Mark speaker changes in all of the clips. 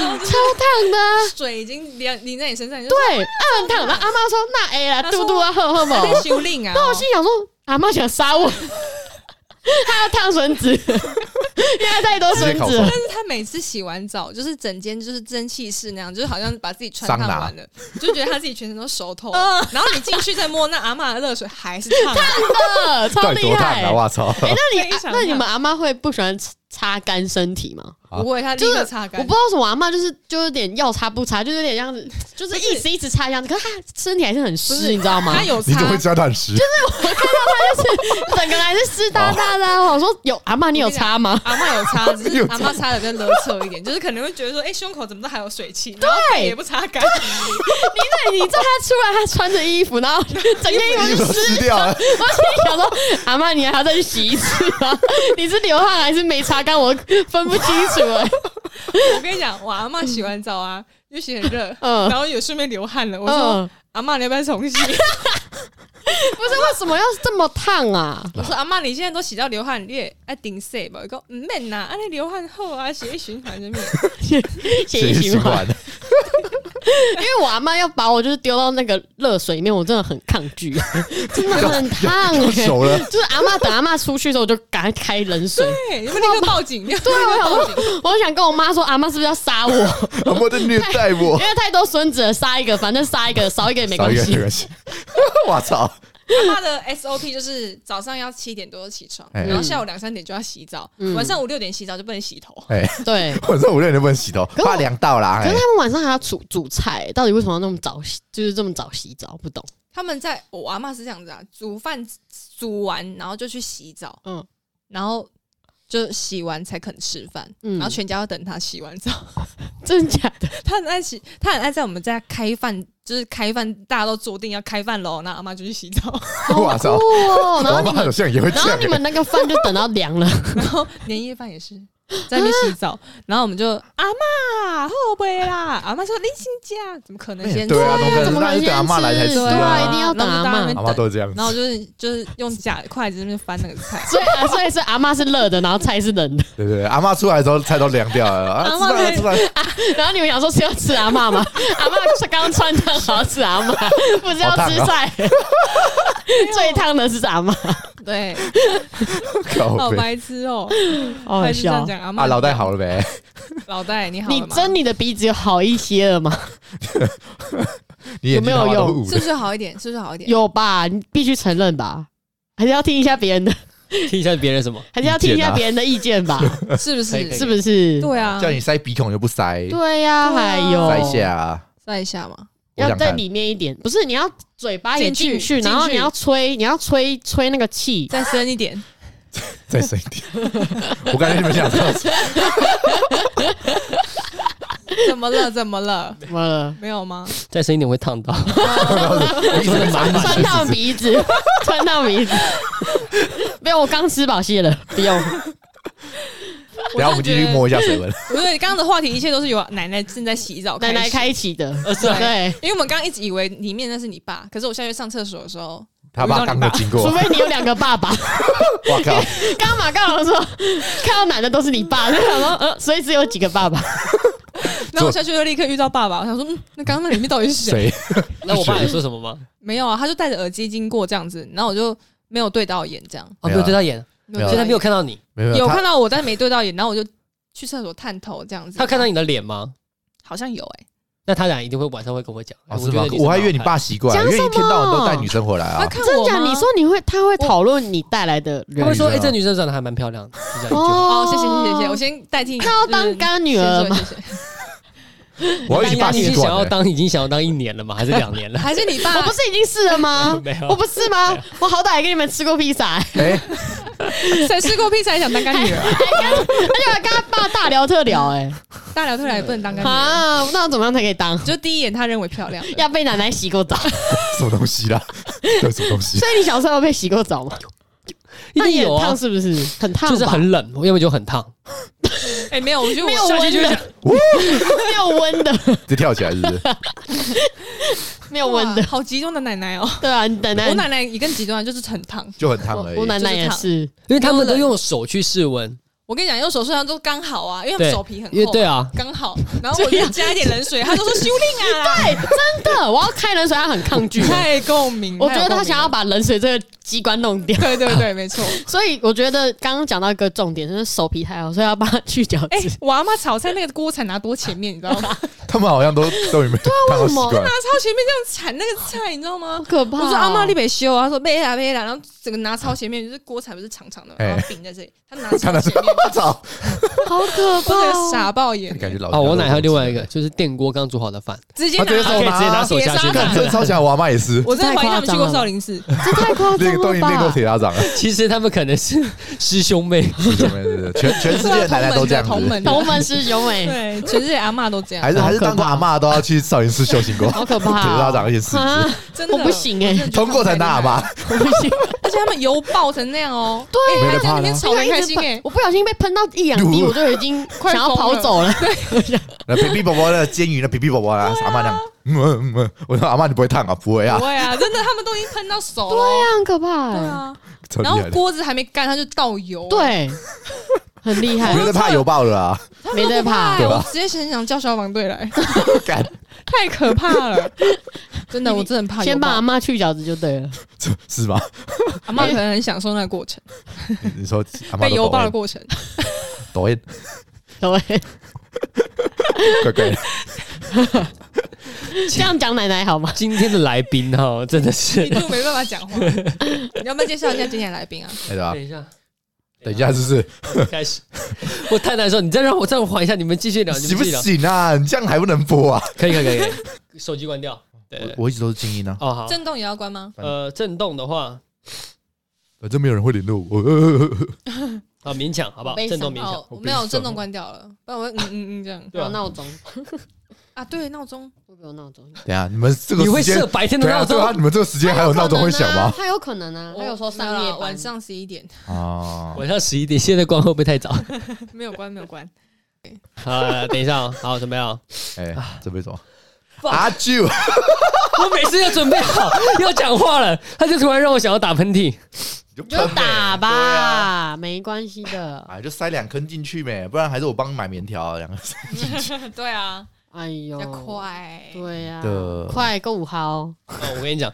Speaker 1: 烫的啊、
Speaker 2: 水已经淋淋在你身上，你就
Speaker 1: 对，啊很烫。然后阿妈说：“那 A 啦，
Speaker 2: 她
Speaker 1: 嘟
Speaker 2: 说
Speaker 1: 嘟啊，喝喝嘛。”
Speaker 2: 在修令啊，
Speaker 1: 那我心想说，阿妈想杀我， 她要烫孙子，因 为她太多孙子
Speaker 3: 直接烤
Speaker 1: 了
Speaker 3: 熟
Speaker 2: 但是他每次洗完澡，就是整间就是蒸汽室那样，就是好像把自己穿烫
Speaker 3: 桑拿
Speaker 2: 完了，就觉得他自己全身都熟 透了。
Speaker 1: 嗯
Speaker 2: 然后你进去再摸那阿嬷的热水还是烫的，
Speaker 1: 呃超
Speaker 3: 到底
Speaker 1: 厉
Speaker 3: 多
Speaker 1: 害
Speaker 3: 烫啊！。我操！
Speaker 1: 哎、那你、
Speaker 2: 非
Speaker 1: 啊
Speaker 2: 常
Speaker 1: 那你
Speaker 2: 烫
Speaker 1: 们阿妈会不喜欢擦干身体吗？
Speaker 3: 啊
Speaker 2: 不会，他立
Speaker 1: 就
Speaker 2: 刻
Speaker 1: 是
Speaker 2: 擦
Speaker 1: 我
Speaker 2: 干。
Speaker 1: 不知道为什么阿妈就是就有点要擦不擦，就有点这样子，就是一直一直擦这样子，可是她身体还是很湿，你知道吗？
Speaker 2: 他有
Speaker 3: 你怎么
Speaker 2: 擦
Speaker 3: 会，知道它很湿？
Speaker 1: 整个还是湿哒哒的啊。
Speaker 3: 哦
Speaker 1: 我说有阿妈，你有擦吗？
Speaker 2: 阿嬷有擦，只是
Speaker 3: 有
Speaker 2: 阿嬷擦的更勒臭一点，就是可能会觉得说，哎，胸口怎么都还有水汽，然后
Speaker 1: 对
Speaker 2: 也不 擦干，
Speaker 1: 你你知道她出来，她穿着衣服，然后整件衣服
Speaker 3: 衣服
Speaker 1: 是
Speaker 3: 都
Speaker 1: 湿
Speaker 3: 湿掉了，
Speaker 1: 我心里想说，阿妈，你还要再去洗一次吗？你是流汗还是没擦干？我分不清楚哎、
Speaker 2: 我跟你讲，我阿妈洗完澡啊，又洗很热，
Speaker 1: 嗯
Speaker 2: 然后有顺便流汗了。我说、
Speaker 1: 嗯，
Speaker 2: 阿妈，你要不要重洗？
Speaker 1: 不是为什么要这么烫啊？
Speaker 2: 我说阿妈，你现在都洗到流汗，你也爱顶洗吧？我嗯讲唔免啦，安尼流汗后啊，血液循环就 免。
Speaker 1: 血液
Speaker 3: 血
Speaker 1: 循
Speaker 3: 循
Speaker 1: 环
Speaker 3: 环，
Speaker 1: 因为我阿妈要把我就是丢到那个热水里面，我真的很抗拒，真的很烫
Speaker 3: 要
Speaker 1: 哎、
Speaker 3: 熟了，
Speaker 1: 就是阿妈等阿妈出去之后，我就赶快开冷水。
Speaker 2: 对，你们立刻报警，对，啊
Speaker 1: 我 想
Speaker 2: 报警。
Speaker 1: 说，我想跟我妈说，阿妈是不是要杀我？因
Speaker 3: 阿莫在虐待我，
Speaker 1: 为太多孙子了，杀一个，反正杀一个少一个也没
Speaker 3: 少
Speaker 1: 关
Speaker 3: 一个
Speaker 1: 系
Speaker 3: 没。关系。我操！
Speaker 2: 阿妈的 SOP 就是早上要七点多起床，
Speaker 3: 哎
Speaker 2: 然后下午两三点就要洗澡，晚上五六点洗澡就不能洗头。
Speaker 3: 哎，
Speaker 1: 对，
Speaker 3: 晚上五六点就不能洗头，
Speaker 1: 是我
Speaker 3: 怕凉到啦。
Speaker 1: 可是
Speaker 3: 哎
Speaker 1: 他们晚上还要煮煮菜，到底为什么要那么早洗？就是这么早洗澡，不懂。
Speaker 2: 他们在我阿妈是这样子啊，煮饭煮完然后就去洗澡，
Speaker 1: 嗯，
Speaker 2: 然后就洗完才肯吃饭，
Speaker 1: 嗯
Speaker 2: 然后全家要等他洗完澡。
Speaker 1: 真假的？
Speaker 2: 他很爱洗，他很爱在我们家开饭，就是开饭，大家都坐定要开饭喽，那阿妈就去洗澡，
Speaker 3: 我操！
Speaker 1: 哦，然
Speaker 3: 我
Speaker 1: 后你
Speaker 3: 妈好
Speaker 1: 们，
Speaker 3: 像也会这
Speaker 1: 然后
Speaker 3: 样
Speaker 1: 你。们那个饭就等到凉了，
Speaker 2: 然后年夜饭也是在那边洗澡，然后我们就阿妈后悔啦，阿妈说你请假，怎么可能
Speaker 3: 哎
Speaker 2: 先
Speaker 3: 对啊，
Speaker 2: 吃
Speaker 3: 怎么可
Speaker 1: 怎么
Speaker 3: 能？那
Speaker 1: 可能
Speaker 3: 是等阿妈来才
Speaker 1: 先吃
Speaker 3: 吃
Speaker 1: 对啊
Speaker 3: 啊。
Speaker 1: 一定要等阿嬷
Speaker 2: 然后我们就在那边
Speaker 3: 阿妈
Speaker 2: 等
Speaker 3: 都是这样子
Speaker 2: 然后，就是就是用假筷子在那边翻那个菜，
Speaker 1: 所以啊，所以是阿妈是热的，然后菜是冷的，
Speaker 3: 对对对，阿妈出来的时候菜都凉掉了。啊，
Speaker 1: 阿
Speaker 3: 吃
Speaker 1: 嬷
Speaker 3: 饭
Speaker 1: 在
Speaker 3: 了吃饭了，
Speaker 1: 然后你们想说是要吃阿妈吗？阿妈刚刚穿烫，好要吃阿妈，不是要吃菜。最烫的是阿妈，
Speaker 2: 对，
Speaker 3: 靠
Speaker 2: 好
Speaker 3: 背。
Speaker 2: 白痴哦、
Speaker 1: 好
Speaker 2: 还
Speaker 1: 好
Speaker 2: 是这样
Speaker 1: 笑。
Speaker 2: 讲阿妈
Speaker 3: 啊，脑袋好了呗，
Speaker 2: 老戴你好
Speaker 1: 你
Speaker 2: 了吗？
Speaker 1: 蒸你的鼻子有好一些了吗？
Speaker 3: 你
Speaker 1: 有
Speaker 3: 眼睛
Speaker 1: 没有
Speaker 3: 他妈都
Speaker 1: 用
Speaker 3: 捂
Speaker 2: 是
Speaker 3: 了
Speaker 2: 不是好一点？是不是好一点？
Speaker 1: 有吧？你必须承认吧？还是要听一下别人的，
Speaker 4: 听一下别人什么？
Speaker 1: 还是要听一
Speaker 3: 意见
Speaker 1: 下
Speaker 3: 啊
Speaker 1: 别人的意见吧？
Speaker 2: 是不
Speaker 4: 可以可
Speaker 2: 是
Speaker 4: 以？
Speaker 1: 是不是？
Speaker 2: 对啊，
Speaker 3: 叫你塞鼻孔又不塞，
Speaker 1: 对呀，
Speaker 2: 对啊
Speaker 1: 还有
Speaker 3: 塞一下啊。
Speaker 2: 再一下嘛。
Speaker 3: 我
Speaker 1: 要
Speaker 3: 想
Speaker 1: 在
Speaker 3: 看
Speaker 1: 里面一点，不是你要嘴巴也
Speaker 2: 进去
Speaker 1: 进去，
Speaker 2: 进
Speaker 1: 然后
Speaker 2: 去
Speaker 1: 你要吹，你要吹吹那个气，
Speaker 2: 再深一点，
Speaker 3: 再深一点。我感觉你们想这样子，
Speaker 2: 怎么了？怎么了？
Speaker 1: 怎么了？
Speaker 2: 没有吗？
Speaker 4: 再深一点会烫 到，
Speaker 3: 真的 满
Speaker 1: 穿到鼻子， 穿到鼻 子。没有，我刚吃饱，谢了，不用。
Speaker 3: 然后我们继续摸一下水温，
Speaker 2: 不对，刚刚的话题一切都是由奶奶正在洗澡
Speaker 1: 奶奶
Speaker 2: 始，
Speaker 1: 开启的，
Speaker 4: 是 啊
Speaker 1: 对，
Speaker 2: 因为我们刚刚一直以为里面那是你爸，可是我下去上厕所的时候，
Speaker 3: 他爸刚好经过
Speaker 1: 除，非你有两个爸 爸。
Speaker 3: 我靠，
Speaker 1: 刚刚马盖龙说，看到男的都是你爸， 就想说，呃，所以只有几个爸爸。
Speaker 2: 然后我下去就立刻遇到爸爸，我想说，嗯，那刚刚那里面到底 是谁？
Speaker 3: 水
Speaker 4: 那我爸有说什么吗？
Speaker 2: 没有啊，他就戴着耳机经过这样子，然后我就没有对到眼，这样，
Speaker 4: 哦，没有对他眼，
Speaker 2: 没啊
Speaker 3: 有
Speaker 2: 对到
Speaker 4: 所以他
Speaker 2: 眼
Speaker 4: 没有看到你。
Speaker 3: 没有
Speaker 2: 有
Speaker 3: 他
Speaker 2: 看到我，但是没对到眼，然后我就去厕所探头这样子，
Speaker 4: 他看到你的脸吗？
Speaker 2: 好像有哎、
Speaker 4: 那他俩一定会晚上会跟我讲。
Speaker 3: 哦
Speaker 4: 哎
Speaker 3: 是
Speaker 4: 觉
Speaker 3: 吗
Speaker 4: 得？你
Speaker 3: 我还以为你
Speaker 4: 真的好
Speaker 3: 爸习惯，
Speaker 1: 讲
Speaker 3: 因为
Speaker 1: 什
Speaker 3: 一
Speaker 1: 么
Speaker 3: 天到晚都带女生回来
Speaker 2: 他
Speaker 3: 啊。
Speaker 2: 看
Speaker 1: 真
Speaker 2: 我
Speaker 1: 假？
Speaker 2: 吗
Speaker 1: 你说你会，他会讨论你带来的
Speaker 4: 看，
Speaker 1: 人
Speaker 4: 他会说：“哎，
Speaker 3: 人啊
Speaker 4: 这女生长得还蛮漂亮的。”就这样一句话
Speaker 2: 哦
Speaker 1: 哦，，
Speaker 2: 谢谢谢谢谢谢，我先代替你，
Speaker 1: 那要当干女儿
Speaker 2: 先
Speaker 1: 吗
Speaker 2: 说？谢谢
Speaker 3: 我还以为你爸
Speaker 4: 你已
Speaker 3: 习
Speaker 4: 经想要
Speaker 3: 惯了，
Speaker 4: 当，已经想要当一年了吗？还是两年了？？
Speaker 2: 还是你爸？
Speaker 1: 我不是已经试了吗
Speaker 4: 没有
Speaker 1: 我啊哦不是吗？我好歹也给你们吃过披萨、欸，
Speaker 3: 哎，
Speaker 2: 谁吃过披萨还想当干女儿啊？
Speaker 1: 而且我还跟他爸大聊特聊、欸，
Speaker 2: 大聊特聊也不能当干女儿，
Speaker 1: 啊，那我怎么样才可以当？
Speaker 2: 就第一眼他认为漂亮的。
Speaker 1: 要被奶奶洗过澡，所
Speaker 3: 什么东西啦？这什么东西？
Speaker 1: 以你小时候有被洗过澡吗？
Speaker 4: 一定有
Speaker 1: 那你很
Speaker 4: 啊
Speaker 1: 烫，是不是？很烫吧，
Speaker 4: 就是很冷，要么就很烫。
Speaker 2: 哎、没有，我觉得我
Speaker 1: 没有
Speaker 2: 下
Speaker 1: 温
Speaker 2: 去就
Speaker 1: 的， 没有温的，
Speaker 3: 这跳起来是不是？
Speaker 1: 没有温的
Speaker 2: 哇，好极端的奶奶哦、
Speaker 1: 对啊，你奶奶，
Speaker 2: 我奶奶也更极端，就是很烫。
Speaker 3: 就很烫而
Speaker 1: 我
Speaker 3: 已。
Speaker 1: 我奶奶也
Speaker 2: 就是
Speaker 1: 是，
Speaker 4: 因为他们都用手去试温，
Speaker 2: 我跟你讲，用手术上都刚好啊，因为他们
Speaker 4: 对，
Speaker 2: 手皮很
Speaker 4: 因为
Speaker 2: 厚，
Speaker 4: 对啊，
Speaker 2: 刚好。然后我就加一点冷水，他就说修令啊，
Speaker 1: 对，真的，我要开冷水，他很抗拒。
Speaker 2: 太共鸣。
Speaker 1: 我觉得
Speaker 2: 太有共鸣
Speaker 1: 他
Speaker 2: 了
Speaker 1: 想要把冷水这个机关弄 掉，
Speaker 2: 对对对， 没错。
Speaker 1: 所以我觉得刚刚讲到一个重点，就是手皮太好，所以要帮他去角
Speaker 2: 哎、
Speaker 1: 质。
Speaker 2: 我阿妈炒菜那个锅铲拿多前面，你知道吗？ 拿
Speaker 3: 他们好像都都有没有看到
Speaker 1: 为
Speaker 3: 习
Speaker 1: 什么
Speaker 3: 惯
Speaker 2: 拿，超前面这样铲那个菜，你知道吗
Speaker 1: 好？可怕哦、
Speaker 2: 我说阿妈你别修啊，她说没啦没啦，然后整个拿超前面，就是锅铲不是长长的嘛，
Speaker 3: 哎
Speaker 2: 然后柄在这里，她拿
Speaker 3: 他
Speaker 2: 超
Speaker 3: 那
Speaker 2: 前
Speaker 3: 是
Speaker 2: 面，
Speaker 3: 我操，
Speaker 1: 好可
Speaker 2: 我
Speaker 1: 怕、
Speaker 2: 整
Speaker 1: 哦
Speaker 2: 个，傻爆眼，
Speaker 3: 感觉老
Speaker 4: 哦，我奶还有另外一
Speaker 3: 老
Speaker 4: 个，就是电锅刚煮好的饭，
Speaker 2: 直接
Speaker 3: 他直接
Speaker 4: 他
Speaker 3: 手
Speaker 4: 可以
Speaker 3: 拿
Speaker 4: 直接拿手下
Speaker 2: 铁
Speaker 4: 去
Speaker 2: 砂
Speaker 3: 干
Speaker 4: 拿
Speaker 2: 掌。
Speaker 3: 真的超强，我阿妈也是，
Speaker 2: 我真的怀疑他们去过少林 寺，
Speaker 1: 这太夸张
Speaker 3: 那个都已
Speaker 1: 了
Speaker 3: 经练过
Speaker 1: 吧！
Speaker 3: 铁砂掌了，
Speaker 4: 其实他们可能是 师兄妹，
Speaker 3: 是这样子全全世界的奶奶都这样
Speaker 2: 同
Speaker 3: 子，
Speaker 2: 门 的
Speaker 1: 同门师兄哎，
Speaker 2: 对，全世界阿嬷都这样，
Speaker 3: 还是还是当过阿妈都要去少林寺修行 过，
Speaker 1: 好可怕、
Speaker 3: 铁砂掌也是，
Speaker 1: 啊！
Speaker 2: 真的
Speaker 1: 我不，行哎、
Speaker 2: 真的觉得
Speaker 3: 通过才当阿妈，
Speaker 1: 我不行，
Speaker 2: 而且他们油爆成那样哦，对，
Speaker 3: 没
Speaker 2: 还
Speaker 3: 人
Speaker 2: 在
Speaker 3: 怕
Speaker 2: 里面
Speaker 3: 他，
Speaker 2: 炒的开心哎，
Speaker 1: 我不小心被喷到一两滴，
Speaker 3: 哟
Speaker 1: 我 就已经
Speaker 2: 快
Speaker 1: 想要
Speaker 2: 疯
Speaker 1: 跑
Speaker 2: 了
Speaker 1: 走了。
Speaker 3: 那皮皮宝宝的煎鱼，那皮皮宝宝啊，阿妈那样，嗯嗯嗯，我说阿妈你不会烫啊，不会啊
Speaker 2: 不，会啊，真的他们都已经喷到手
Speaker 1: 对
Speaker 2: 了，
Speaker 1: 啊，很可怕、
Speaker 2: 对
Speaker 1: 欸。
Speaker 2: 啊，
Speaker 3: 超厉
Speaker 2: 然后
Speaker 3: 害的，
Speaker 2: 锅子还没干，他就倒油，，
Speaker 1: 对，很厉害
Speaker 3: 我，觉得怕油爆了啊，
Speaker 1: 没在怕。
Speaker 3: 对吧
Speaker 2: 哎我直接很想叫消防队来，
Speaker 3: 干，
Speaker 2: 太可怕了， 真的，我真的很怕油爆。
Speaker 1: 先把阿妈去角质就对了。
Speaker 3: 是吗？
Speaker 2: 阿妈可能很享受那个过程，
Speaker 3: 你你说阿妈
Speaker 2: 被油爆的
Speaker 3: 了，
Speaker 2: 过程，
Speaker 3: 抖音，
Speaker 1: 对，
Speaker 3: 乖乖的，哎
Speaker 1: 这样讲奶奶好吗？
Speaker 4: 今天的来宾哈，真的
Speaker 2: 一
Speaker 4: 是。
Speaker 2: 度没办法讲 话。你要不要介绍一下今天的来宾啊？
Speaker 3: 对吧？
Speaker 4: 一下，
Speaker 3: 等一下，是不是？
Speaker 4: 开始。 我太难受，你再让我再缓一下，你们继续聊，你
Speaker 3: 行
Speaker 4: 们
Speaker 3: 不
Speaker 4: 继续聊。
Speaker 3: 行啊？你这样还不能播啊？
Speaker 4: 可以可以可以可以，手机关掉。对，对对
Speaker 3: 我我一直都是静音啊，
Speaker 4: 哦好。
Speaker 2: 震动也要关吗？
Speaker 4: 呃，震动的话，
Speaker 3: 反正没有人会联络我。呃呃呃呃
Speaker 4: 啊勉强好不好？
Speaker 1: 悲
Speaker 4: 震
Speaker 1: 伤
Speaker 4: 动勉强
Speaker 2: 哦，。我没有震动关掉了，不然我会嗯嗯嗯这样
Speaker 4: 对啊
Speaker 1: 有闹钟，
Speaker 2: 啊。对，闹钟
Speaker 1: 会不会有闹钟？
Speaker 3: 等一下，你们这个
Speaker 4: 你会
Speaker 3: 时间
Speaker 4: 设，白天的
Speaker 3: 对啊，
Speaker 4: 闹
Speaker 3: 对
Speaker 4: 钟？
Speaker 3: 啊，你们这个时间还有闹钟会响吗？
Speaker 1: 他有可能啊，他有时候上
Speaker 2: 没有
Speaker 1: 夜
Speaker 2: 啦
Speaker 1: 班，
Speaker 2: 哦晚上十一点
Speaker 3: 啊，
Speaker 4: 晚上十一点，现在关会不会太早？
Speaker 2: 没有关，没有关。
Speaker 4: 好，来来等一下哦，好，准备好。啊
Speaker 3: 哎，这边什么？
Speaker 4: Fuck
Speaker 3: 阿舅，
Speaker 4: 我每次要准备好 要讲话了，他就突然让我想要打喷嚏。
Speaker 3: 你就
Speaker 1: 你就
Speaker 3: 喷呗
Speaker 1: 打。
Speaker 3: 对啊
Speaker 1: 吧，没关系的。
Speaker 3: 哎，就塞两根进去呗，不然还是我帮你买棉条啊，两个
Speaker 2: 对啊，
Speaker 1: 哎
Speaker 2: 比
Speaker 1: 呦，
Speaker 2: 较，快。
Speaker 1: 对呀
Speaker 3: 的，
Speaker 1: 快够五号，
Speaker 4: 哦，我跟你讲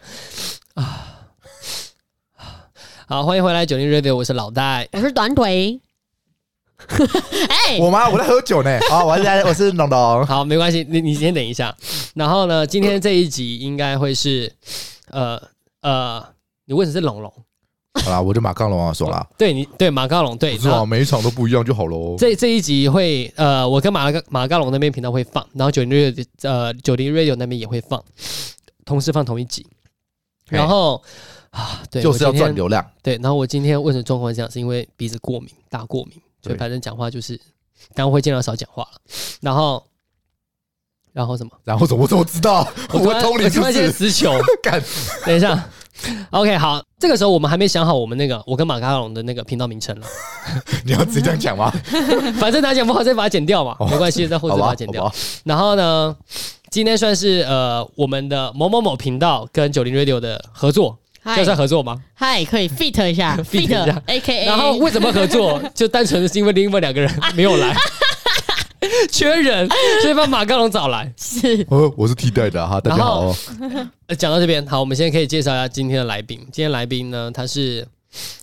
Speaker 4: 啊，好，欢迎回来酒店 review，我是老戴。
Speaker 1: 我是短腿。 哎，
Speaker 3: 呃我吗？我在喝酒 呢。啊，我是我是龙 龙，
Speaker 4: 好，没关系，你你先等一下。然后呢，今天这一集应该会是，呃呃，你问的是龙龙，
Speaker 3: 好啦，我就马刚龙啊，说啦，
Speaker 4: 对你对马高龙对，
Speaker 3: 不是
Speaker 4: 然
Speaker 3: 啊，
Speaker 4: 后
Speaker 3: 每一场都不一样就好喽。
Speaker 4: 这这一集会呃，我跟马高马高龙那边频道会放，然后九零 radio 呃九零 radio 那边也会放，同时放同一集。
Speaker 3: 嘿
Speaker 4: 然后啊，对，
Speaker 3: 哎就是
Speaker 4: 我
Speaker 3: 要
Speaker 4: 今天
Speaker 3: 赚流量，
Speaker 4: 对，然后我今天为什么状况会这样，是因为鼻子过敏，大过敏，所以
Speaker 3: 对
Speaker 4: 反正讲话就是，当然会尽量少讲话了。然后，然后什么？
Speaker 3: 然后怎么怎么知道？我
Speaker 4: 突然
Speaker 3: 通
Speaker 4: 我
Speaker 3: 灵是
Speaker 4: 突
Speaker 3: 不
Speaker 4: 然间
Speaker 3: 是？
Speaker 4: 词穷，
Speaker 3: 干，
Speaker 4: 等一下。OK，好，这个时候我们还没想好我们那个我跟马卡龙的那个频道 名称了，
Speaker 3: 你要直接这样讲吗？
Speaker 4: 反正他讲不好再把它剪掉嘛，
Speaker 3: 哦
Speaker 4: 没关系， 再后
Speaker 3: 好
Speaker 4: 置
Speaker 3: 吧，
Speaker 4: 把
Speaker 3: 好
Speaker 4: 它剪掉。
Speaker 3: 吧，
Speaker 4: 然后呢，今天算是呃我们的某某某频道跟九零 radio 的合作，
Speaker 1: 嗨
Speaker 4: 这算合作吗？
Speaker 1: 嗨，可以 fit 一下
Speaker 4: fit 一下
Speaker 1: ，A K A。
Speaker 4: 然后为什么合 作？就单纯是因为另外两个人没有来，
Speaker 1: 哎
Speaker 4: 缺人，所以把马高龙找来。
Speaker 1: 是
Speaker 3: 哦，我是替代的哈，大家好哦。
Speaker 4: 呃讲到这边，好，我们现在可以介绍一下今天的来宾。今天来宾呢，她是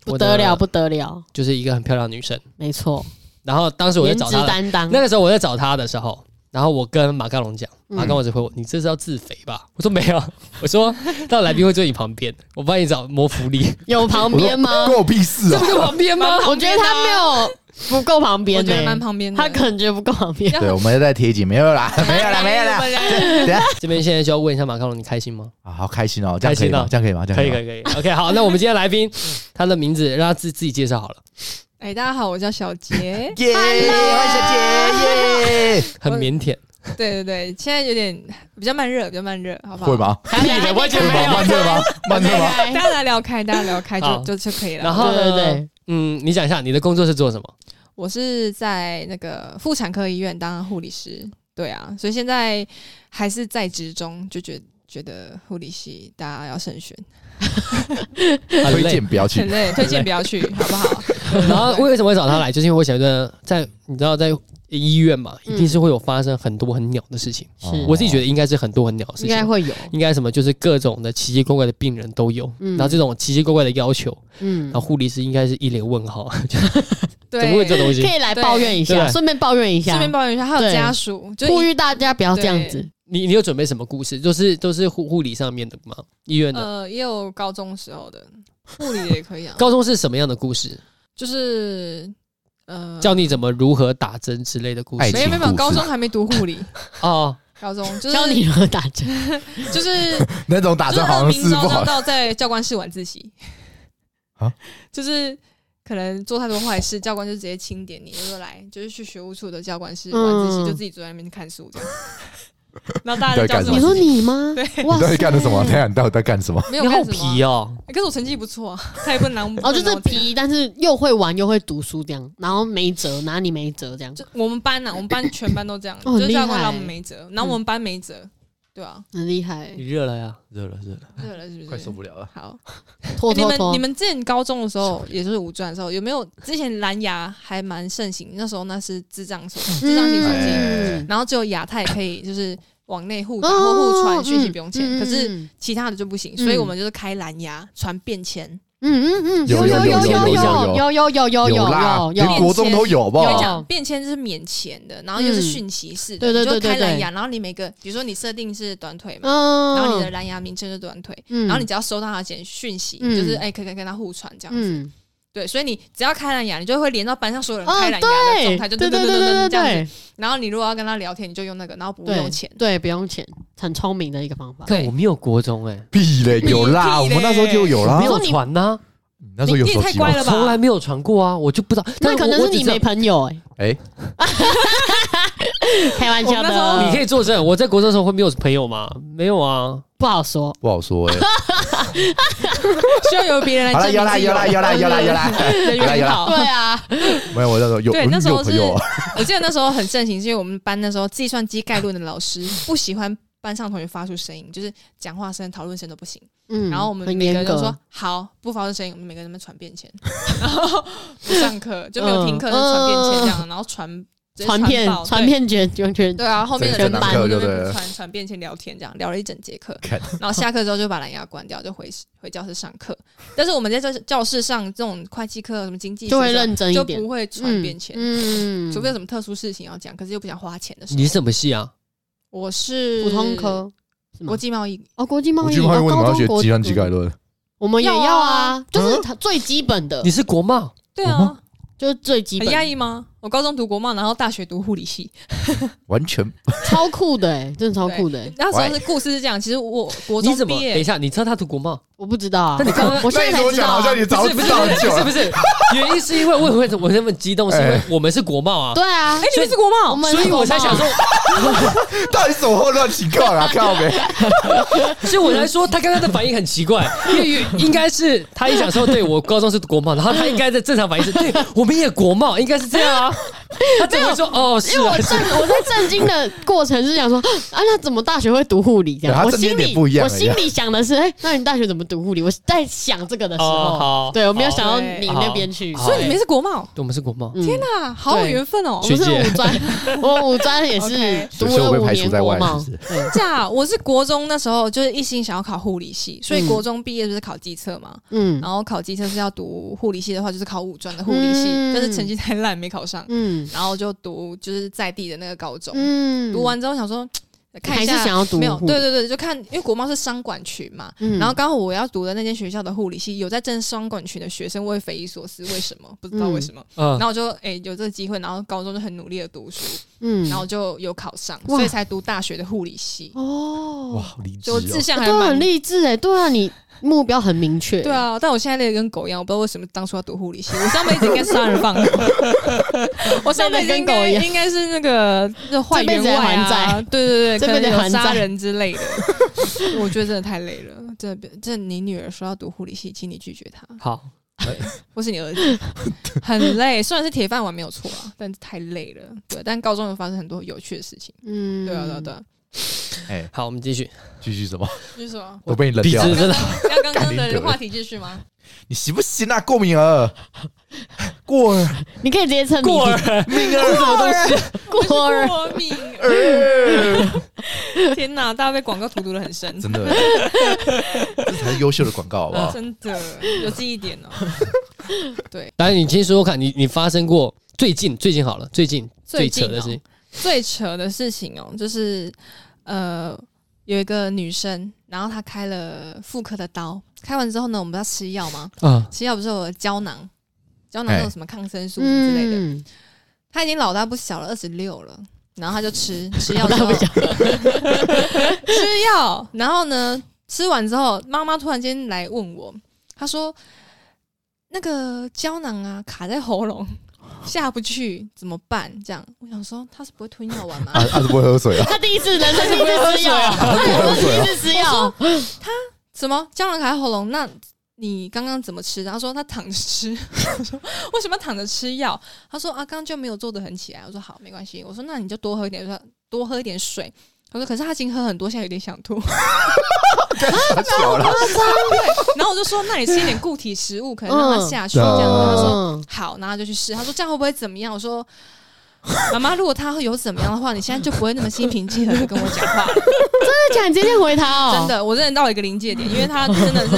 Speaker 1: 不得了，
Speaker 4: 我的
Speaker 1: 不得了，
Speaker 4: 就是一个很漂亮的女生。
Speaker 1: 没错，
Speaker 4: 然后当时我在
Speaker 1: 颜
Speaker 4: 找
Speaker 1: 值
Speaker 4: 她，
Speaker 1: 担当。
Speaker 4: 那个时候我在找她的时候，然后我跟马高龙讲，
Speaker 1: 嗯
Speaker 4: 马高龙只回我：“你这是要自肥吧？”我说：“没 有。”我说：“那来宾会坐你旁边，我帮你找谋 福利，
Speaker 1: 有旁边吗
Speaker 3: 我说？关我屁事
Speaker 4: 这
Speaker 3: 啊
Speaker 4: 不！就旁边吗？”
Speaker 1: 我觉得他没有不够旁边
Speaker 2: 我
Speaker 1: 呢
Speaker 2: 觉得蛮旁边的，
Speaker 1: 他感觉不够旁边。
Speaker 2: 要
Speaker 3: 对，我们在贴紧，没有 啦，没有啦，没有啦。
Speaker 2: 啦。
Speaker 3: 等一下
Speaker 4: 这边现在就要问一下马高龙，你开心吗？
Speaker 3: 啊，好开心哦，这样可以
Speaker 4: 开心
Speaker 3: 吗
Speaker 4: 哦？
Speaker 3: 这样可以吗？这样
Speaker 4: 可以
Speaker 3: 吗。
Speaker 4: 可以可以，OK，好，那我们 今天来宾，他的名字让他自自己介绍好了，
Speaker 2: 哎，大家好，我叫小 杰
Speaker 3: 耶，欢迎小姐耶！
Speaker 4: 很腼腆，
Speaker 2: 对对对，现在有点比较慢热，比较慢热，好不好？
Speaker 3: 会？吗？
Speaker 1: 还没
Speaker 4: 你完全
Speaker 3: 会吗？
Speaker 4: 没
Speaker 3: 慢热
Speaker 4: 有
Speaker 3: 吗？慢热吗？
Speaker 2: 大家来聊开，大家聊开
Speaker 4: 好
Speaker 2: 就就就可以了。
Speaker 4: 然后
Speaker 1: 对对
Speaker 4: 呢，
Speaker 1: 对
Speaker 4: 嗯，你讲一下你的工作是做什么？
Speaker 2: 我是在那个妇产科医院当护理师，对啊，所以现在还是在职中，就觉觉得护理系大家要慎选，
Speaker 4: 很
Speaker 3: 推
Speaker 4: 累
Speaker 3: 荐不要去
Speaker 2: 很，累，推荐不要去，好不好？
Speaker 4: 然后为什么会找他来，就是因为我想着在你知道在医院嘛，一
Speaker 1: 嗯
Speaker 4: 定是会有发生很多很鸟的事情。
Speaker 1: 是
Speaker 4: 我自己觉得应该是很多很鸟的事
Speaker 1: 应
Speaker 4: 情
Speaker 1: 该，会有，
Speaker 4: 应该什么就是各种的奇奇怪怪的病人都有，
Speaker 1: 嗯
Speaker 4: 然后这种奇奇怪怪的要求，
Speaker 1: 嗯
Speaker 4: 然后，护理师应该是一脸问号，
Speaker 2: 对，
Speaker 4: 怎么会有这东西啊
Speaker 1: 可？以来抱怨一
Speaker 4: 对
Speaker 1: 下，
Speaker 4: 对
Speaker 1: 顺便抱怨一下
Speaker 2: 顺，便抱怨一下，还有
Speaker 1: 对
Speaker 2: 家属，就
Speaker 1: 呼
Speaker 2: 一
Speaker 1: 吁大家不要这样子。
Speaker 4: 你你有准备什么故事？都是都是护护理上面的吗？医院的？
Speaker 2: 呃，也有高中时候的护理的也可以啊，
Speaker 4: 高中是什么样的故事？
Speaker 2: 就是呃，
Speaker 4: 教你怎么如何打针之类的故
Speaker 3: 爱
Speaker 4: 事
Speaker 3: 情
Speaker 2: 没有没有没
Speaker 3: 故
Speaker 2: 有，
Speaker 3: 事
Speaker 2: 高中还没读护理，
Speaker 4: 哦，
Speaker 2: 高中就是
Speaker 1: 教你如何打针，
Speaker 2: 就是
Speaker 3: 那种打
Speaker 2: 就是
Speaker 3: 针好
Speaker 2: 他
Speaker 3: 像
Speaker 2: 明
Speaker 3: 是
Speaker 2: 招
Speaker 3: 不好
Speaker 2: 彰。到在教官室晚自习
Speaker 3: 啊，
Speaker 2: 就是可能做太多坏事，教官就直接清点你，就说来，就是去学务处的教官室晚自习，
Speaker 1: 嗯
Speaker 2: 就自己坐在那边看书这样。 然后大家
Speaker 3: 你到底
Speaker 2: 就教
Speaker 3: 干
Speaker 2: 室
Speaker 1: 你
Speaker 2: 晚自
Speaker 3: 什么
Speaker 1: 说
Speaker 2: 习
Speaker 1: 你吗？
Speaker 2: 对
Speaker 1: 哇
Speaker 3: 你到底
Speaker 1: 塞
Speaker 3: 干了什么？等一下你到底在干什么？
Speaker 2: 没有
Speaker 4: 你好
Speaker 2: 干什么啊
Speaker 4: 皮哦，
Speaker 1: 哎
Speaker 2: 欸可是我成绩不错啊，他也不能拿
Speaker 1: 哦，就是
Speaker 2: 不能拿我怎样
Speaker 1: 皮，但是又会玩又会读书这样，然后没辙，拿你没辙这样，
Speaker 2: 就我们班 呐、我们班全班都这样，
Speaker 1: 哦很
Speaker 2: 就是教
Speaker 1: 厉
Speaker 2: 官
Speaker 1: 害嗯
Speaker 2: 让我们没辙，然后我们班没辙，对啊，
Speaker 1: 很厉害
Speaker 4: 你。热了呀，热了热
Speaker 1: 嗯
Speaker 2: 对
Speaker 4: 了，
Speaker 2: 了，是不是？
Speaker 3: 不了了！
Speaker 2: 好，
Speaker 1: 拖
Speaker 2: 你
Speaker 1: 拖
Speaker 2: 们
Speaker 1: 拖
Speaker 2: 你，们之前高中的时候，也就是五专的时候，有没有之前蓝牙还蛮盛行？那时候那是智障手机，智障型手机，
Speaker 1: 嗯
Speaker 2: 然后只有亚太可以就是往内互打
Speaker 1: 哦
Speaker 2: 或互传讯息不用钱，
Speaker 1: 嗯
Speaker 2: 可是
Speaker 1: 嗯
Speaker 2: 其他的就不行，
Speaker 1: 嗯
Speaker 2: 所以我们就是开蓝牙传便签。
Speaker 1: 嗯嗯，
Speaker 3: 有
Speaker 1: 有
Speaker 3: 有
Speaker 1: 有
Speaker 3: 有有
Speaker 1: 有有有有
Speaker 3: 有啦，
Speaker 1: 有
Speaker 3: 连
Speaker 1: 有，
Speaker 3: 国中都有，好不
Speaker 2: 我跟
Speaker 1: 有
Speaker 2: 你
Speaker 3: 好？
Speaker 2: 讲，便签就是免钱的，然后又是讯息式的，
Speaker 1: 嗯对对
Speaker 2: 你就
Speaker 1: 对对
Speaker 2: 开蓝
Speaker 1: 对
Speaker 2: 牙，然后你每个，比如说你设定是短腿嘛，
Speaker 1: 嗯
Speaker 2: 然后你的蓝牙名称是短腿，
Speaker 1: 嗯
Speaker 2: 然后你只要收到他的简讯息，
Speaker 1: 嗯
Speaker 2: 你就是哎、可以跟他互传这样子。
Speaker 1: 嗯
Speaker 2: 对，所以你只要开蓝牙，你就会连到班上所有人
Speaker 1: 哦
Speaker 2: 开蓝牙的状态，就
Speaker 1: 对
Speaker 2: 对
Speaker 1: 对
Speaker 2: 对
Speaker 1: 对
Speaker 2: 对这样
Speaker 1: 对
Speaker 2: 子。然后你如果要跟他聊天，你就用那个，然后不
Speaker 1: 对，
Speaker 2: 用钱。
Speaker 1: 对，不用钱，很聪明的一个方法。
Speaker 4: 看我没有国中哎，
Speaker 3: 屁嘞，有啦，我
Speaker 2: 屁嘞
Speaker 3: 们那时候就有啦
Speaker 4: 没。有传呐，
Speaker 3: 你那时候有
Speaker 2: 你
Speaker 3: 手
Speaker 2: 也太
Speaker 3: 机吗
Speaker 2: 乖？了
Speaker 4: 从来
Speaker 2: 吧！
Speaker 4: 没有传过啊，我就不知道。
Speaker 1: 那
Speaker 4: 但我
Speaker 1: 可能
Speaker 4: 我
Speaker 1: 是
Speaker 4: 只
Speaker 1: 你
Speaker 4: 知道
Speaker 1: 没朋友哎、
Speaker 3: 哎，
Speaker 1: 开玩笑
Speaker 2: 我们那时候
Speaker 1: 的，
Speaker 4: 你可以作证，我在国中的时候会没有朋友吗？没有啊，
Speaker 1: 不好说。
Speaker 3: 不好说哎。
Speaker 2: 需要由别人来
Speaker 3: 好啦，
Speaker 2: 证
Speaker 3: 有
Speaker 2: 明
Speaker 3: 啦，
Speaker 2: 自己
Speaker 3: 有啦，有啦，有啦，有啦。
Speaker 2: 人
Speaker 3: 有啦有
Speaker 2: 缘
Speaker 3: 啦
Speaker 2: 好。
Speaker 1: 啊，
Speaker 3: 没有，我那时候有
Speaker 2: 对那时
Speaker 3: 有
Speaker 2: 候是
Speaker 3: 朋友啊，
Speaker 2: 我记得那时候很盛行，是因为我们班那时候计算机概论的老师不喜欢班上同学发出声音，就是讲话声、讨论声都不行。
Speaker 1: 嗯
Speaker 2: 然后我们
Speaker 1: 很
Speaker 2: 每个
Speaker 1: 严
Speaker 2: 人
Speaker 1: 格
Speaker 2: 就说好，不发出声音，我们每个人在那边传便签，然后不上课就没有听课，
Speaker 1: 嗯
Speaker 2: 就传便签这样，然后传直接
Speaker 1: 传片
Speaker 2: 爆
Speaker 1: 传。片绝绝绝
Speaker 2: 对对啊，后面的
Speaker 1: 整
Speaker 2: 人
Speaker 1: 整堂
Speaker 2: 班
Speaker 3: 课
Speaker 2: 就在
Speaker 3: 就
Speaker 2: 那
Speaker 3: 对了
Speaker 2: 边传传便签聊天，这样聊了一整节课
Speaker 3: 看，
Speaker 2: 然后下课之后就把蓝牙关掉，就回回教室上课。但是我们在教教室上这种会计课、什么经济
Speaker 1: 就会
Speaker 2: 学
Speaker 1: 认真
Speaker 2: 就
Speaker 1: 一点
Speaker 2: 不，会传便签，
Speaker 1: 嗯
Speaker 2: 除非有什么特殊事情要讲，可是又不想花钱的时
Speaker 4: 你
Speaker 2: 候。
Speaker 4: 是什么系啊？
Speaker 2: 我是
Speaker 1: 普通科是吗
Speaker 2: 国际贸易，
Speaker 1: 哦，国际贸
Speaker 3: 我
Speaker 1: 易，
Speaker 3: 去问
Speaker 1: 哦
Speaker 3: 为什么要
Speaker 1: 高中
Speaker 3: 学
Speaker 1: 国
Speaker 3: 计算机概论？
Speaker 1: 我们也
Speaker 2: 要啊
Speaker 1: 要啊，就是
Speaker 3: 嗯
Speaker 1: 它最基本的
Speaker 4: 你，是国贸？
Speaker 2: 对
Speaker 3: 我
Speaker 2: 啊，
Speaker 1: 就是最基
Speaker 2: 很压
Speaker 1: 本，
Speaker 2: 抑吗？我高中读国贸，然后大学读护理系，
Speaker 3: 完全
Speaker 1: 超酷的哎，真的超酷的哎，
Speaker 2: 那时候是故事是这样，其实我国
Speaker 4: 你
Speaker 2: 中
Speaker 4: 怎么？
Speaker 2: 毕
Speaker 4: 等一
Speaker 2: 业，
Speaker 4: 下，你知道他读国贸？
Speaker 1: 我不知道啊
Speaker 4: 那你，刚刚
Speaker 1: 我现在
Speaker 3: 那你
Speaker 1: 才
Speaker 3: 怎么
Speaker 1: 知道
Speaker 3: 讲？好
Speaker 1: 啊，
Speaker 3: 像你早
Speaker 4: 不
Speaker 3: 知
Speaker 4: 是不是
Speaker 3: 道很久
Speaker 4: 不是不
Speaker 3: 了。
Speaker 4: 是，原因是因为为什么我那么激动？是因为
Speaker 3: 哎
Speaker 4: 我们是国贸啊，
Speaker 1: 对啊
Speaker 2: 哎，，你们是国
Speaker 1: 我
Speaker 2: 贸，
Speaker 1: 们
Speaker 4: 所以我才想说，
Speaker 3: 到底什么混乱情况啊？靠呗！
Speaker 4: 所以我才说他刚刚的反应很奇怪，因为应该是他一想说，对我高中是国贸，然后他应该的正常反应是，对我们也国贸，应该是这样啊。他怎么会说哦
Speaker 1: 因
Speaker 4: 是
Speaker 1: 为 我
Speaker 4: 啊？是
Speaker 1: 震
Speaker 4: 啊
Speaker 1: 我在震惊的过程是想说，啊，那怎么大学会读护理这样？
Speaker 3: 对他
Speaker 1: 我
Speaker 3: 震惊
Speaker 1: 心里
Speaker 3: 点不一样
Speaker 1: 我
Speaker 3: 而已啊
Speaker 1: 心里想的是，哎、那你大学怎么读护理？我在想这个的时
Speaker 4: 哦
Speaker 1: 候，
Speaker 4: 好，
Speaker 1: 对我没有
Speaker 4: 好
Speaker 1: 想到
Speaker 2: 对
Speaker 1: 你那边去，
Speaker 4: 好
Speaker 2: 所以你们是国贸，
Speaker 4: 对我们是国贸，
Speaker 2: 嗯
Speaker 1: 天哪！
Speaker 2: 那好有缘分哦
Speaker 1: 我。
Speaker 4: 学
Speaker 1: 们是
Speaker 4: 姐
Speaker 1: 五专， 我五专也是
Speaker 2: OK
Speaker 1: 读
Speaker 3: 所以
Speaker 1: 了
Speaker 3: 我被
Speaker 1: 五
Speaker 3: 排除
Speaker 1: 年
Speaker 3: 在
Speaker 1: 国
Speaker 3: 外
Speaker 1: 贸，
Speaker 3: 是不
Speaker 1: 对
Speaker 2: 真假？我是国中那时候就是一心想要考护理系，所以
Speaker 1: 嗯
Speaker 2: 国中毕业就是考机测嘛。
Speaker 1: 嗯
Speaker 2: 然后考机测是要读护理系的话，就是考五专的护理系
Speaker 1: 嗯，
Speaker 2: 但是成绩太烂没考上，
Speaker 1: 嗯
Speaker 2: 然后就读就是在地的那个高中。
Speaker 1: 嗯
Speaker 2: 读完之后想说，看
Speaker 1: 还
Speaker 2: 一
Speaker 1: 是
Speaker 2: 下
Speaker 1: 想要读
Speaker 2: 没有？
Speaker 1: 护理
Speaker 2: 对，对对，就看，因为国贸是商管群嘛，
Speaker 1: 嗯
Speaker 2: 然后刚好我要读的那间学校的护理系有在正商管群的学生，我也匪夷所思，为什么不知道为什么？
Speaker 4: 嗯
Speaker 2: 然，后我就哎、有这个机会，然后高中就很努力的读书，
Speaker 1: 嗯
Speaker 2: 然后就有考上，
Speaker 1: 哇
Speaker 2: 所以才读大学的护理系。
Speaker 3: 哇，
Speaker 1: 哦，
Speaker 3: 好理智
Speaker 2: 所以我志
Speaker 3: 哦！
Speaker 2: 向还
Speaker 1: 都
Speaker 2: 蛮
Speaker 1: 很励志哎，对啊，你目标很明确，
Speaker 2: 对，啊，但我现在累得跟狗一样，我不知道为什么当初要读护理系。我上辈子应该是杀 人放火，我上辈子
Speaker 1: 累得跟
Speaker 2: 应该
Speaker 1: 狗一样
Speaker 2: 应该是那个那坏员外
Speaker 1: 这辈子还还
Speaker 2: 啊，
Speaker 1: 债
Speaker 2: 对对对，
Speaker 1: 这
Speaker 2: 可
Speaker 1: 辈子
Speaker 2: 能
Speaker 1: 还
Speaker 2: 有
Speaker 1: 债
Speaker 2: 杀人之类的。 我觉得真的太累了，真的，真的你女儿说要读护理系，请你拒绝她，
Speaker 4: 好，
Speaker 2: 或是你儿 子，很累。虽然是铁饭碗没有错啊，但是太累了。对，但高中有发生很多有趣的事情。
Speaker 1: 嗯
Speaker 2: 对啊，对啊，对啊。
Speaker 3: 哎，
Speaker 4: 好，我们继续。
Speaker 3: 继续什么？
Speaker 2: 就是说，
Speaker 3: 都被你冷
Speaker 4: 理
Speaker 3: 掉
Speaker 4: 智
Speaker 3: 了。
Speaker 4: 真的
Speaker 2: 要刚
Speaker 3: 干
Speaker 2: 刚
Speaker 3: 你
Speaker 2: 的
Speaker 3: 哥
Speaker 2: 话题继续吗？
Speaker 3: 你行不行啊？过敏儿，过儿
Speaker 1: 你可以直接称
Speaker 4: 过儿
Speaker 1: 名，
Speaker 3: 命儿什么东西？
Speaker 1: 过
Speaker 2: 我
Speaker 1: 儿
Speaker 2: 是过敏
Speaker 3: 儿
Speaker 2: 天哪，大家被广告荼毒的很 深，
Speaker 3: 真的，这才是优秀的广告，好不好？
Speaker 2: 真的有记忆点 哦。
Speaker 4: 来，你先说说看，你你发生过最近最近好了，最近
Speaker 2: 最
Speaker 4: 最
Speaker 2: 近
Speaker 4: 扯
Speaker 2: 哦
Speaker 4: 的事情，
Speaker 2: 最扯的事情哦，就是呃，有一个女生，然后她开了妇科的刀，开完之后呢，我们不是要吃药吗？
Speaker 4: 啊，
Speaker 2: 吃药不是有胶囊，胶囊
Speaker 3: 哎
Speaker 2: 都有什么抗生素之类的。
Speaker 1: 嗯，
Speaker 2: 她已经老大不小了，二十六了，然后她就吃 吃
Speaker 1: 老
Speaker 2: 药之
Speaker 1: 大
Speaker 2: 后
Speaker 1: 不，小，
Speaker 2: 吃药，然后呢，吃完之后，妈妈突然间来问我，她说：“那个胶囊啊，卡在喉咙，下不去，怎么办？”这样，我想说，她是不会吞药丸吗
Speaker 3: 啊？，他是不会喝 水啊，
Speaker 1: 他第一次人生第一次吃药，
Speaker 3: 他是不会喝水
Speaker 1: 第一
Speaker 3: 啊，
Speaker 1: 次吃药，
Speaker 2: 什么胶囊卡在喉咙？那你刚刚怎么吃的？她说她躺着吃。我说为什么要躺着吃药？她说啊，刚刚就没有坐得很起来。我说好，没关系。我说那你就多喝一点，我说多喝一点水。她说可是她已经喝很多，现在有点想吐。
Speaker 3: 他小了，
Speaker 2: 然后我就说那你吃一点固体食物，可能让它下去这样。
Speaker 3: 嗯
Speaker 2: 她说
Speaker 1: 嗯，
Speaker 2: 好，然后就去试。他说这样会不会怎么样？我说妈妈，如果他有怎么样的话，你现在就不会那么心平气和的跟我讲话了。
Speaker 1: 真的假的？你直接回他哦，
Speaker 2: 真的，我真的到了一个临界点，因为他真的是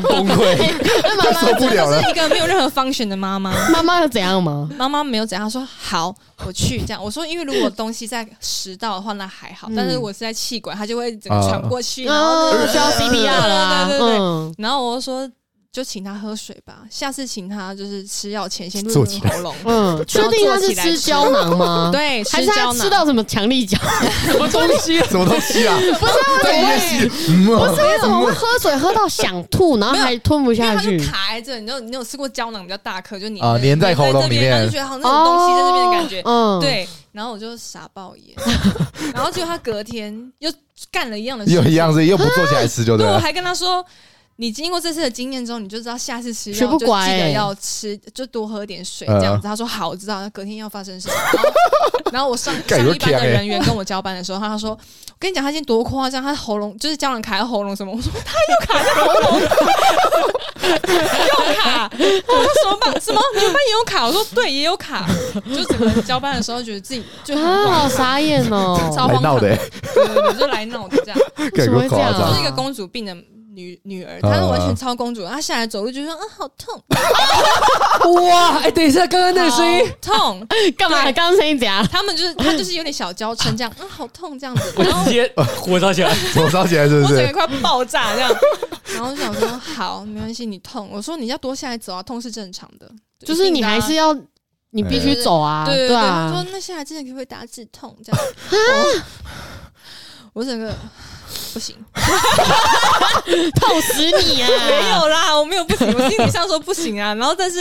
Speaker 4: 崩溃，
Speaker 1: 那妈
Speaker 3: 受不了了
Speaker 2: 是。一个没有任何 function 的妈妈。
Speaker 1: 妈妈有怎样吗？
Speaker 2: 妈妈没有怎样，她说好，我去这样。我说，因为如果东西在食道的话，那还好，
Speaker 1: 嗯
Speaker 2: 但是我是在气管，它就会整个喘过去，然后
Speaker 1: 嗯，需要 CPR 啦，
Speaker 2: 对对对对
Speaker 1: 嗯，
Speaker 2: 然后我就说，就请他喝水吧，下次请他就是吃药前先
Speaker 3: 坐
Speaker 2: 润
Speaker 3: 起
Speaker 2: 润
Speaker 3: 来
Speaker 2: 喉咙。
Speaker 1: 嗯，确定他是吃胶囊吗？，
Speaker 2: 对，
Speaker 1: 还是
Speaker 2: 吃
Speaker 1: 他
Speaker 2: 胶
Speaker 1: 吃
Speaker 2: 囊。
Speaker 1: 到什么强力胶？
Speaker 4: 什么东西啊？
Speaker 3: 什么东西啊？
Speaker 1: 不是啊，
Speaker 3: 在夜戏，嗯
Speaker 1: 不是
Speaker 3: 啊，
Speaker 1: 为什么会喝水喝到想吐，然后还吞不
Speaker 2: 因为
Speaker 1: 下
Speaker 2: 它
Speaker 1: 去
Speaker 2: 就？卡在这，你有你有吃过胶囊比较大颗，就粘
Speaker 3: 啊粘在喉咙
Speaker 2: 这边
Speaker 3: 里面
Speaker 2: 然后就觉得好像那种东西在这边的感觉。
Speaker 1: 哦嗯，
Speaker 2: 对，然后我就傻爆眼， 然后结果他隔天又干了一样的事情，
Speaker 3: 又一样是又不坐起来吃就对
Speaker 2: 对，我
Speaker 3: 了。
Speaker 2: 还跟他说。你经过这次的经验之后，你就知道下次吃药
Speaker 1: 学不乖
Speaker 2: 就记得
Speaker 1: 欸
Speaker 2: 要吃，就多喝点水
Speaker 3: 嗯
Speaker 2: 这样子。他说好，我知道。隔天要发 生什么？然后然后我上
Speaker 3: 感
Speaker 2: 上
Speaker 3: 觉
Speaker 2: 一班
Speaker 3: 强
Speaker 2: 的
Speaker 3: 欸
Speaker 2: 人员跟我交班的时候，他说：“我跟你讲，他今天多夸张，他喉咙就是胶囊卡在喉咙什么。”我说：“他又卡在喉咙， 又卡。”我说：“什么班？什么？你们班也有卡？”我说：“对，也有卡。”就整个交班的时候，觉得自己就很
Speaker 1: 啊，好傻眼
Speaker 2: 糟
Speaker 1: 哦！
Speaker 2: 糕
Speaker 3: 来闹的欸，
Speaker 2: 对对对，就来闹的这样。
Speaker 3: 感
Speaker 1: 怎么
Speaker 3: 觉
Speaker 1: 会这
Speaker 3: 夸
Speaker 1: 样
Speaker 2: 就
Speaker 3: 张
Speaker 2: 是一
Speaker 4: 嗯
Speaker 2: 个公主病的女女儿，她是完全超公主，她下来走路就说啊好痛，
Speaker 4: 哇，哎，等一下，刚刚那个声音，
Speaker 2: 痛，
Speaker 1: 干嘛？
Speaker 2: 对
Speaker 1: 刚刚声音怎样？
Speaker 2: 他们 就是她就是有点小娇嗔这样，啊好痛这样子，
Speaker 4: 我
Speaker 2: 然后
Speaker 4: 直接火烧起来，
Speaker 3: 火烧起来是不
Speaker 2: 我整个
Speaker 3: 是？
Speaker 2: 快爆炸这样，然后就想说好没关系你痛，我说你要多下来走啊，痛是正常的，
Speaker 1: 就是你还是
Speaker 2: 要
Speaker 1: 要，你必须走啊，
Speaker 2: 对对对，她
Speaker 1: 啊
Speaker 2: 说，那下来之前可不可以打止痛这样，
Speaker 4: 啊
Speaker 2: 我我整个 不行，
Speaker 1: 痛死你啊！
Speaker 2: 没有啦，我没有不行，我心理上说不行啊，然后但是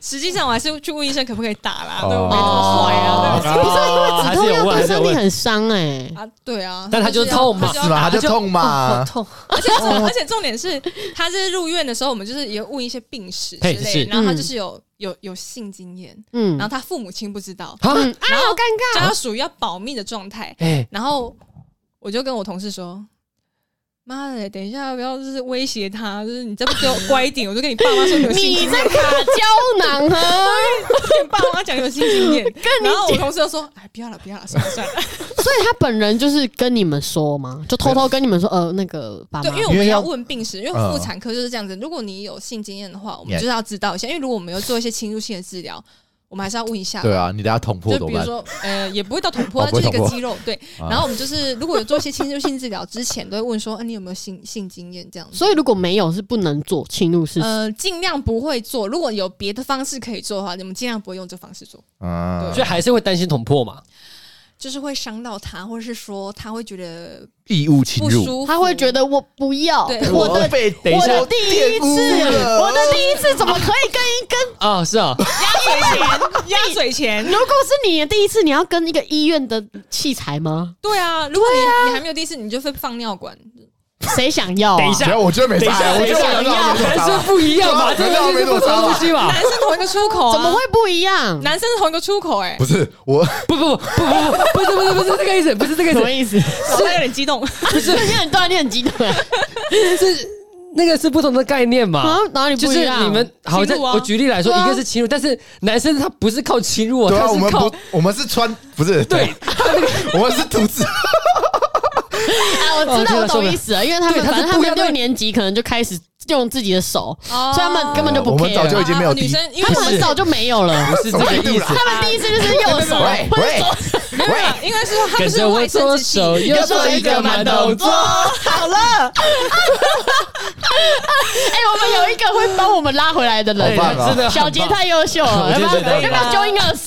Speaker 2: 实际上我还是去问医生可不可以打啦，
Speaker 4: 哦
Speaker 2: 对我没那么坏啊，对
Speaker 1: 哦
Speaker 2: 吧。
Speaker 1: 不是因为止痛药
Speaker 4: 还
Speaker 1: 对身
Speaker 4: 是有问还是有
Speaker 1: 体
Speaker 4: 问
Speaker 1: 很伤哎，
Speaker 2: 啊，对啊，
Speaker 4: 但他就是哦
Speaker 2: 要
Speaker 4: 痛嘛
Speaker 2: 就是
Speaker 3: 吗？他
Speaker 2: 要
Speaker 3: 就痛
Speaker 2: 啊
Speaker 3: 嘛
Speaker 1: 哦啊
Speaker 4: 好，痛，
Speaker 2: 而且重而且重点是，他是入院的时候，我们就是也问一些病史之
Speaker 4: 嘿是嗯
Speaker 2: 类，然后他就是有有有性经验，
Speaker 1: 嗯
Speaker 2: 然后他父母亲不知道，
Speaker 4: 啊，
Speaker 1: 嗯啊，好尴
Speaker 2: 就
Speaker 1: 尬，
Speaker 2: 他属于要保密的状态。
Speaker 4: 哎，
Speaker 2: 然后我就跟我同事说。妈的，等一下要不要就是威胁他？就是你再不给我乖一点，我就跟你爸妈说你有性经
Speaker 1: 你
Speaker 2: 验。
Speaker 1: 在卡胶囊啊！
Speaker 2: 跟爸妈讲有性经 验，
Speaker 1: 你
Speaker 2: 然后我
Speaker 1: 讲
Speaker 2: 同事就说：“哎，不要了，不要了，算了算了。
Speaker 1: 所以他本人就是跟你们说嘛，就偷偷跟你们说，呃，那个爸”妈
Speaker 2: 对，因为我
Speaker 3: 因为
Speaker 2: 们
Speaker 3: 要
Speaker 2: 要问病史，因为
Speaker 3: 嗯
Speaker 2: 妇产科就是这样子。如果你有性经验的话，我们
Speaker 3: Yeah
Speaker 2: 就是要知道一下，因为如果我们有做一些侵入性的治疗，我们 还是要问一下。
Speaker 3: 对啊，你等下捅破
Speaker 2: 就
Speaker 3: 怎么
Speaker 2: 比如
Speaker 3: 办？
Speaker 2: 说，呃，也不会到捅
Speaker 3: 哦
Speaker 2: 破，它
Speaker 3: 不
Speaker 2: 就是一
Speaker 3: 会
Speaker 2: 个
Speaker 3: 捅破
Speaker 2: 肌肉。对，
Speaker 3: 啊
Speaker 2: 然后我们就是如果有做一些侵入性治疗之前，都会问说，哎，你有没有性性经验这样子？
Speaker 1: 所以如果没有是不能做侵入式，
Speaker 2: 呃，尽量不会做。如果有别的方式可以做的话，你们尽量不会用这方式做，
Speaker 3: 嗯
Speaker 4: 所以还是会担心捅破嘛，
Speaker 2: 就是会伤到他，或者是说他会觉得
Speaker 3: 义务侵
Speaker 2: 不
Speaker 3: 入，
Speaker 2: 舒服。
Speaker 1: 他会觉得我不要
Speaker 2: 对
Speaker 1: 我的。
Speaker 3: 被
Speaker 4: 等一
Speaker 1: 我
Speaker 4: 下
Speaker 1: 的第一次，我的第一次怎么可以跟 一跟？
Speaker 4: 啊，是啊，
Speaker 2: 压嘴钳。
Speaker 1: 如果是你的第一次，你要跟一个医院的器材吗？
Speaker 2: 对啊，如果你、你还没有第一次，你就会放尿管。
Speaker 1: 谁想要啊？
Speaker 4: 等一下
Speaker 3: 没有，我觉得没
Speaker 4: 等一
Speaker 3: 差
Speaker 4: 下，
Speaker 3: 啊，我觉得没差啊，
Speaker 4: 男生不一样嘛，这个就是不同东西嘛
Speaker 2: 男，生同一个出口、啊，
Speaker 1: 怎么会？不一样？
Speaker 2: 男生是同一个出口、欸，哎，
Speaker 3: 不是我，
Speaker 4: 不不不不不不是不是不是这个意思，不是这个
Speaker 1: 什么
Speaker 4: 意
Speaker 1: 意思？
Speaker 2: 哦 脑袋有点激动。
Speaker 1: 不是你很锻炼激动啊，
Speaker 4: 思，是那个是不同的概念嘛
Speaker 1: 啊。，哪里
Speaker 4: 就
Speaker 1: 不一
Speaker 4: 是
Speaker 1: 样？
Speaker 4: 你们好
Speaker 1: 侵
Speaker 4: 像
Speaker 1: 入啊
Speaker 4: 我举例来说，
Speaker 1: 对啊
Speaker 4: 一个是侵入，但是男生他不是靠侵入啊，
Speaker 3: 对啊，
Speaker 4: 他
Speaker 3: 我
Speaker 4: 是
Speaker 3: 们
Speaker 4: 靠
Speaker 3: 不，我们是穿不是对， 我们是独自
Speaker 1: 啊，我知道，我懂意思了，因为他
Speaker 4: 对
Speaker 1: 们
Speaker 4: 他
Speaker 1: 反
Speaker 4: 是
Speaker 1: 正他
Speaker 4: 不
Speaker 1: 们
Speaker 4: 一样的
Speaker 1: 六年级可能就开始用自己的手，
Speaker 2: 哦
Speaker 1: 所以他们根本就不
Speaker 3: 我们
Speaker 1: care
Speaker 3: 早就已经没有
Speaker 2: 啊
Speaker 3: 第
Speaker 2: 女
Speaker 3: 一。
Speaker 2: 生，因为
Speaker 1: 他
Speaker 2: 他
Speaker 1: 们
Speaker 2: 们
Speaker 1: 很早就没有了。
Speaker 4: 不是这个意 思。
Speaker 1: 他们第一次就是右手，
Speaker 3: 喂
Speaker 1: 或者
Speaker 3: 喂
Speaker 1: 左
Speaker 2: 没有啦，应该是说他
Speaker 4: 跟
Speaker 2: 们是
Speaker 4: 着我
Speaker 2: 外生
Speaker 4: 左
Speaker 2: 殖器，
Speaker 4: 手右手一个慢动作，
Speaker 1: 哦
Speaker 2: 好了，
Speaker 1: 哎、我们有一个会帮我们拉回来的人，
Speaker 3: 好棒哦
Speaker 4: 哎真的很棒啊
Speaker 1: 小杰太优秀了，要
Speaker 4: 我
Speaker 1: 不
Speaker 4: 觉
Speaker 1: 要要不要
Speaker 4: 得真的
Speaker 2: 很棒
Speaker 1: join us？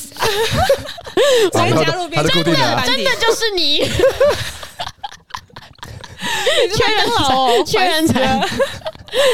Speaker 2: 直接加
Speaker 3: 好
Speaker 2: 入
Speaker 3: 他
Speaker 2: 变
Speaker 3: 的固定的啊
Speaker 1: 真的就是你，
Speaker 2: 缺人 哦，
Speaker 1: 缺人才，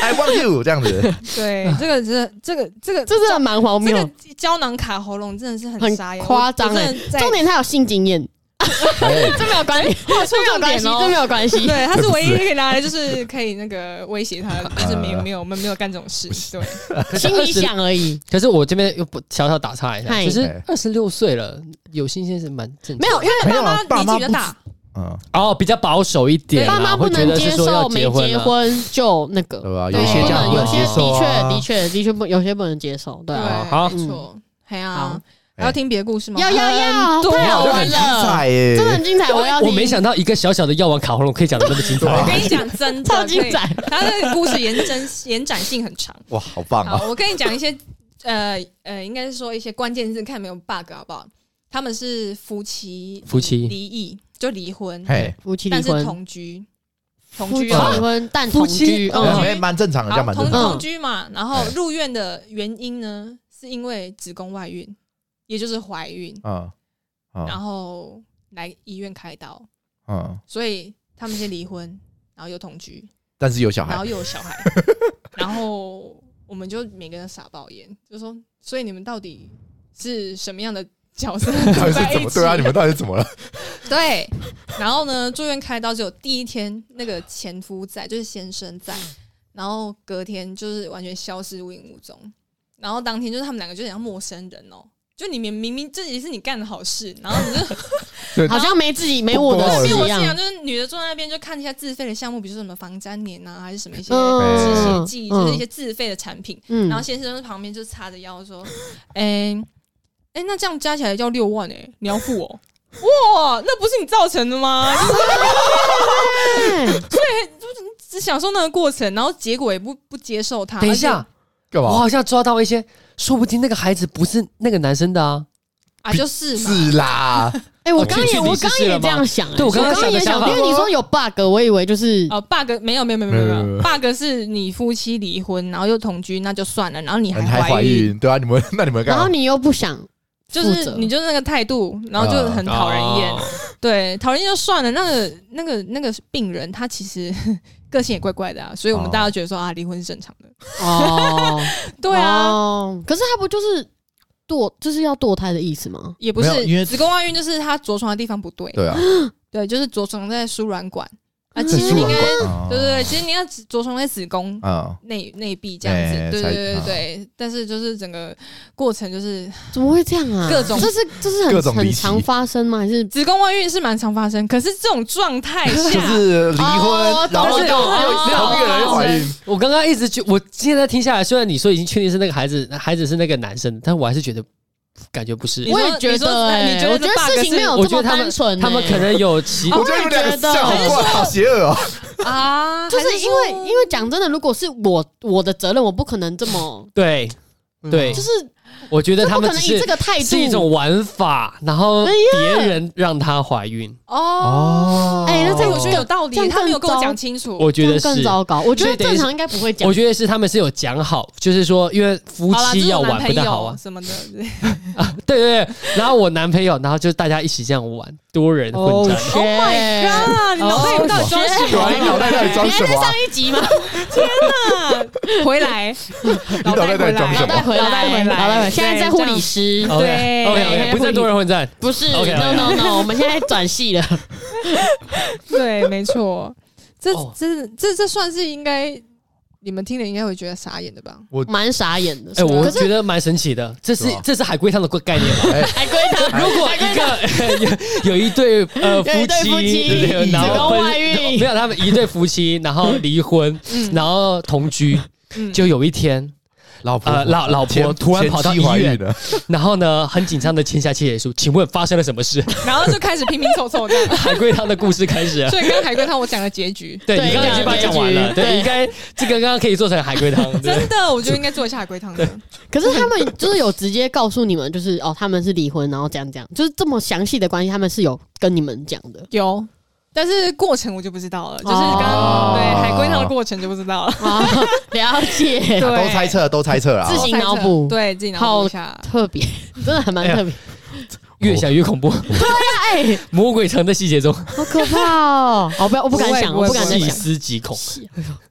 Speaker 3: I want you 这样子，
Speaker 2: 对，这个是这个这个
Speaker 1: 这真的蛮荒
Speaker 2: 这
Speaker 1: 谬，
Speaker 2: 个胶囊卡喉咙真的是
Speaker 1: 很
Speaker 2: 傻眼，
Speaker 1: 夸张哎。重点他有性经验，哦
Speaker 3: 哎
Speaker 1: 这没有关 系，这没有关系，这没有关系。
Speaker 2: 对，他是唯一可以拿来就是可以那个威胁他，就是 没有没有我们没有干这种事，对，
Speaker 1: 心里想而已，
Speaker 4: 可是我这边又不小小打岔一下，
Speaker 1: 嗨
Speaker 4: 其实二十六岁了，有新鲜是蛮正常
Speaker 1: 没有，因为
Speaker 3: 没有啊
Speaker 2: 爸妈
Speaker 3: 爸妈
Speaker 2: 年纪比较大，
Speaker 3: 嗯，
Speaker 4: 哦，比较保守一点啊，
Speaker 1: 爸妈不
Speaker 4: 会觉
Speaker 1: 能
Speaker 4: 得
Speaker 1: 接
Speaker 4: 是说要
Speaker 1: 受没
Speaker 4: 结
Speaker 1: 结
Speaker 4: 啊
Speaker 1: 婚就那个，
Speaker 3: 对吧？
Speaker 1: 对，
Speaker 3: 有些
Speaker 1: 不
Speaker 3: 家
Speaker 1: 能，
Speaker 3: 长
Speaker 1: 哦有些
Speaker 3: 接受
Speaker 1: 的确
Speaker 3: 啊
Speaker 1: 的确的确不，有些不能接受，对
Speaker 2: 对，
Speaker 1: 啊。
Speaker 4: 好
Speaker 2: 没错，哎呀
Speaker 1: 好，
Speaker 2: 还要听别的故事吗？
Speaker 1: 要要要，
Speaker 2: 很多
Speaker 1: 太好
Speaker 3: 这
Speaker 1: 玩
Speaker 3: 很精彩
Speaker 1: 了，
Speaker 3: 耶
Speaker 1: 真的！很精彩，我要
Speaker 4: 啊哎我
Speaker 1: 听
Speaker 4: 没想到一个小小的药丸卡喉咙可以讲的那么精彩。
Speaker 2: 我跟你讲，真的
Speaker 1: 超 精彩，
Speaker 2: 他那个故事延伸延展性很长。
Speaker 3: 哇，好棒啊！
Speaker 2: 好，我跟你讲一些，呃呃，应该是说一些关键字，看有没有 bug 好不好？他们是夫妻
Speaker 4: 夫妻
Speaker 2: 离异，就离婚，
Speaker 3: 嘿，
Speaker 1: 夫妻离
Speaker 2: 但是
Speaker 1: 婚，
Speaker 2: 同居，同
Speaker 1: 夫
Speaker 2: 居
Speaker 1: 妻
Speaker 2: 哦
Speaker 1: 离婚但
Speaker 4: 啊夫
Speaker 1: 同
Speaker 4: 妻
Speaker 1: 居，
Speaker 4: 嗯
Speaker 1: 嗯，
Speaker 3: 哎蛮正常的，这
Speaker 2: 好
Speaker 3: 样蛮
Speaker 2: 同
Speaker 3: 正常的。
Speaker 2: 同居嘛，然后
Speaker 3: 哎
Speaker 2: 入院的原因呢，是因为子宫外孕，也就是怀孕，
Speaker 3: 嗯
Speaker 2: 然
Speaker 3: 嗯
Speaker 2: 后来医院开刀，
Speaker 3: 嗯，
Speaker 2: 所以他们先离婚，然后又同居，
Speaker 3: 但是有小
Speaker 2: 然
Speaker 3: 孩
Speaker 2: 后，又有小 孩，然后我们就每个人傻爆眼，就说：所以你们到底是什么样的角色走
Speaker 3: 到
Speaker 2: 在
Speaker 3: 底是怎
Speaker 2: 一
Speaker 3: 么？
Speaker 2: 起？
Speaker 3: 对啊，你们到底是怎么了？
Speaker 2: 对。然后呢，住院开刀只有第一天，那个前夫在，就是先生在，然后隔天就是完全消失无影无踪。然后当天就是他们两个就很像陌生人哦，就你明明明自己是你干的好事，然后你就
Speaker 1: 好像没自己没我
Speaker 3: 不关
Speaker 1: 的事
Speaker 3: 我的
Speaker 2: 因为我
Speaker 1: 一
Speaker 2: 是想
Speaker 1: 样，
Speaker 2: 就是女的坐在那边就看一下自费的项目，比如说什么防粘黏啊，还是什么一些
Speaker 1: 嗯
Speaker 2: 止血剂，就是一些自费的产品。
Speaker 1: 嗯
Speaker 2: 然后先生在旁边就叉着腰说：“哎、哎、那这样加起来要六万哎、你要付哦。” 哇，那不是你造成的吗？就是
Speaker 1: 对
Speaker 2: 只享受那个过程，然后结果也不不接 受他。
Speaker 4: 等一下，
Speaker 3: 干
Speaker 4: 我
Speaker 3: 嘛？
Speaker 4: 好像抓到一些，说不定那个孩子不是那个男生的啊。
Speaker 2: 而且啊，就是嘛，
Speaker 3: 是啦，
Speaker 1: 哎，我
Speaker 4: 哦
Speaker 1: 刚
Speaker 4: 去
Speaker 1: 也
Speaker 4: 去
Speaker 1: 我
Speaker 4: 你是
Speaker 1: 刚
Speaker 4: 试
Speaker 1: 也
Speaker 4: 了
Speaker 1: 这
Speaker 4: 吗
Speaker 1: 样想，哎
Speaker 4: 对我
Speaker 1: 我
Speaker 4: 刚刚
Speaker 1: 刚
Speaker 4: 想的
Speaker 1: 也
Speaker 4: 想法
Speaker 1: 因为你说有 bug，我以为就是
Speaker 2: 哦，bug 没有没有没有没有没
Speaker 3: 没有没
Speaker 2: 有
Speaker 3: 有
Speaker 2: bug 是你夫妻离婚，然后又同居，那就算了，然后你
Speaker 3: 你还怀
Speaker 2: 怀孕，
Speaker 3: 孕？对啊，你们那你们干
Speaker 1: 然后
Speaker 3: 嘛？
Speaker 1: 你又不想，
Speaker 2: 就是
Speaker 1: 负责
Speaker 2: 你就是那个态度，然后就很讨人厌。
Speaker 4: 哦
Speaker 2: 对，讨人厌就算了。那个、那个、那个病人，他其实 个性也怪怪的啊，所以我们
Speaker 3: 哦
Speaker 2: 大家都觉得说、啊，离婚是正常的。
Speaker 1: 哦，
Speaker 2: 对啊，
Speaker 1: 哦，可是他不就是堕，就是要堕胎的意思吗？
Speaker 2: 也不
Speaker 3: 没有
Speaker 2: 是，
Speaker 3: 因为
Speaker 2: 子宫外孕就是他着床的地方不对，
Speaker 3: 对啊，
Speaker 2: 对，就是着床在输卵管啊，
Speaker 1: 嗯
Speaker 2: 其实
Speaker 1: 在
Speaker 2: 你
Speaker 1: 输
Speaker 2: 应
Speaker 1: 卵
Speaker 2: 该，
Speaker 3: 啊
Speaker 2: 对对对，其实你要只着床在子宫
Speaker 3: 啊，
Speaker 2: 内内壁这样子，
Speaker 3: 哎
Speaker 2: 对
Speaker 3: 才
Speaker 2: 对对
Speaker 3: 啊
Speaker 2: 对对。但是就是整个过程就是
Speaker 1: 怎么会这样啊？
Speaker 2: 各种
Speaker 1: 这是这是
Speaker 3: 各
Speaker 1: 很
Speaker 3: 种
Speaker 1: 很
Speaker 3: 离奇
Speaker 1: 常发生吗？还是
Speaker 2: 子宫外孕是蛮常发生，可是这种状态
Speaker 3: 就
Speaker 2: 下，
Speaker 3: 是离
Speaker 1: 哦
Speaker 3: 婚，然
Speaker 1: 懂
Speaker 3: 后又
Speaker 1: 了
Speaker 3: 又
Speaker 1: 懂了
Speaker 3: 同一个人怀孕，
Speaker 4: 我刚刚一直就，我现在听下来，虽然你说已经确定是那个孩子，孩子是那个男生，但我还是觉得感觉不是
Speaker 2: 你。说
Speaker 1: 我也觉
Speaker 2: 你说
Speaker 1: 得欸，
Speaker 2: 你觉得
Speaker 1: 我觉
Speaker 2: bug
Speaker 1: 得事情
Speaker 2: 是
Speaker 1: 没有
Speaker 4: 我
Speaker 1: 这
Speaker 4: 觉
Speaker 1: 么
Speaker 4: 得他们
Speaker 1: 单纯欸，
Speaker 4: 他们可能有其
Speaker 1: 哦
Speaker 3: 我觉得你们两个这样
Speaker 1: 我也觉
Speaker 3: 好怪，好邪恶哦。
Speaker 2: 啊，
Speaker 1: 就是因为因
Speaker 2: 为
Speaker 1: 为讲真的，如果是我我的责任，我不可能这 么，
Speaker 4: 对对
Speaker 1: 就，是
Speaker 4: 我觉得
Speaker 1: 这
Speaker 4: 他
Speaker 1: 不
Speaker 4: 们
Speaker 1: 可能
Speaker 4: 只
Speaker 1: 以这
Speaker 4: 是
Speaker 1: 个态
Speaker 4: 是一
Speaker 1: 度。
Speaker 4: 种玩法，然后
Speaker 1: 哎
Speaker 4: 别人让她怀孕，
Speaker 2: 哦，
Speaker 3: 哦
Speaker 1: 哎那这
Speaker 2: 这
Speaker 1: 样
Speaker 2: 我觉得有道理
Speaker 1: 这，样
Speaker 2: 他没有跟我
Speaker 1: 更糟
Speaker 2: 讲清楚。
Speaker 4: 我觉得
Speaker 1: 哎这样
Speaker 4: 是
Speaker 1: 更。糟糕，我觉
Speaker 4: 所
Speaker 1: 得
Speaker 4: 以等于
Speaker 1: 正
Speaker 4: 是
Speaker 1: 常应该不会讲
Speaker 4: 我。觉得是他们是有讲好，就是说，因为夫
Speaker 2: 好啦，
Speaker 4: 妻要玩不
Speaker 2: 这是我
Speaker 4: 太
Speaker 2: 男
Speaker 4: 好
Speaker 2: 朋友
Speaker 4: 玩，
Speaker 2: 什么 的，
Speaker 4: 对对对。然后我男朋友，然后就大家一起这样玩，多人混战。
Speaker 1: shit
Speaker 2: Oh my god！你脑袋到底装什
Speaker 3: 对
Speaker 2: 么
Speaker 3: 啊，你脑袋到底装
Speaker 1: 你还
Speaker 3: 什
Speaker 1: 在
Speaker 3: 么啊
Speaker 1: 上？一集 吗？
Speaker 2: 啊？回来，
Speaker 3: 脑袋到底装
Speaker 1: 脑
Speaker 3: 什么
Speaker 1: 袋回来，
Speaker 2: 脑袋回来
Speaker 1: 脑袋回来。现在在护理
Speaker 2: 师，
Speaker 1: 师，
Speaker 4: OK OK，不是多人混战，
Speaker 1: 不 是
Speaker 4: OK，OK
Speaker 1: ？No No No，我们现在转系了。
Speaker 2: 对，没错，这
Speaker 4: 哦
Speaker 2: 这这这算是应该你们听了应该会觉得傻眼的吧？
Speaker 1: 蛮傻眼的。
Speaker 4: 哎，我
Speaker 1: 可是
Speaker 4: 觉得蛮神奇的，这是
Speaker 3: 是吧
Speaker 4: 这是海龟汤的概念 吧？
Speaker 1: 海龟汤，
Speaker 4: 如果一个 有有一对呃夫
Speaker 1: 有一对夫妻
Speaker 4: 对对对然
Speaker 1: 子
Speaker 4: 后
Speaker 1: 宫
Speaker 4: 分
Speaker 1: 外嗯孕
Speaker 4: 没有他们一对夫妻，然后离婚，
Speaker 2: 嗯
Speaker 4: 然后同居，就有一天，
Speaker 3: 老婆
Speaker 4: 呃老老婆
Speaker 3: 前
Speaker 4: 突然跑到
Speaker 3: 前妻怀
Speaker 4: 医院
Speaker 3: 孕了，
Speaker 4: 然后呢很紧张的签下契约书，请问发生了什么事？
Speaker 2: 然后就开始拼拼凑凑这 样。
Speaker 4: 海龟汤的故事开 始了。
Speaker 2: 所以跟海龟汤我讲的结局，
Speaker 4: 对
Speaker 1: 对
Speaker 4: 你刚刚已经把它讲完了，
Speaker 1: 这样
Speaker 4: 对，应该这个刚刚可以做成海 龟汤，对
Speaker 2: 真，的，我觉得应该做一下海龟汤的。啊
Speaker 1: 可是他 们就是有直接告诉你们，就是哦，他们是离婚，然后这样这样，就是这么详细的关系，他们是有跟你们讲的。
Speaker 2: 有，但是过程我就不知道了，就是
Speaker 1: 哦
Speaker 2: 刚刚对海龟汤的过程就不 知道了。
Speaker 1: 啊，了解，
Speaker 2: 对
Speaker 3: 哎都猜测了，都猜测了啊
Speaker 1: 自。己脑补
Speaker 2: 对自己脑补一下。
Speaker 1: 特别，真的还蛮特
Speaker 2: 哎
Speaker 1: 别。
Speaker 4: 越想越恐怖，
Speaker 1: 哎，
Speaker 4: 魔鬼藏在细节中，
Speaker 1: 好可怕哦！哦，不要，我不敢想，
Speaker 2: 不
Speaker 1: 我
Speaker 2: 会
Speaker 1: 不
Speaker 2: 不会
Speaker 1: 敢再
Speaker 4: 细
Speaker 1: 想。
Speaker 4: 思极恐。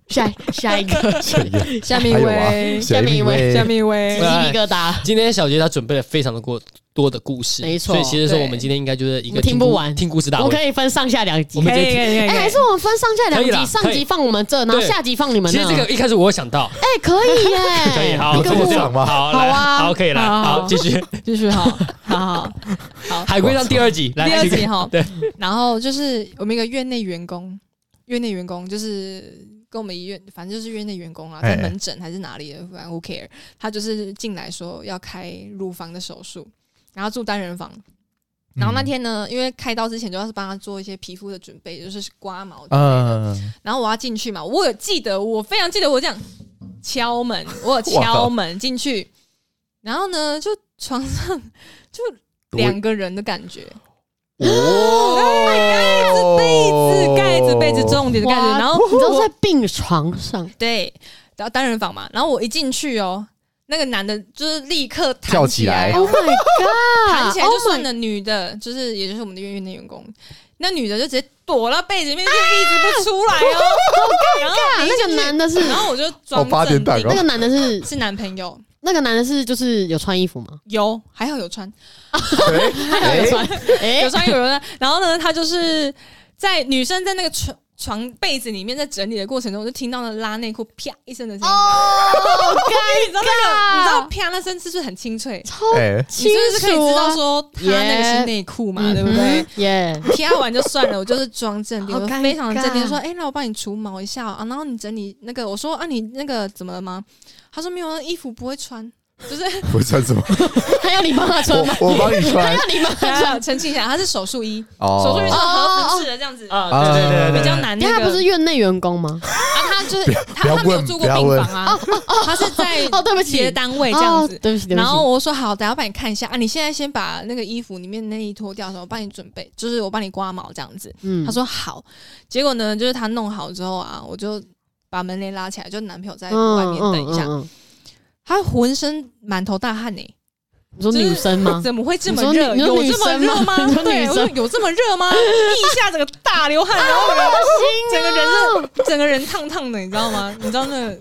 Speaker 1: 下下一个，
Speaker 3: 谁呀
Speaker 2: 下面一位，
Speaker 1: 下面一位
Speaker 2: 下面一位
Speaker 1: 鸡，皮疙瘩。
Speaker 4: 今天小杰他准备了非常的过多的故事，
Speaker 1: 没错
Speaker 4: 所以其实说
Speaker 2: 对
Speaker 4: 我们今天应该就是一
Speaker 1: 我
Speaker 4: 个
Speaker 1: 们听不
Speaker 4: 故
Speaker 1: 完
Speaker 4: 听故事大
Speaker 1: 我们可
Speaker 4: 会。
Speaker 1: 以分上下两集
Speaker 4: 我。们
Speaker 2: 可
Speaker 4: 这
Speaker 2: 以可以可以
Speaker 1: 哎，还是我们分上下
Speaker 4: 可以
Speaker 1: 两
Speaker 4: 啦
Speaker 1: 集，上
Speaker 4: 可
Speaker 1: 集
Speaker 4: 以
Speaker 1: 放我们这，然后
Speaker 4: 对
Speaker 1: 下集放你们哎
Speaker 4: 其实
Speaker 1: 那。
Speaker 4: 这个一开始我有想到，
Speaker 1: 哎，可以耶，
Speaker 4: 可以好，
Speaker 1: 一
Speaker 3: 你
Speaker 1: 个
Speaker 3: 跟
Speaker 4: 这
Speaker 3: 我
Speaker 4: 么
Speaker 1: 互
Speaker 4: 讲
Speaker 3: 讲吗
Speaker 4: 好，
Speaker 1: 好
Speaker 4: 来
Speaker 1: 啊
Speaker 4: 好，可以来，
Speaker 2: 好
Speaker 4: 好，
Speaker 2: 好
Speaker 4: 继续。
Speaker 2: 继续好，好好好。
Speaker 4: 海龟汤第二集，来
Speaker 2: 第二
Speaker 4: 请
Speaker 2: 集哈
Speaker 4: 对，
Speaker 2: 然后就是我们一个院内员工，院内员工就是跟我们医院，反正就是院内员工啊，
Speaker 3: 哎
Speaker 2: 在门诊还是哪里的，反正 who care。他就是进来说要开乳房的手术，然后住单人房。
Speaker 1: 嗯
Speaker 2: 然后那天呢，因为开刀之前就要是帮他做一些皮肤的准备，就是刮毛。
Speaker 3: 嗯，
Speaker 2: 然后我要进去嘛，我有记得，我非常记得我这样敲 门，我有敲门进去，然后呢，就床上 就两个人的感觉，
Speaker 3: 嗯，哦，
Speaker 2: 是盖着被子，重点是盖着，
Speaker 1: 哇
Speaker 2: 然后
Speaker 1: 你知道
Speaker 2: 我
Speaker 1: 在病床上，
Speaker 2: 对，然后单人房嘛，然后我一进去哦，那个男的就是立刻弹
Speaker 3: 跳起来
Speaker 2: 来
Speaker 1: Oh my god！
Speaker 2: 哎弹起来就
Speaker 1: Oh my
Speaker 2: 算了，女的就是也就是我们的院院的员工，那女的就直接躲到被子里面，就一直不出来 哦，然后
Speaker 1: 啊那个男的是
Speaker 2: 然后我就
Speaker 3: 哦
Speaker 2: 装
Speaker 3: 八点
Speaker 2: 镇
Speaker 3: 档
Speaker 2: 定，
Speaker 1: 那个男的是
Speaker 2: 是男朋友。
Speaker 1: 那个男的是就是有穿衣服吗？
Speaker 2: 有，还好有穿，
Speaker 1: 还有穿，哎
Speaker 2: 有，穿有人。然后呢，他就是在女生在那个床床被子里面在整理的过程中，我就听到了拉内裤啪一声的声音。
Speaker 1: 哦，
Speaker 2: 你知道那个，你知道啪那声是不是很清脆？
Speaker 1: 超
Speaker 3: 哎，
Speaker 2: 你
Speaker 1: 清
Speaker 2: 是不是可以
Speaker 1: 楚
Speaker 2: 知道
Speaker 1: 啊，嗯
Speaker 2: 说他那个是内裤嘛，对不对？
Speaker 1: 对？耶，
Speaker 2: 啪完就算了，我就是装镇定，
Speaker 1: 好
Speaker 2: 我
Speaker 1: 尴
Speaker 2: 非常镇定，
Speaker 1: 尬
Speaker 2: 说：“哎、那我帮你除毛一下啊。”然后你整理那个，我说：“啊，你那个怎么了吗？”他说：“没有，啊，衣服不会穿， 就是
Speaker 3: 我穿什么？
Speaker 1: 还要你帮他穿吗？
Speaker 3: 我我帮你
Speaker 1: 还
Speaker 3: 穿
Speaker 1: 要你帮他穿？
Speaker 2: 澄澄清一下，他是手术衣，手术衣是
Speaker 3: 哦，
Speaker 2: 和服式的这样子，
Speaker 4: 啊，对对对对，对
Speaker 2: 比较。难、
Speaker 1: 因
Speaker 2: 那
Speaker 1: 为
Speaker 2: 个。
Speaker 1: 他不是院内员工吗？
Speaker 2: 啊，他就是
Speaker 3: 不要
Speaker 2: 他他没有
Speaker 3: 问
Speaker 2: 住
Speaker 3: 不
Speaker 2: 过
Speaker 3: 要
Speaker 2: 病
Speaker 3: 问
Speaker 2: 房啊，他是在
Speaker 1: 哦，对不
Speaker 2: 别
Speaker 1: 起
Speaker 2: 的，单位这样
Speaker 1: 哦
Speaker 2: 子。
Speaker 1: 对不起，对不
Speaker 2: 然后
Speaker 1: 起。
Speaker 2: 我说好，等下帮你看一下啊，你现在先把那个衣服里面的内衣脱掉，然后我帮你准备，就是我帮你刮毛这样子。
Speaker 1: 嗯
Speaker 2: 他说好，结果呢，就是他弄好之后啊，我就把门帘拉起来，就男朋友在哎外面等一下，
Speaker 1: 嗯嗯嗯嗯
Speaker 2: 他浑身满头大汗呢、
Speaker 1: 你说女生吗？
Speaker 2: 怎么会这么
Speaker 1: 你说
Speaker 2: 热？
Speaker 1: 女
Speaker 2: 有
Speaker 1: 你
Speaker 2: 这
Speaker 1: 说
Speaker 2: 么
Speaker 1: 女
Speaker 2: 热
Speaker 1: 生吗 你说
Speaker 2: 对，
Speaker 1: 女
Speaker 2: 我说
Speaker 1: 生
Speaker 2: 有这么热吗？ 一下整个大流汗，然后整个整个人是整个人烫烫的，你知 道吗？你知道那个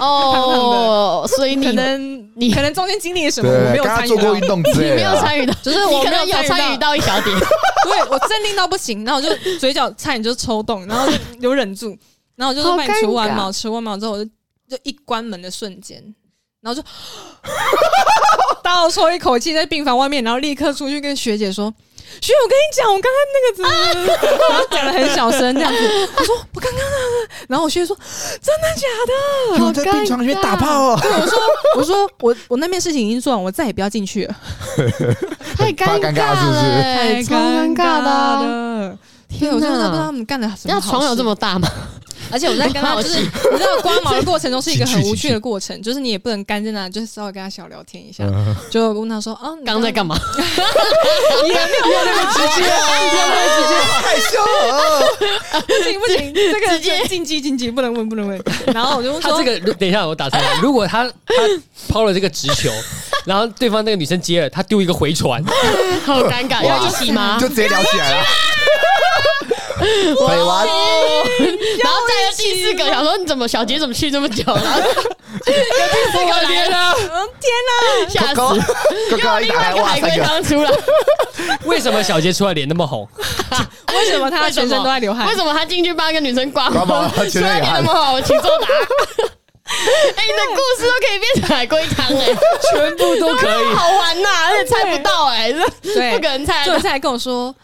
Speaker 1: 哦，所以你
Speaker 2: 可能
Speaker 1: 你
Speaker 2: 可能中间经历了什么，我没
Speaker 3: 对，
Speaker 2: 有
Speaker 3: 刚刚
Speaker 2: 参与
Speaker 3: 做
Speaker 2: 到
Speaker 3: 过运，动之
Speaker 1: 你
Speaker 3: 类
Speaker 1: 没有
Speaker 3: 的啊，
Speaker 1: 参与到，
Speaker 2: 就是
Speaker 1: 你
Speaker 2: 我
Speaker 1: 可
Speaker 2: 没
Speaker 1: 能有参与
Speaker 2: 到，
Speaker 1: 到一小点。
Speaker 2: 对我镇定到不行，然后我就嘴角差点就抽动，然后就有忍住，然后我就说
Speaker 1: 好
Speaker 2: 帮你除完
Speaker 1: 尴尬
Speaker 2: 毛，除完毛之后，我就就一关门的瞬间，然后就 倒抽一口气在病房外面，然后立刻出去跟学姐说。学姐，我跟你讲，我刚刚那个怎 么，然后讲的很小声这样子。我说我刚刚那个，啊然后我学姐说真的假的？
Speaker 3: 他们在病床里面打炮哦，
Speaker 2: 我说我我那边事情已经做完，我再也不要进去了，
Speaker 1: 太尴尬
Speaker 3: 尴尬是不是
Speaker 1: 了欸超尴尬的啊。
Speaker 2: 的。对，
Speaker 1: 天
Speaker 2: 我真的不知道
Speaker 1: 哪
Speaker 2: 他！们干了什么。
Speaker 1: 那床有这，么大吗？
Speaker 2: 而且我在跟他，
Speaker 1: 我好
Speaker 2: 就是你知道刮毛的过程中是一个很无趣的过程，就是你也不能干在那，就是稍微跟他小聊天一下，
Speaker 3: 嗯
Speaker 2: 就问他说啊，你
Speaker 1: 刚在干嘛？
Speaker 2: 你还没有问那么直接，
Speaker 3: 害羞了，
Speaker 2: 不行不行，这个
Speaker 1: 直接
Speaker 2: 禁忌禁忌，不能问不能问。然后我就
Speaker 4: 他
Speaker 2: 说
Speaker 4: 这个，等一下我打岔 了。如果他他抛了这个直 球，然后对方那个女生接了，他丢一个回 传，
Speaker 1: 好尴尬，要一起吗？
Speaker 3: 就直接聊起来了，台 湾
Speaker 1: 然后再有第 四个，想说你怎么小杰怎么去这么久了？然后第四个来了，
Speaker 2: 嗯天哪，
Speaker 1: 吓
Speaker 3: 狗
Speaker 1: 死！
Speaker 3: 狗狗一
Speaker 1: 另外
Speaker 3: 来
Speaker 1: 一个
Speaker 3: 哇
Speaker 1: 海
Speaker 3: 三
Speaker 1: 龟
Speaker 3: 个，
Speaker 1: 汤出来，
Speaker 4: 为什么小杰出来脸那么红？
Speaker 2: 为什么他全身都在流汗
Speaker 1: 为？什么他进去帮一个女生刮
Speaker 3: 刮毛
Speaker 1: 毛？
Speaker 3: 他全身
Speaker 1: 说
Speaker 3: 也
Speaker 1: 你
Speaker 3: 汗
Speaker 1: 那么好，请作答。哎、你的故事都可以变成海龟汤哎，
Speaker 4: 全部都 可以。
Speaker 1: 好玩呐、而且猜不到哎、这 不
Speaker 2: 对
Speaker 1: 可，能猜啊
Speaker 2: 就
Speaker 1: 得
Speaker 2: 有
Speaker 1: 到
Speaker 2: 一。哎次还跟我说，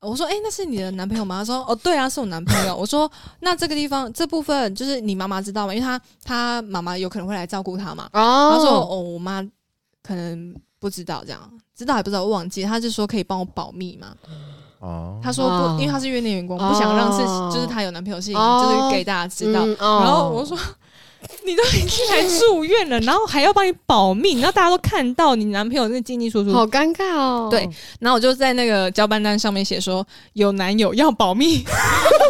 Speaker 2: 我说：“哎、那是你的男朋友吗？”他说：“哦，对啊，是我男朋友。”我说：“那这个地方这部分就是你妈妈知道吗？因为她她妈妈有可能会来照顾她嘛。”他说：“
Speaker 1: 哦，
Speaker 2: 哦，我妈可能不知道，这样知道也不知道，我忘记。”他就说可以帮我保密嘛。
Speaker 3: 哦，
Speaker 2: 他说
Speaker 1: 哦
Speaker 2: 不，因为他是约定员工，
Speaker 1: 哦
Speaker 2: 不想让事情就是他有男朋友的事情
Speaker 1: 哦
Speaker 2: 就是给大家知道。
Speaker 1: 嗯哦
Speaker 2: 然后我说。你都已经来住院了，然后还要帮你保密，然后大家都看到你男朋友那进进出出，
Speaker 1: 好尴尬哦。
Speaker 2: 嗯对，然后我就在那个交班单上面写说有男友要保密，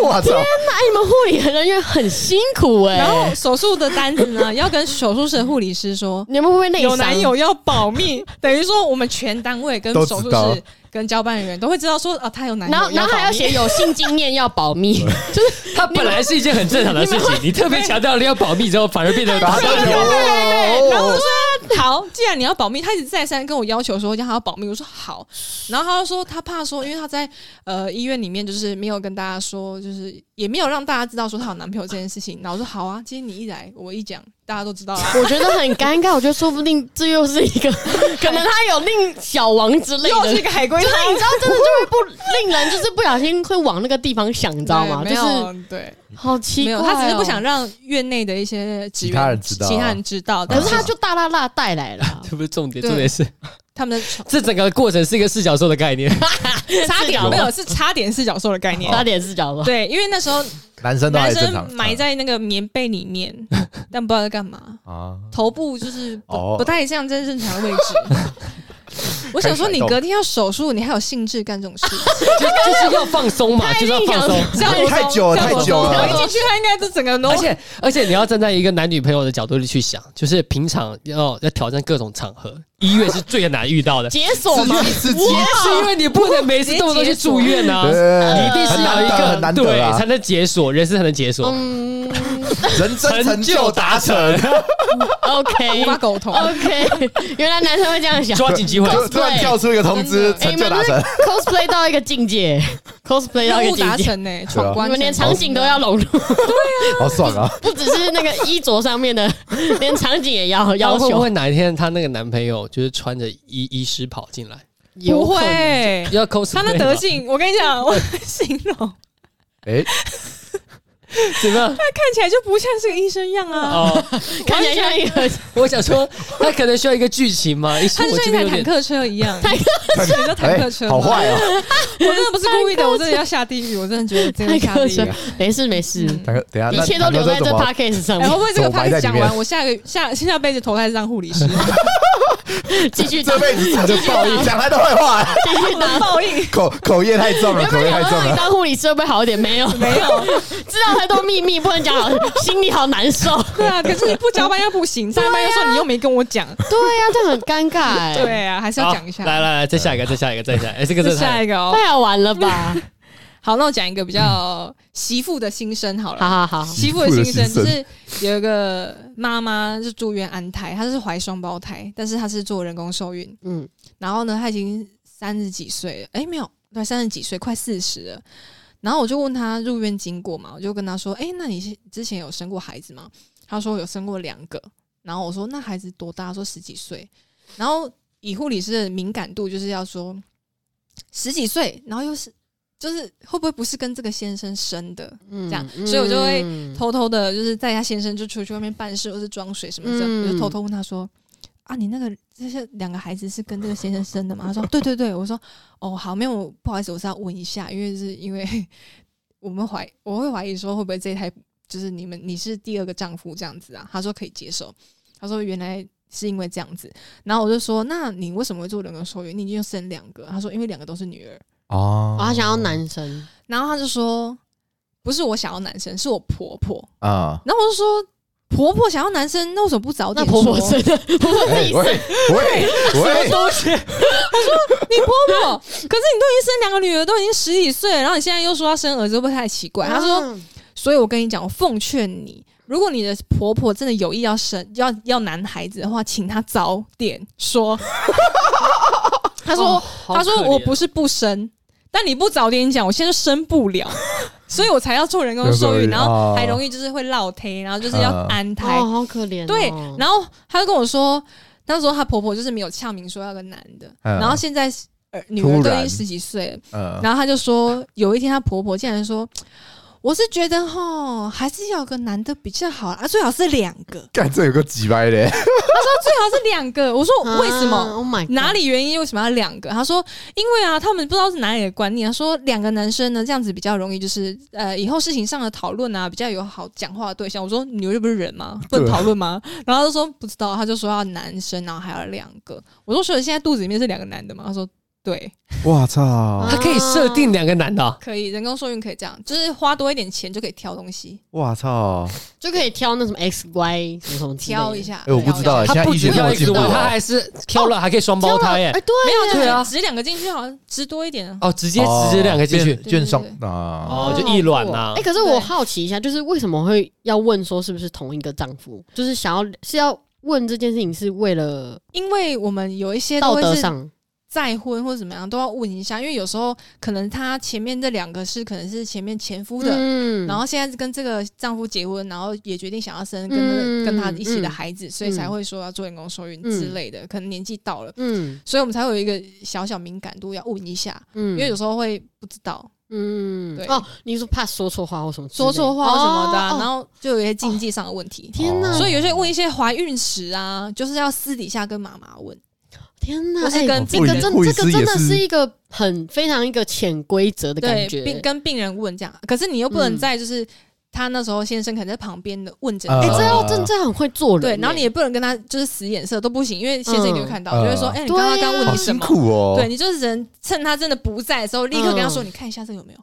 Speaker 3: 我
Speaker 1: 那
Speaker 3: 操，
Speaker 1: 你们护理人员很辛苦 哎、
Speaker 2: 然后手术的单子 呢要跟手术室的护理师说
Speaker 1: 你们会不会内伤？
Speaker 2: 有男友要保密， 等于说我们全单位跟
Speaker 3: 都知
Speaker 2: 手术
Speaker 3: 道
Speaker 2: 室跟交班人员都会知道说啊他有男友
Speaker 1: 然后，然后还
Speaker 2: 保
Speaker 1: 要
Speaker 2: 密
Speaker 1: 写有性经验要保密，就是
Speaker 4: 它本来是一件很正常的事情，你特别强调了要保密之后，反而变得
Speaker 3: 打断条，
Speaker 2: 然后我
Speaker 3: 哦
Speaker 2: 说好，既然你要保密，他一直再三跟我要求说要他要保密，我说好，然后他就说他怕说，因为他在呃医院里面就是没有跟大家说，就是也没有让大家知道说她有男朋友这件事情，然后我说好啊，今天你一来我一讲，大家都知道啊啦。
Speaker 1: 我觉得很尴尬。我觉得说不定这又是一个， 可能他有令小王之类
Speaker 2: 又是一
Speaker 1: 的。
Speaker 2: 个海龟
Speaker 1: 就
Speaker 2: 汤，
Speaker 1: 是你知道，真的就是不令人就是不小心会往那个地方想，你知道吗？
Speaker 2: 对
Speaker 1: 就
Speaker 2: 没
Speaker 1: 是
Speaker 2: 有对，
Speaker 1: 好奇
Speaker 2: 没
Speaker 1: 怪、
Speaker 2: 有，他只是不想。让院内的一些职
Speaker 3: 其
Speaker 2: 员、
Speaker 3: 他人知道啊
Speaker 2: 其他人知道，
Speaker 1: 可
Speaker 2: 但
Speaker 1: 是他就大大大带来了啊，
Speaker 4: 这不是重点，
Speaker 2: 对
Speaker 4: 重点 是
Speaker 2: 他们的
Speaker 4: 这整个过程是一个四角兽的概念，
Speaker 1: 差点
Speaker 2: 没有是啊差点四角兽的概念。
Speaker 1: 差点是角了。
Speaker 2: 对，因为 那时候
Speaker 3: 男生都还
Speaker 2: 男
Speaker 3: 正常，
Speaker 2: 生埋在那个棉被里面， 但不知道在干嘛，
Speaker 3: 啊，
Speaker 2: 头部就是不、
Speaker 3: 哦
Speaker 2: 不太像真正常的位置。 我想说，你隔天要手术，你还有兴致干这 种事？
Speaker 4: 就就是要放松嘛，就是要放松。
Speaker 2: 这样我
Speaker 3: 太久了
Speaker 2: 这样我
Speaker 3: 太久了
Speaker 2: 我一进去，他应该是整个都
Speaker 4: 而且而且你要站在一个男女朋友的角度去想，就是平常要要挑战各种场合，医院是最难遇到的，
Speaker 1: 解锁
Speaker 3: 刺
Speaker 1: 吗？
Speaker 3: 激刺激，
Speaker 4: 是因为你不能每次动不动去住院 啊。
Speaker 3: 对，
Speaker 4: 你一定是有一
Speaker 3: 很
Speaker 4: 个
Speaker 3: 难得很难
Speaker 4: 对
Speaker 3: 得啊
Speaker 4: 才能解锁，人生才能解锁。
Speaker 1: 嗯
Speaker 3: 人生成就达成，
Speaker 1: ，OK，
Speaker 2: 无法苟
Speaker 1: 哦
Speaker 2: 同。
Speaker 1: OK，原来男生会这样想。
Speaker 4: 抓紧机会，
Speaker 3: 突突然跳出一个通知，
Speaker 1: 哎
Speaker 3: 成
Speaker 1: 你
Speaker 3: 就
Speaker 1: 们
Speaker 3: 达
Speaker 1: 是
Speaker 3: 成，
Speaker 1: cosplay 到一个境界，cosplay 到一
Speaker 2: 任
Speaker 1: 个
Speaker 2: 务达
Speaker 1: 境界，
Speaker 2: 成呢、欸闯
Speaker 1: 你
Speaker 2: 关哦
Speaker 1: 们连场景都要融入，
Speaker 3: 好爽啊！
Speaker 1: 不只是那个衣着上面的， 连场景也要要
Speaker 4: 然后会不
Speaker 2: 哦
Speaker 1: 求。
Speaker 4: 会哪一天她那个男朋友就是穿着医医师跑进来，
Speaker 1: 有
Speaker 2: 不
Speaker 1: 可能
Speaker 2: 会。
Speaker 4: 要 cos
Speaker 2: 他那德 性，我跟你讲，我形容看
Speaker 3: 哎，
Speaker 4: 怎么样？
Speaker 2: 起来就不像是个医生样啊，
Speaker 4: 哦，
Speaker 1: 看起来像一个
Speaker 4: 我想说，他可能需要一个剧情嘛，医
Speaker 2: 他
Speaker 4: 生
Speaker 2: 就
Speaker 4: 我
Speaker 2: 像一
Speaker 4: 这
Speaker 2: 台
Speaker 4: 边有
Speaker 2: 坦
Speaker 4: 点
Speaker 2: 克车一样。 坦克
Speaker 3: 坦
Speaker 2: 车，坦克车
Speaker 3: 哎好
Speaker 2: 吗，
Speaker 3: 坏哦！
Speaker 2: 我真的不是故意的，我真的要下地狱，我真的觉得真的
Speaker 1: 太
Speaker 2: 下
Speaker 1: 科
Speaker 2: 地
Speaker 1: 学
Speaker 2: 狱。，
Speaker 1: 没事哎没事，
Speaker 3: 坦克，等一下，
Speaker 1: 一
Speaker 3: 那
Speaker 1: 切都留在这 podcast 上
Speaker 2: 嗯哎，会
Speaker 1: 面，
Speaker 2: 不会这 个
Speaker 3: 走埋
Speaker 2: p o
Speaker 3: 在里
Speaker 2: 讲
Speaker 3: 面
Speaker 2: 完，我下个下下辈子投胎是当护理 师，
Speaker 1: 继续
Speaker 3: 这
Speaker 1: 当，
Speaker 3: 辈子成就报 应，讲他的坏话，
Speaker 1: 继续 当。
Speaker 2: 报应
Speaker 3: 口口业太重了，
Speaker 1: 原
Speaker 3: 口
Speaker 1: 本
Speaker 3: 业
Speaker 1: 想
Speaker 3: 太重
Speaker 1: 说你
Speaker 3: 了。
Speaker 1: 当护理师会不会好一点？没 有，
Speaker 2: 没有？
Speaker 1: 知道太多秘密不能讲，好，心里好难 受。
Speaker 2: 对啊，可是你不交班又不行，上班又说你又没跟我讲，
Speaker 1: 对呀，
Speaker 2: 啊
Speaker 1: 这很尴尬哎，
Speaker 2: 对啊，还是要讲一下。
Speaker 4: 好来来来，再下一个，再下一个，再下一个，哎，这个真
Speaker 2: 再
Speaker 4: 的太
Speaker 2: 下一个哦。
Speaker 1: 太好玩了吧？
Speaker 2: 好，那我讲一个比较媳妇的心声好了。
Speaker 1: 好好好，
Speaker 2: 媳妇的心声
Speaker 3: 媳妇
Speaker 2: 就
Speaker 3: 的
Speaker 2: 是有一个妈妈是住院安胎，她是怀双胞胎，但是她是做人工受孕，
Speaker 1: 嗯，
Speaker 2: 然后呢，她已经三十几岁了，哎、没有，对，三十几岁，快四十了。然后我就问她入院经过嘛，我就跟她说，哎、那你是之前有生过孩子吗？她说有生过两个。然后我说那孩子多大？她说十几岁。然后以护理师的敏感度就是要说十几岁，然后又是就是会不会不是跟这个先生生的？
Speaker 1: 这
Speaker 2: 样所以我就会
Speaker 1: 会
Speaker 2: 偷偷的，就是在家先生就出去外面办事或是装水什么的，
Speaker 1: 嗯
Speaker 2: 我就偷偷问他说：“啊，你那个这些两个孩子是跟这个先生生的吗？”他说：“对对对。”我说：“哦，好，没有，不好意思，我是要问一下，因为是 因为我们怀我会怀疑说会不会这一胎就是你们你是第二个丈夫这样子啊？”他说可以接受，他说原来。是因为这样子，然后我就说：“那你为什么会做人工受孕？你已经生两个。”他说：“因为两个都是女儿。
Speaker 1: 哦
Speaker 3: 哦
Speaker 1: 他想要男生，”
Speaker 2: 然后他就说：“不是我想要男生，是我婆婆。”
Speaker 3: 啊！
Speaker 2: 然后我就说，婆婆想要男生，那为什么不早
Speaker 1: 那
Speaker 2: 点
Speaker 1: 婆婆
Speaker 2: 说
Speaker 1: 生的，婆婆自
Speaker 3: 喂
Speaker 1: 己生，
Speaker 3: 喂喂，
Speaker 4: 东西，
Speaker 2: 你婆 婆，可是你都已经生两个女儿，都已经十几岁了，然后你现在又说要生儿子，会不会太奇怪？她说，
Speaker 1: 嗯
Speaker 2: 所以我跟你讲，我奉劝你，如果你的婆婆真的有意要生要要男孩子的话，请她早点说。她说，
Speaker 4: 好
Speaker 2: 她说
Speaker 4: 可怜
Speaker 1: 哦
Speaker 2: 我不是不生。但你不早点讲，我现在就生不了。所以我才要做人工受
Speaker 3: 人工受
Speaker 2: 孕，
Speaker 3: 孕
Speaker 2: 然后还
Speaker 3: 哦
Speaker 2: 容易就是会落胎，然后就是要
Speaker 3: 嗯
Speaker 2: 安胎，
Speaker 1: 哦，好可怜哦。
Speaker 2: 对，然后她就跟我说，那时候她婆婆就是没有呛明说要个男的，
Speaker 3: 嗯
Speaker 2: 然后现在是呃女
Speaker 3: 突
Speaker 2: 儿都已
Speaker 3: 然
Speaker 2: 经十几岁了，
Speaker 3: 嗯，
Speaker 2: 然后她就说，有一天她婆婆竟然说，我是觉得吼还是要有个男的比较好啊，最好是两个，
Speaker 3: 干这有个几掰的，
Speaker 2: 最好是两个。我说
Speaker 1: 啊
Speaker 2: 为什么？
Speaker 1: ？Oh my，
Speaker 2: 哪
Speaker 1: 里？
Speaker 2: 里原因？为什么要两个？她说，因为啊，他们不知道是哪里的观念，她说两个男生呢，这样子比较容易，就是呃，以后事情上的讨论啊，比较有好讲话的对象。我说，你又不是人吗？不能
Speaker 3: 对
Speaker 2: 讨论吗？然后她就说不知道，她就说要啊男生，然后还要两个。我说，所以现在肚子里面是两个男的吗？她说，对，
Speaker 3: 我操，
Speaker 4: 他可以设定两个男的啊、
Speaker 2: 可以，人工受孕可以这样，就是花多一点钱就可以挑东西，
Speaker 3: 我操，
Speaker 1: 就可以挑那什么 X Y 什么什么之类的
Speaker 2: 挑一。下。
Speaker 3: 哎，我不知道，
Speaker 2: 挑一下
Speaker 3: 现在
Speaker 4: 他不
Speaker 3: 医
Speaker 4: 只
Speaker 3: 学这
Speaker 4: 挑
Speaker 3: 么
Speaker 4: X
Speaker 3: 进步
Speaker 4: Y，他
Speaker 3: 啊，
Speaker 4: 还是挑
Speaker 2: 哦
Speaker 4: 了，还可以双胞胎耶、
Speaker 1: 哎，对
Speaker 2: 没有，
Speaker 1: 耶
Speaker 2: 就
Speaker 4: 对啊
Speaker 2: 是植两个进去，好像植多一点啊。
Speaker 4: 哦，直接直接两个进去
Speaker 3: 变，变双
Speaker 2: 对
Speaker 3: 啊，
Speaker 4: 哦，就异卵呐
Speaker 1: 哎、。可是我
Speaker 2: 对
Speaker 1: 好奇一下，就是为什么会要问说是不是同一个丈夫？就是想要是要问这件事情是为了
Speaker 2: 因为我们有一些
Speaker 1: 道
Speaker 2: 都会
Speaker 1: 德
Speaker 2: 是
Speaker 1: 上
Speaker 2: 再婚或者怎么样都要问一下，因为有时候可能他前面这两个是可能是前面前夫的，
Speaker 1: 嗯
Speaker 2: 然后现在跟这个丈夫结婚，然后也决定想要生跟、那
Speaker 1: 嗯
Speaker 2: 个跟他一起的孩子，所以
Speaker 1: 嗯
Speaker 2: 才会说要做人工受孕之类的，可能年纪到了，
Speaker 1: 嗯
Speaker 2: 所以我们才会有一个小小敏感度要问一下，
Speaker 1: 嗯
Speaker 2: 因为有时候会不知道
Speaker 1: 嗯
Speaker 2: 对
Speaker 1: 哦，你说怕说错话或什么之类的
Speaker 2: 说错话什么的啊、
Speaker 1: 哦
Speaker 2: 然后就有一些经济上的问题。
Speaker 1: 天哪，
Speaker 3: 哦
Speaker 2: 所以有些问一些怀孕史啊，就是要私底下跟妈妈问，
Speaker 1: 天哪，
Speaker 2: 或是
Speaker 1: 哎
Speaker 2: 跟
Speaker 1: 这
Speaker 3: 护
Speaker 1: 个
Speaker 3: 理
Speaker 1: 真
Speaker 3: 护理
Speaker 1: 这个
Speaker 3: 师
Speaker 1: 真
Speaker 3: 也
Speaker 1: 的
Speaker 3: 是
Speaker 1: 是一个很非常一个潜规则的
Speaker 2: 对
Speaker 1: 感，觉，
Speaker 2: 病跟病人问这样。可是你又不能
Speaker 1: 嗯
Speaker 2: 在就是他那时候先生可能在旁边的问诊，
Speaker 3: 呃
Speaker 1: 哎、这要真正很会做人
Speaker 2: 对
Speaker 1: 欸、，
Speaker 2: 然后你也不能跟他就是使眼色都不行，因为先生一定会看到，
Speaker 3: 嗯
Speaker 2: 就会说：“
Speaker 3: 嗯
Speaker 2: 哎、你刚刚
Speaker 1: 对啊
Speaker 2: 刚问
Speaker 3: 好
Speaker 2: 你什
Speaker 3: 辛
Speaker 2: 么？”
Speaker 3: 苦哦，嗯
Speaker 2: 对，你就是人趁他真的不在的时候，立刻跟他说：“你看一下这个有没有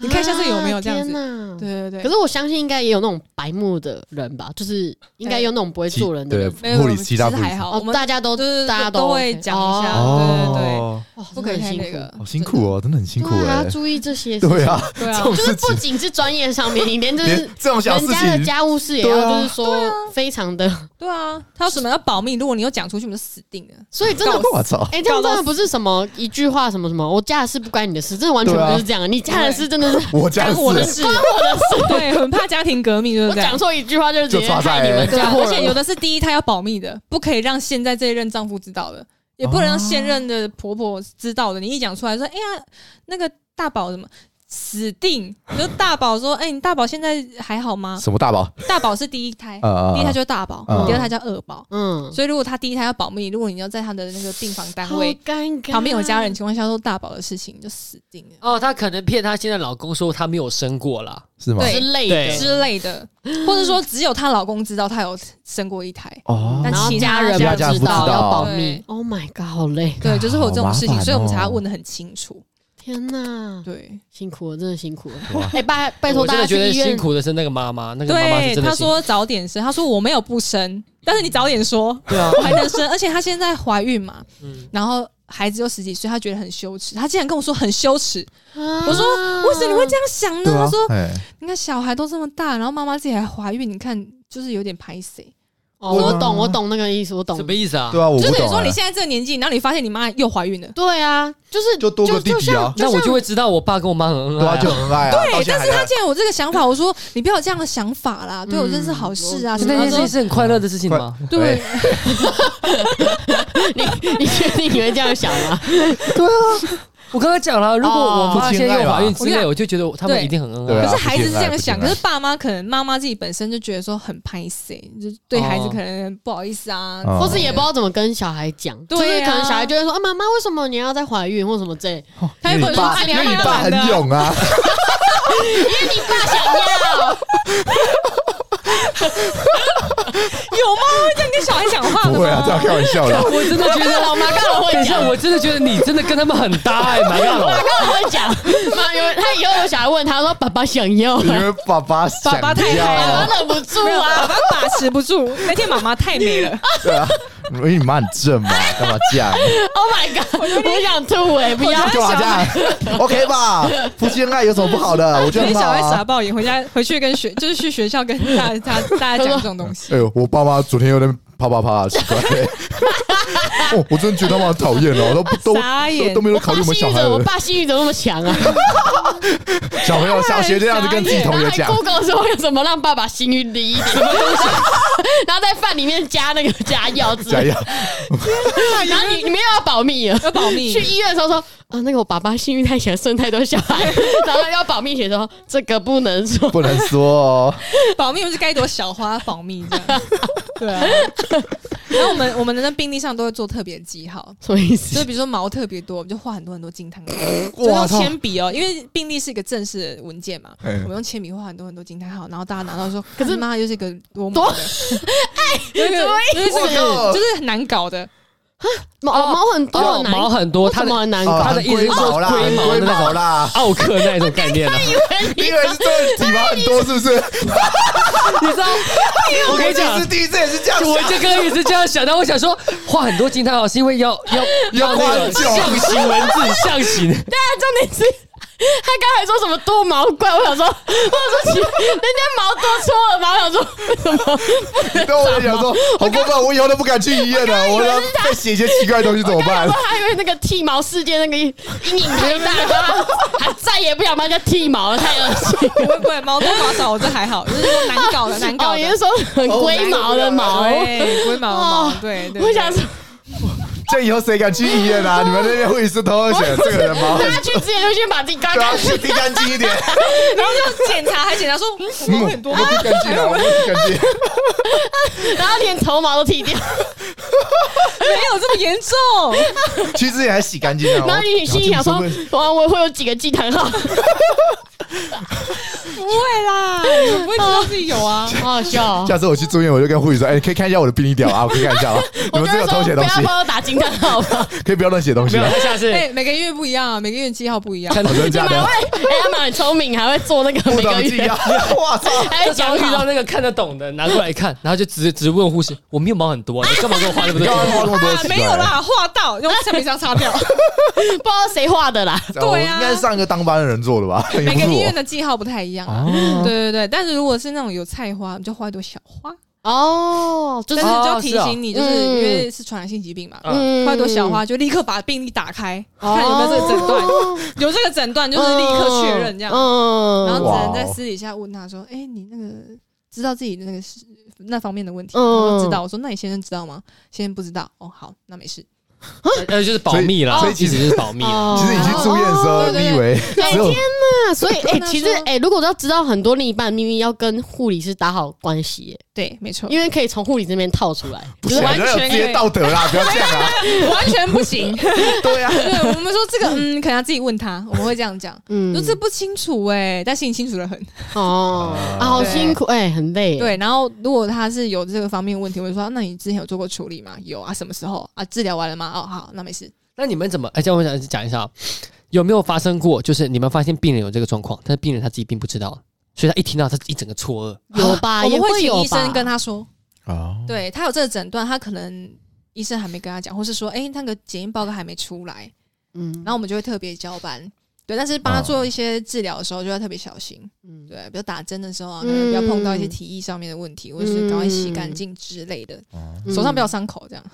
Speaker 2: 你看一下这个有没有这样子
Speaker 1: 子？”
Speaker 3: 嗯
Speaker 1: 对
Speaker 2: 对对对
Speaker 1: 啊可，是我相信应该也有那种白目的人吧，就是应该有那种不会
Speaker 3: 其
Speaker 1: 做人的
Speaker 3: 对
Speaker 1: 人。
Speaker 2: 没有
Speaker 3: 护理
Speaker 2: 其
Speaker 3: 其
Speaker 2: 实
Speaker 3: 他护理
Speaker 2: 还好，我
Speaker 1: 哦，
Speaker 2: 们
Speaker 1: 大家都
Speaker 2: 对对对
Speaker 1: 大家
Speaker 2: 都会
Speaker 1: OK
Speaker 2: 讲一下
Speaker 3: 哦，
Speaker 1: 哦
Speaker 2: 不可以
Speaker 1: 真的很辛
Speaker 2: 太那
Speaker 1: 苦
Speaker 2: 个，
Speaker 3: 好辛苦哦，真的很辛苦
Speaker 1: 对啊还
Speaker 3: 哎
Speaker 1: 要，注意这些。
Speaker 3: 对，啊，
Speaker 2: 真的。对
Speaker 3: 这
Speaker 2: 啊，
Speaker 3: 种
Speaker 1: 就是
Speaker 3: 事
Speaker 1: 不
Speaker 3: 情，
Speaker 1: 仅是专业上面，你连就是
Speaker 3: 连这种小事
Speaker 1: 人家的
Speaker 3: 情，
Speaker 1: 家务事也
Speaker 3: 对
Speaker 1: 要，
Speaker 3: 啊
Speaker 1: 就是说非常 的，
Speaker 2: 对啊，他有什么要保命？如果你又讲出去，我们就死定了。
Speaker 1: 所以真的。
Speaker 3: 我操，
Speaker 1: 哎、这样真的不是什么一句话什么什么，我家的事不关你的事，真的完全
Speaker 3: 对啊
Speaker 1: 不是这样。你家的事 真的是
Speaker 3: 我家
Speaker 2: 干我的事，
Speaker 3: 事，
Speaker 2: 关我的事。对，很怕家庭革命就是
Speaker 1: 我
Speaker 2: 这样
Speaker 1: 讲。错一句话就直接
Speaker 3: 就抓
Speaker 1: 害
Speaker 3: 在
Speaker 1: 你们
Speaker 3: 欸
Speaker 2: 对
Speaker 1: 家
Speaker 2: 啊，
Speaker 1: 伙
Speaker 2: 而
Speaker 1: 了。
Speaker 2: 且有的是第一胎要保密的，不可以让现在这一任丈夫知道的，也不能让
Speaker 3: 哦
Speaker 2: 现任的婆婆知道的。你一讲出来说，哎呀，那个大宝怎么？死定！就大宝说：“哎、你大宝现在还好吗
Speaker 3: 什么大宝，？”
Speaker 2: 大宝是第一胎，
Speaker 3: 呃
Speaker 2: 第一胎就是大宝，
Speaker 3: 嗯
Speaker 2: 第二胎叫二宝。
Speaker 1: 嗯，
Speaker 2: 所以如果他第一胎要保密，如果你要在他的那个病房单
Speaker 1: 好
Speaker 2: 位
Speaker 1: 尴尬，
Speaker 2: 旁边有家人的情况下说大宝的事情，你就死定了
Speaker 4: 哦，她可能骗她现在老公说她没有生过啦。
Speaker 3: 是吗？
Speaker 1: 之
Speaker 2: 对
Speaker 1: 类
Speaker 4: 对
Speaker 1: 的，
Speaker 2: 之类的，或者说只有她老公知道她有生过一胎。
Speaker 3: 哦，
Speaker 2: 但
Speaker 1: 然后
Speaker 2: 其
Speaker 1: 家
Speaker 2: 他
Speaker 1: 人
Speaker 3: 家人
Speaker 1: 知
Speaker 3: 不知道
Speaker 1: 要保密
Speaker 2: 对。
Speaker 1: Oh my god，好累，
Speaker 2: 对，
Speaker 4: 啊
Speaker 2: 就是会有这种事
Speaker 3: 好
Speaker 2: 情，
Speaker 3: 麻烦哦
Speaker 2: 所以我们才要问的很清楚。
Speaker 1: 天哪，
Speaker 2: 对，
Speaker 1: 辛苦了，真的辛苦了。
Speaker 3: 哇
Speaker 1: 哎、拜拜托
Speaker 4: 我
Speaker 1: 大
Speaker 4: 真的
Speaker 1: 家去
Speaker 4: 觉得
Speaker 1: 医院
Speaker 4: 辛苦的是那个妈妈，那个妈妈是
Speaker 2: 对，
Speaker 4: 真的
Speaker 2: 他
Speaker 4: 辛苦。，
Speaker 2: 说早点生，他说我没有不生，但是你早点说
Speaker 4: 对啊，
Speaker 2: 我还能生，而且她现在怀孕嘛，
Speaker 4: 嗯，
Speaker 2: 然后孩子又十几岁，她觉得很羞耻，她竟然跟我说很羞耻，
Speaker 1: 啊
Speaker 2: 我说为什么你会这样想呢？
Speaker 3: 对啊
Speaker 2: 她说，
Speaker 3: 哎，
Speaker 2: 你看小孩都这么大，然后妈妈自己还怀孕，你看就是有点排谁，
Speaker 1: 哦，我懂，我懂那个意思，我懂
Speaker 4: 什。么意思啊？
Speaker 3: 对啊，我
Speaker 2: 就
Speaker 3: 不
Speaker 2: 等于
Speaker 3: 懂
Speaker 2: 说
Speaker 3: 哎
Speaker 2: 你，现在这个年纪，然后你发现你妈又怀孕了，
Speaker 1: 对啊，就是
Speaker 3: 就多个弟弟啊，
Speaker 4: 那我就会知道我爸跟我妈很恩
Speaker 3: 对
Speaker 4: 爱
Speaker 3: 啊，
Speaker 4: 啊
Speaker 3: 就。很爱啊，对，但是
Speaker 2: 她竟然有这个想法，我说你不要有这样的想法啦，对我
Speaker 1: 嗯
Speaker 2: 真是好事啊，
Speaker 4: 就
Speaker 2: 什
Speaker 4: 那
Speaker 2: 么的
Speaker 4: 件事
Speaker 2: 说
Speaker 4: 情是很快乐的事情吗？
Speaker 2: 对，
Speaker 1: 你， 你确定你会这样想吗？
Speaker 4: 我刚刚讲了，啊如果我妈现在又怀孕之
Speaker 2: 哦
Speaker 4: 类，我就觉得他们一定很恩
Speaker 3: 对
Speaker 4: 爱
Speaker 2: 可
Speaker 3: 啊。
Speaker 2: 是孩子是这样想，
Speaker 3: 不
Speaker 2: 可
Speaker 3: 见
Speaker 2: 是
Speaker 3: 了
Speaker 2: 爸妈可能妈妈自己本身就觉得说很拍谁，就是对孩子
Speaker 4: 哦
Speaker 2: 可能不好意思啊，
Speaker 3: 哦
Speaker 1: 或是也不知道怎么跟小孩讲，
Speaker 2: 对
Speaker 1: 就
Speaker 2: 啊
Speaker 1: 是可能小孩就会说啊，妈妈为什么你要再怀孕或什么之 类，
Speaker 3: 哦
Speaker 2: 他
Speaker 3: 因为
Speaker 2: 也
Speaker 3: 你
Speaker 2: 不能
Speaker 3: 爸，
Speaker 2: 说
Speaker 3: 因
Speaker 2: 哎
Speaker 3: 为
Speaker 2: 你要
Speaker 3: 你爸
Speaker 2: 干嘛
Speaker 3: 很
Speaker 2: 呢
Speaker 3: 勇啊，
Speaker 2: 有吗？会这样跟小孩讲话
Speaker 3: 不
Speaker 2: 的
Speaker 3: 会啊，这样
Speaker 2: 吗？
Speaker 3: 开玩笑 的，
Speaker 4: 我真的觉得老妈干我会讲，我真的觉得你真的跟他们很搭 哎，马干佬。
Speaker 1: 他会讲，妈有他以后有小孩问他说爸爸想 要，
Speaker 3: 因为爸爸想啊
Speaker 2: 爸太嗨
Speaker 1: 爸
Speaker 3: 要，
Speaker 1: 爸忍不住
Speaker 2: 没有
Speaker 1: 啊，
Speaker 2: 爸爸把持不住，那天妈妈太美 了，
Speaker 3: 对啊，因为你妈很正嘛，干嘛这样？
Speaker 1: Oh my god！我想吐哎、不要
Speaker 2: 我觉
Speaker 3: 干嘛这样 ？OK 吧？夫妻恩爱有什么不 好的？我觉得
Speaker 2: 那
Speaker 3: 很好
Speaker 2: 小孩傻
Speaker 3: 啊。
Speaker 2: 爆眼，回家回去跟学就是去学校跟大家大家讲这种东西，
Speaker 3: 哎呦，我爸妈昨天又在那边啪啪啪，奇怪。哦，我真的觉得他们很讨厌哦，都不都
Speaker 2: 傻眼
Speaker 3: 都都没有考虑
Speaker 1: 我
Speaker 3: 我
Speaker 1: 爸性
Speaker 3: 们小
Speaker 1: 欲
Speaker 3: 孩
Speaker 1: 怎么，我
Speaker 3: 的
Speaker 1: 爸性欲怎么那么强啊？
Speaker 3: 小朋友小学这样子跟自己
Speaker 1: 然
Speaker 3: 同
Speaker 1: 后
Speaker 3: 学
Speaker 1: 还
Speaker 3: 讲，
Speaker 1: Google 说要怎么让爸爸性欲低一点， 然后在饭里面加那个加药之
Speaker 3: 加
Speaker 1: 类的，
Speaker 3: 油，
Speaker 1: 然后你你们又要保密 了。
Speaker 2: 要保密
Speaker 1: 去。医院的时候说，啊，那个我爸爸性欲太强，生太多小 孩，然后要保密学说这个不能说，
Speaker 3: 不能说哦。
Speaker 2: 保密不是该一朵小花保密 这样？对啊。然后我们我们的病历上都会做特别记号，
Speaker 1: 什么意
Speaker 2: 就
Speaker 1: 思
Speaker 2: 是？比如说毛特别多，我们就画很多很多惊 叹号，就
Speaker 3: 哇
Speaker 2: 用
Speaker 3: 操
Speaker 2: 铅笔哦，因为病历是一个正式的文件嘛，
Speaker 3: 哎
Speaker 2: 我们用铅笔画很多很多惊叹号，然后大家拿到说，
Speaker 1: 可
Speaker 2: 可
Speaker 1: 是
Speaker 2: 是妈又是一个
Speaker 1: 多
Speaker 2: 多么的，哎， 就是
Speaker 3: 我
Speaker 2: 就是
Speaker 3: 靠
Speaker 2: 就是很难搞的，
Speaker 1: 毛毛很多
Speaker 4: 哦
Speaker 1: 很难，
Speaker 4: 毛很多，
Speaker 1: 为
Speaker 4: 它
Speaker 1: 什么
Speaker 4: 的
Speaker 1: 很难
Speaker 3: 哦
Speaker 1: 搞？
Speaker 4: 他的意思
Speaker 3: 龟
Speaker 4: 是说
Speaker 3: 毛啦，
Speaker 4: 龟毛
Speaker 3: 龟
Speaker 4: 的那种
Speaker 3: 毛啦。
Speaker 4: 奥克那一种概念啊。
Speaker 3: 你以为是这题吗？很多是不是？
Speaker 4: 你知道，我跟你
Speaker 3: 我
Speaker 4: 讲
Speaker 3: 其实。第一次也是这样
Speaker 4: 我
Speaker 3: 想，
Speaker 4: 这个一直这样想，但我想说，画很多惊叹号是因为要要
Speaker 3: 要
Speaker 4: 那
Speaker 3: 画
Speaker 4: 个
Speaker 3: 很久
Speaker 4: 象形文字，象形。
Speaker 1: 但啊重点是，他刚才说什么多毛怪，我想说，我想说 奇，人家毛多搓了毛，我想说为什么？
Speaker 3: 你懂我在想说，好过分，我以后都不敢去医院了，我要再写一些奇怪的东西怎么办
Speaker 1: 我？还以为那个剃毛事件那个阴影太大了，他再也不想帮人家剃毛了，太恶心。
Speaker 2: 不会不会，毛多毛少我这还好，就是说难 搞的难搞
Speaker 1: 哦，
Speaker 2: 的
Speaker 1: 也是，说很龟毛的哦毛。
Speaker 2: 对龟毛的毛
Speaker 1: 哦，
Speaker 2: 对对，
Speaker 1: 我想说，
Speaker 3: 这以后谁敢去医院 啊？你们那边护士偷偷写，这个人毛
Speaker 1: 大
Speaker 3: 很
Speaker 1: 家去之前就先把自己干
Speaker 3: 对啊，
Speaker 1: 干净。
Speaker 3: 去滴干净一点。
Speaker 2: 然后就检查还检查说，嗯我们会很多
Speaker 3: 我们滴干净啊，我们滴干净。啊
Speaker 1: 然后连头毛都剃掉，
Speaker 2: 没有这么严重，
Speaker 3: 去之前还洗干净啊。
Speaker 1: 然后你心里想说
Speaker 3: 我，
Speaker 1: 哇，我会有几个鸡蛋号，
Speaker 2: 不会啦，你们不会知道自己有啊。
Speaker 1: 好好笑 哦。
Speaker 3: 下次我去住院，我就跟护士说：“哎，你可以看一下我的病历表啊，我可以看一下啊。你
Speaker 1: 我
Speaker 3: 们
Speaker 1: 就
Speaker 3: 这
Speaker 1: 是
Speaker 3: 有
Speaker 1: 说
Speaker 3: 偷写
Speaker 1: 不
Speaker 3: 东
Speaker 1: 要
Speaker 3: 西，
Speaker 1: 帮我打金蛋 号吧。
Speaker 3: 可以不要乱写东西啊
Speaker 4: 没有，
Speaker 3: 吗
Speaker 4: 他下次
Speaker 2: 哎，每个月不一样啊，每个月记号不 一样。
Speaker 4: 可
Speaker 3: 哦
Speaker 4: 能
Speaker 3: 真的假
Speaker 1: 蛮
Speaker 3: 的？
Speaker 1: 会，哎，他蛮很聪明，还会做那个
Speaker 3: 不
Speaker 1: 每
Speaker 3: 懂
Speaker 1: 个
Speaker 3: 记
Speaker 1: 月
Speaker 3: 啊！ 哇操！
Speaker 1: 还
Speaker 4: 就
Speaker 1: 会
Speaker 4: 常
Speaker 1: 讲
Speaker 4: 遇到
Speaker 1: 哎好。
Speaker 4: 那个看得懂的，拿过来看，然后就直直问护士：“我没有毛很多、 啊，你干嘛给我画那么
Speaker 3: 你干嘛花
Speaker 1: 哦
Speaker 4: 多
Speaker 3: 那么多
Speaker 2: 啊，
Speaker 3: 钱？
Speaker 2: 没有啦，画到用橡皮擦擦掉。
Speaker 1: 不知道谁画的啦。
Speaker 3: 哦，
Speaker 2: 对啊
Speaker 3: 应该是上一个当班的人做的吧？
Speaker 2: 每个医院
Speaker 3: 的
Speaker 2: 的记号不太一样啊。 对对对，但是如果是那种有菜花，你就画一朵小花，
Speaker 1: 哦，就
Speaker 2: 但
Speaker 1: 是
Speaker 2: 是
Speaker 4: 哦
Speaker 2: 就要提
Speaker 4: 是啊
Speaker 2: 醒你，就是
Speaker 1: 嗯
Speaker 2: 因为是传染性疾病嘛，
Speaker 4: 嗯
Speaker 2: 画一朵小花就立刻把病历打开，看有没有这个诊断，
Speaker 1: 哦
Speaker 2: 有这个诊断就是立刻确认这样，
Speaker 1: 嗯
Speaker 2: 然后只能
Speaker 3: 哇
Speaker 2: 在
Speaker 3: 哦
Speaker 2: 私底下问他说：“哎，你那个知道自己的那个是那方面的问题？”
Speaker 1: 嗯
Speaker 2: 他说：“知道。”我说：“那你先生知道吗？”先生不知道，哦，好，那没事。
Speaker 4: 呃，就是保密啦，
Speaker 3: 所以所以
Speaker 4: 一直就是保密啦。
Speaker 1: 哦
Speaker 3: 其实你去住院的时候，
Speaker 2: 哦对对对
Speaker 3: 你以为
Speaker 1: 哎
Speaker 3: 只有
Speaker 1: 天哪！所以 哎，
Speaker 2: 跟他
Speaker 1: 其实
Speaker 2: 说
Speaker 1: 哎，如果要知道很多另一半秘密，要跟护理师打好关系耶，
Speaker 2: 对，没 错，
Speaker 1: 因为可以从护理这边套出来。
Speaker 3: 不行，
Speaker 2: 完
Speaker 3: 人家有
Speaker 2: 全哎
Speaker 3: 职
Speaker 2: 可
Speaker 3: 业
Speaker 2: 以
Speaker 3: 道德啦，不要这样啊！
Speaker 2: 完全不行。
Speaker 3: 对 啊，
Speaker 2: 对，我们说这个，嗯，可能要自己问他，我们会这样讲。
Speaker 1: 嗯
Speaker 2: 就这不清楚哎、但心里清楚的很。
Speaker 1: 哦，啊，好
Speaker 2: 对
Speaker 1: 辛苦哎，很累。，
Speaker 2: 对，然后如果他是有这个方面的问题，我就说，那你之前有做过处理吗？有啊，什么时候啊？治疗完了吗？哦，好，那没事。
Speaker 4: 那你们怎么？哎，这样我想讲一下啊，有没有发生过，就是你们发现病人有这个状况，但是病人他自己并不知道，所以他一听到他一整个错愕。
Speaker 1: 有吧？
Speaker 2: 哦我
Speaker 1: 也
Speaker 2: 们会请
Speaker 1: 有
Speaker 2: 医生
Speaker 1: 吧？
Speaker 2: 跟他说，
Speaker 3: 啊，
Speaker 2: 对他有这个诊断，他可能医生还没跟他讲，或是说，哎、那个检验报告还没出来，
Speaker 1: 嗯
Speaker 2: 然后我们就会特别交班。对，但是帮
Speaker 1: 哦
Speaker 2: 他做一些治疗的时候，就要特别小心。
Speaker 1: 嗯
Speaker 2: 对，比如打针的时候啊，
Speaker 1: 嗯
Speaker 2: 可能不要碰到一些体液上面的问题，或者是赶快洗干净之类的，
Speaker 3: 哦
Speaker 1: 嗯
Speaker 2: 手上不要伤口 这样。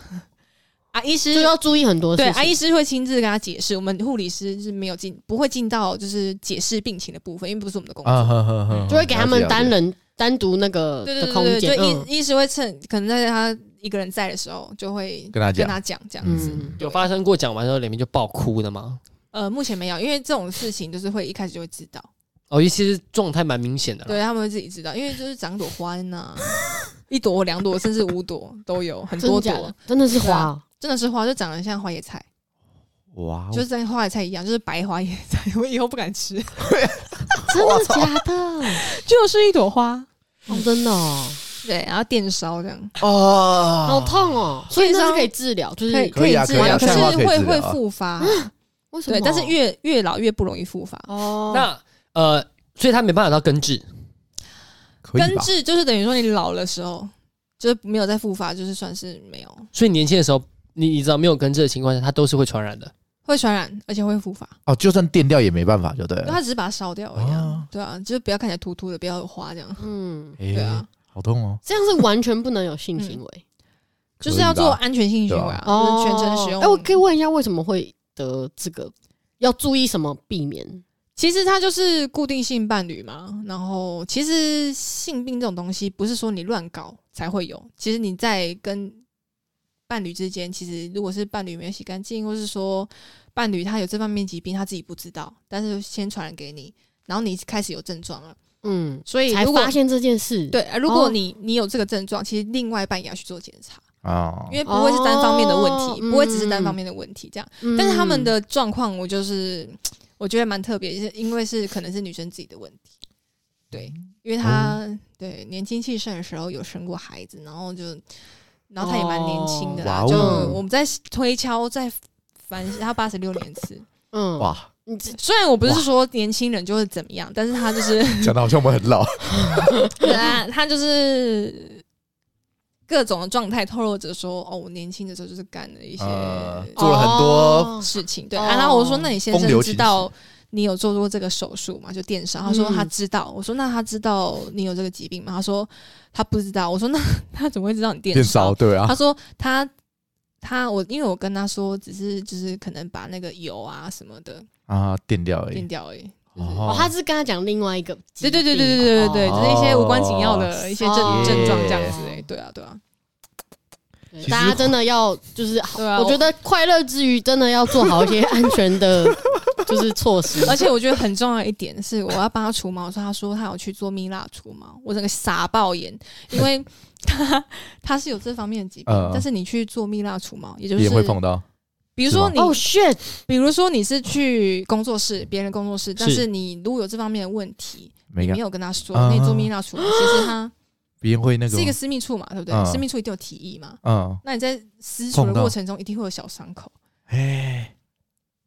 Speaker 2: 啊，医师
Speaker 1: 就要注意很多事
Speaker 2: 对，
Speaker 1: 情。
Speaker 2: 阿医师会亲自跟他解释，我们护理师是没有进，不会进到就是解释病情的部分，因为不是我们的工作。
Speaker 3: 啊，呵呵呵
Speaker 1: 就会给他们单
Speaker 3: 了
Speaker 1: 人单独那个
Speaker 2: 对对
Speaker 1: 的
Speaker 2: 对
Speaker 1: 空
Speaker 2: 对对，
Speaker 1: 间。
Speaker 2: 就医、
Speaker 1: 嗯
Speaker 2: 医师会趁可能在他一个人在的时候，就会
Speaker 3: 跟他
Speaker 2: 跟
Speaker 3: 讲
Speaker 2: 他讲这样子。
Speaker 1: 嗯，
Speaker 4: 有发生过讲完之后里面就爆哭的吗？
Speaker 2: 呃，目前没有，因为这种事情就是会一开始就会知道，
Speaker 4: 哦，因为其实状态蛮明
Speaker 3: 啊
Speaker 4: 显的啦。
Speaker 2: 对他们会自己知道，因为就是长朵花呐、一朵、两朵，甚至五朵都有，很
Speaker 1: 真
Speaker 2: 多
Speaker 1: 的
Speaker 2: 朵，
Speaker 1: 假的？真的是
Speaker 2: 对
Speaker 1: 花
Speaker 2: 啊真的是花，就长得像花椰菜，
Speaker 3: 解哇哦
Speaker 2: 就是跟花椰菜一样，就是白花椰菜， 我以后不敢吃，
Speaker 1: 哦，
Speaker 2: 啊
Speaker 1: 真的假的？
Speaker 2: 就是一朵花，
Speaker 1: 哦，真的 哦，
Speaker 2: 对，然后电烧这样。
Speaker 3: 哦
Speaker 1: 好痛哦！所以
Speaker 2: 电
Speaker 1: 那
Speaker 2: 烧
Speaker 1: 是可以治疗，就是
Speaker 2: 可以嗯
Speaker 3: 可以啊
Speaker 2: 治
Speaker 3: 可以
Speaker 2: 疗，
Speaker 3: 啊
Speaker 2: 可
Speaker 3: 菜
Speaker 2: 是
Speaker 3: 花可以
Speaker 2: 会
Speaker 3: 治疗
Speaker 2: 会
Speaker 3: 啊
Speaker 2: 复发，
Speaker 1: 为什么？
Speaker 2: 对，但是越越老越不容易复发。
Speaker 1: 哦，
Speaker 4: 那呃，所以他没办法到根治。
Speaker 3: 可以吧
Speaker 2: 根治就是等于说你老的时候就是没有再复发，就是算是没有
Speaker 4: 所以年轻的时候，你你知道没有根治的情况下，他都是会传染的。
Speaker 2: 会传染，而且会复发，
Speaker 3: 哦，就算电掉也没办法，就对
Speaker 2: 因为
Speaker 3: 了。
Speaker 2: 它只是把它烧掉而已啊
Speaker 3: 哦。
Speaker 2: 对啊，就是不要看起来秃秃的，不要有花这样。
Speaker 1: 嗯，
Speaker 3: 哎
Speaker 2: 对啊，
Speaker 3: 好痛哦！
Speaker 1: 这样是完全不能有性行为，
Speaker 2: 就是要做
Speaker 3: 可以
Speaker 2: 安全性行为啊，就是全程使用。
Speaker 1: 哎、我可以问一下，为什么会得这个？要注意什么避免？
Speaker 2: 其实它就是固定性伴侣嘛，然后其实性病这种东西，不是说你乱搞才会有，其实你在跟伴侣之间，其实如果是伴侣没有洗干净，或是说伴侣他有这方面疾病，他自己不知道，但是先传染给你，然后你开始有症状了，
Speaker 1: 嗯，
Speaker 2: 所以
Speaker 1: 才
Speaker 2: 如果
Speaker 1: 发现这件事。
Speaker 2: 对，呃如果
Speaker 1: 哦
Speaker 2: 你你有这个症状，其实另外一半也要去做检查，
Speaker 3: 啊
Speaker 2: 因为不会是单方面的问
Speaker 1: 哦
Speaker 2: 题，不会只是
Speaker 1: 嗯
Speaker 2: 单方面的问题这样。
Speaker 1: 嗯，
Speaker 2: 但是他们的状况，我就是我觉得蛮特别，是因为是可能是女生自己的问题，对，因为她、
Speaker 3: 哦
Speaker 2: 对年轻气盛的时候有生过孩子，然后就然后她也蛮年轻的啦，
Speaker 3: 哦哇
Speaker 2: 就
Speaker 1: 哦
Speaker 2: 我们在推敲，在反她八十六年 次，
Speaker 1: 嗯，
Speaker 3: 哇，
Speaker 1: 你这
Speaker 2: 虽然我不是说年轻人就会怎么样，但是她就是
Speaker 3: 讲的好像我们很老，
Speaker 2: 他他就是各种的状态透露着说，哦，我年轻的时候就是干了一些
Speaker 3: 呃做了很多
Speaker 1: 哦
Speaker 2: 事情，对。
Speaker 1: 哦
Speaker 2: 啊然后我说，那你先
Speaker 3: 风
Speaker 2: 生
Speaker 3: 流
Speaker 2: 知
Speaker 3: 情
Speaker 2: 道你有做过这个手术吗？就电烧。他说
Speaker 1: 嗯
Speaker 2: 他知道。我说那他知道你有这个疾病吗？他说他不知道。我说那他怎么会知道你电
Speaker 3: 变少对啊
Speaker 2: 他，说他他我因为我跟他说，只是就是可能把那个油啊什么的
Speaker 3: 啊，电掉而
Speaker 2: 变
Speaker 3: 已。
Speaker 2: 掉而已。
Speaker 3: 哦
Speaker 1: 哦，他是跟他讲另外一个疾
Speaker 2: 对
Speaker 1: 病，
Speaker 2: 对对对对对对，
Speaker 1: 哦
Speaker 2: 就是一些无关紧要的一些症
Speaker 1: 哦
Speaker 2: 症状这样子哎，对啊对啊，
Speaker 1: 对
Speaker 3: 其实
Speaker 1: 大家真的要就是，
Speaker 2: 对啊
Speaker 1: 我觉得快乐之余，真的要做好一些安全的，就是措 施。
Speaker 2: 而且我觉得很重要一点是，我要帮他除毛的时候，他说他有去做蜜蜡除毛，我整个傻爆眼，因为 他他是有这方面的疾病，
Speaker 3: 嗯
Speaker 2: 但是你去做蜜蜡除毛，也就是
Speaker 3: 也会碰到，
Speaker 2: 比如说你
Speaker 1: 哦、shit，
Speaker 2: 比如说你是去工作室别人的工作室，但
Speaker 4: 是
Speaker 2: 是你如果有这方面的问题，
Speaker 3: 没
Speaker 2: 没
Speaker 3: 有，
Speaker 2: 有跟他说，
Speaker 3: 啊
Speaker 2: 那你做蜜蜡除毛，其实它
Speaker 3: 别人会那个
Speaker 2: 是一个
Speaker 3: 吗，
Speaker 2: 私密处嘛，对不对？
Speaker 3: 嗯
Speaker 2: 私密处一定有体液嘛，
Speaker 3: 嗯，
Speaker 2: 那你在私处
Speaker 3: 碰
Speaker 2: 的
Speaker 3: 到
Speaker 2: 过程中一定会有小伤口。
Speaker 3: 哎，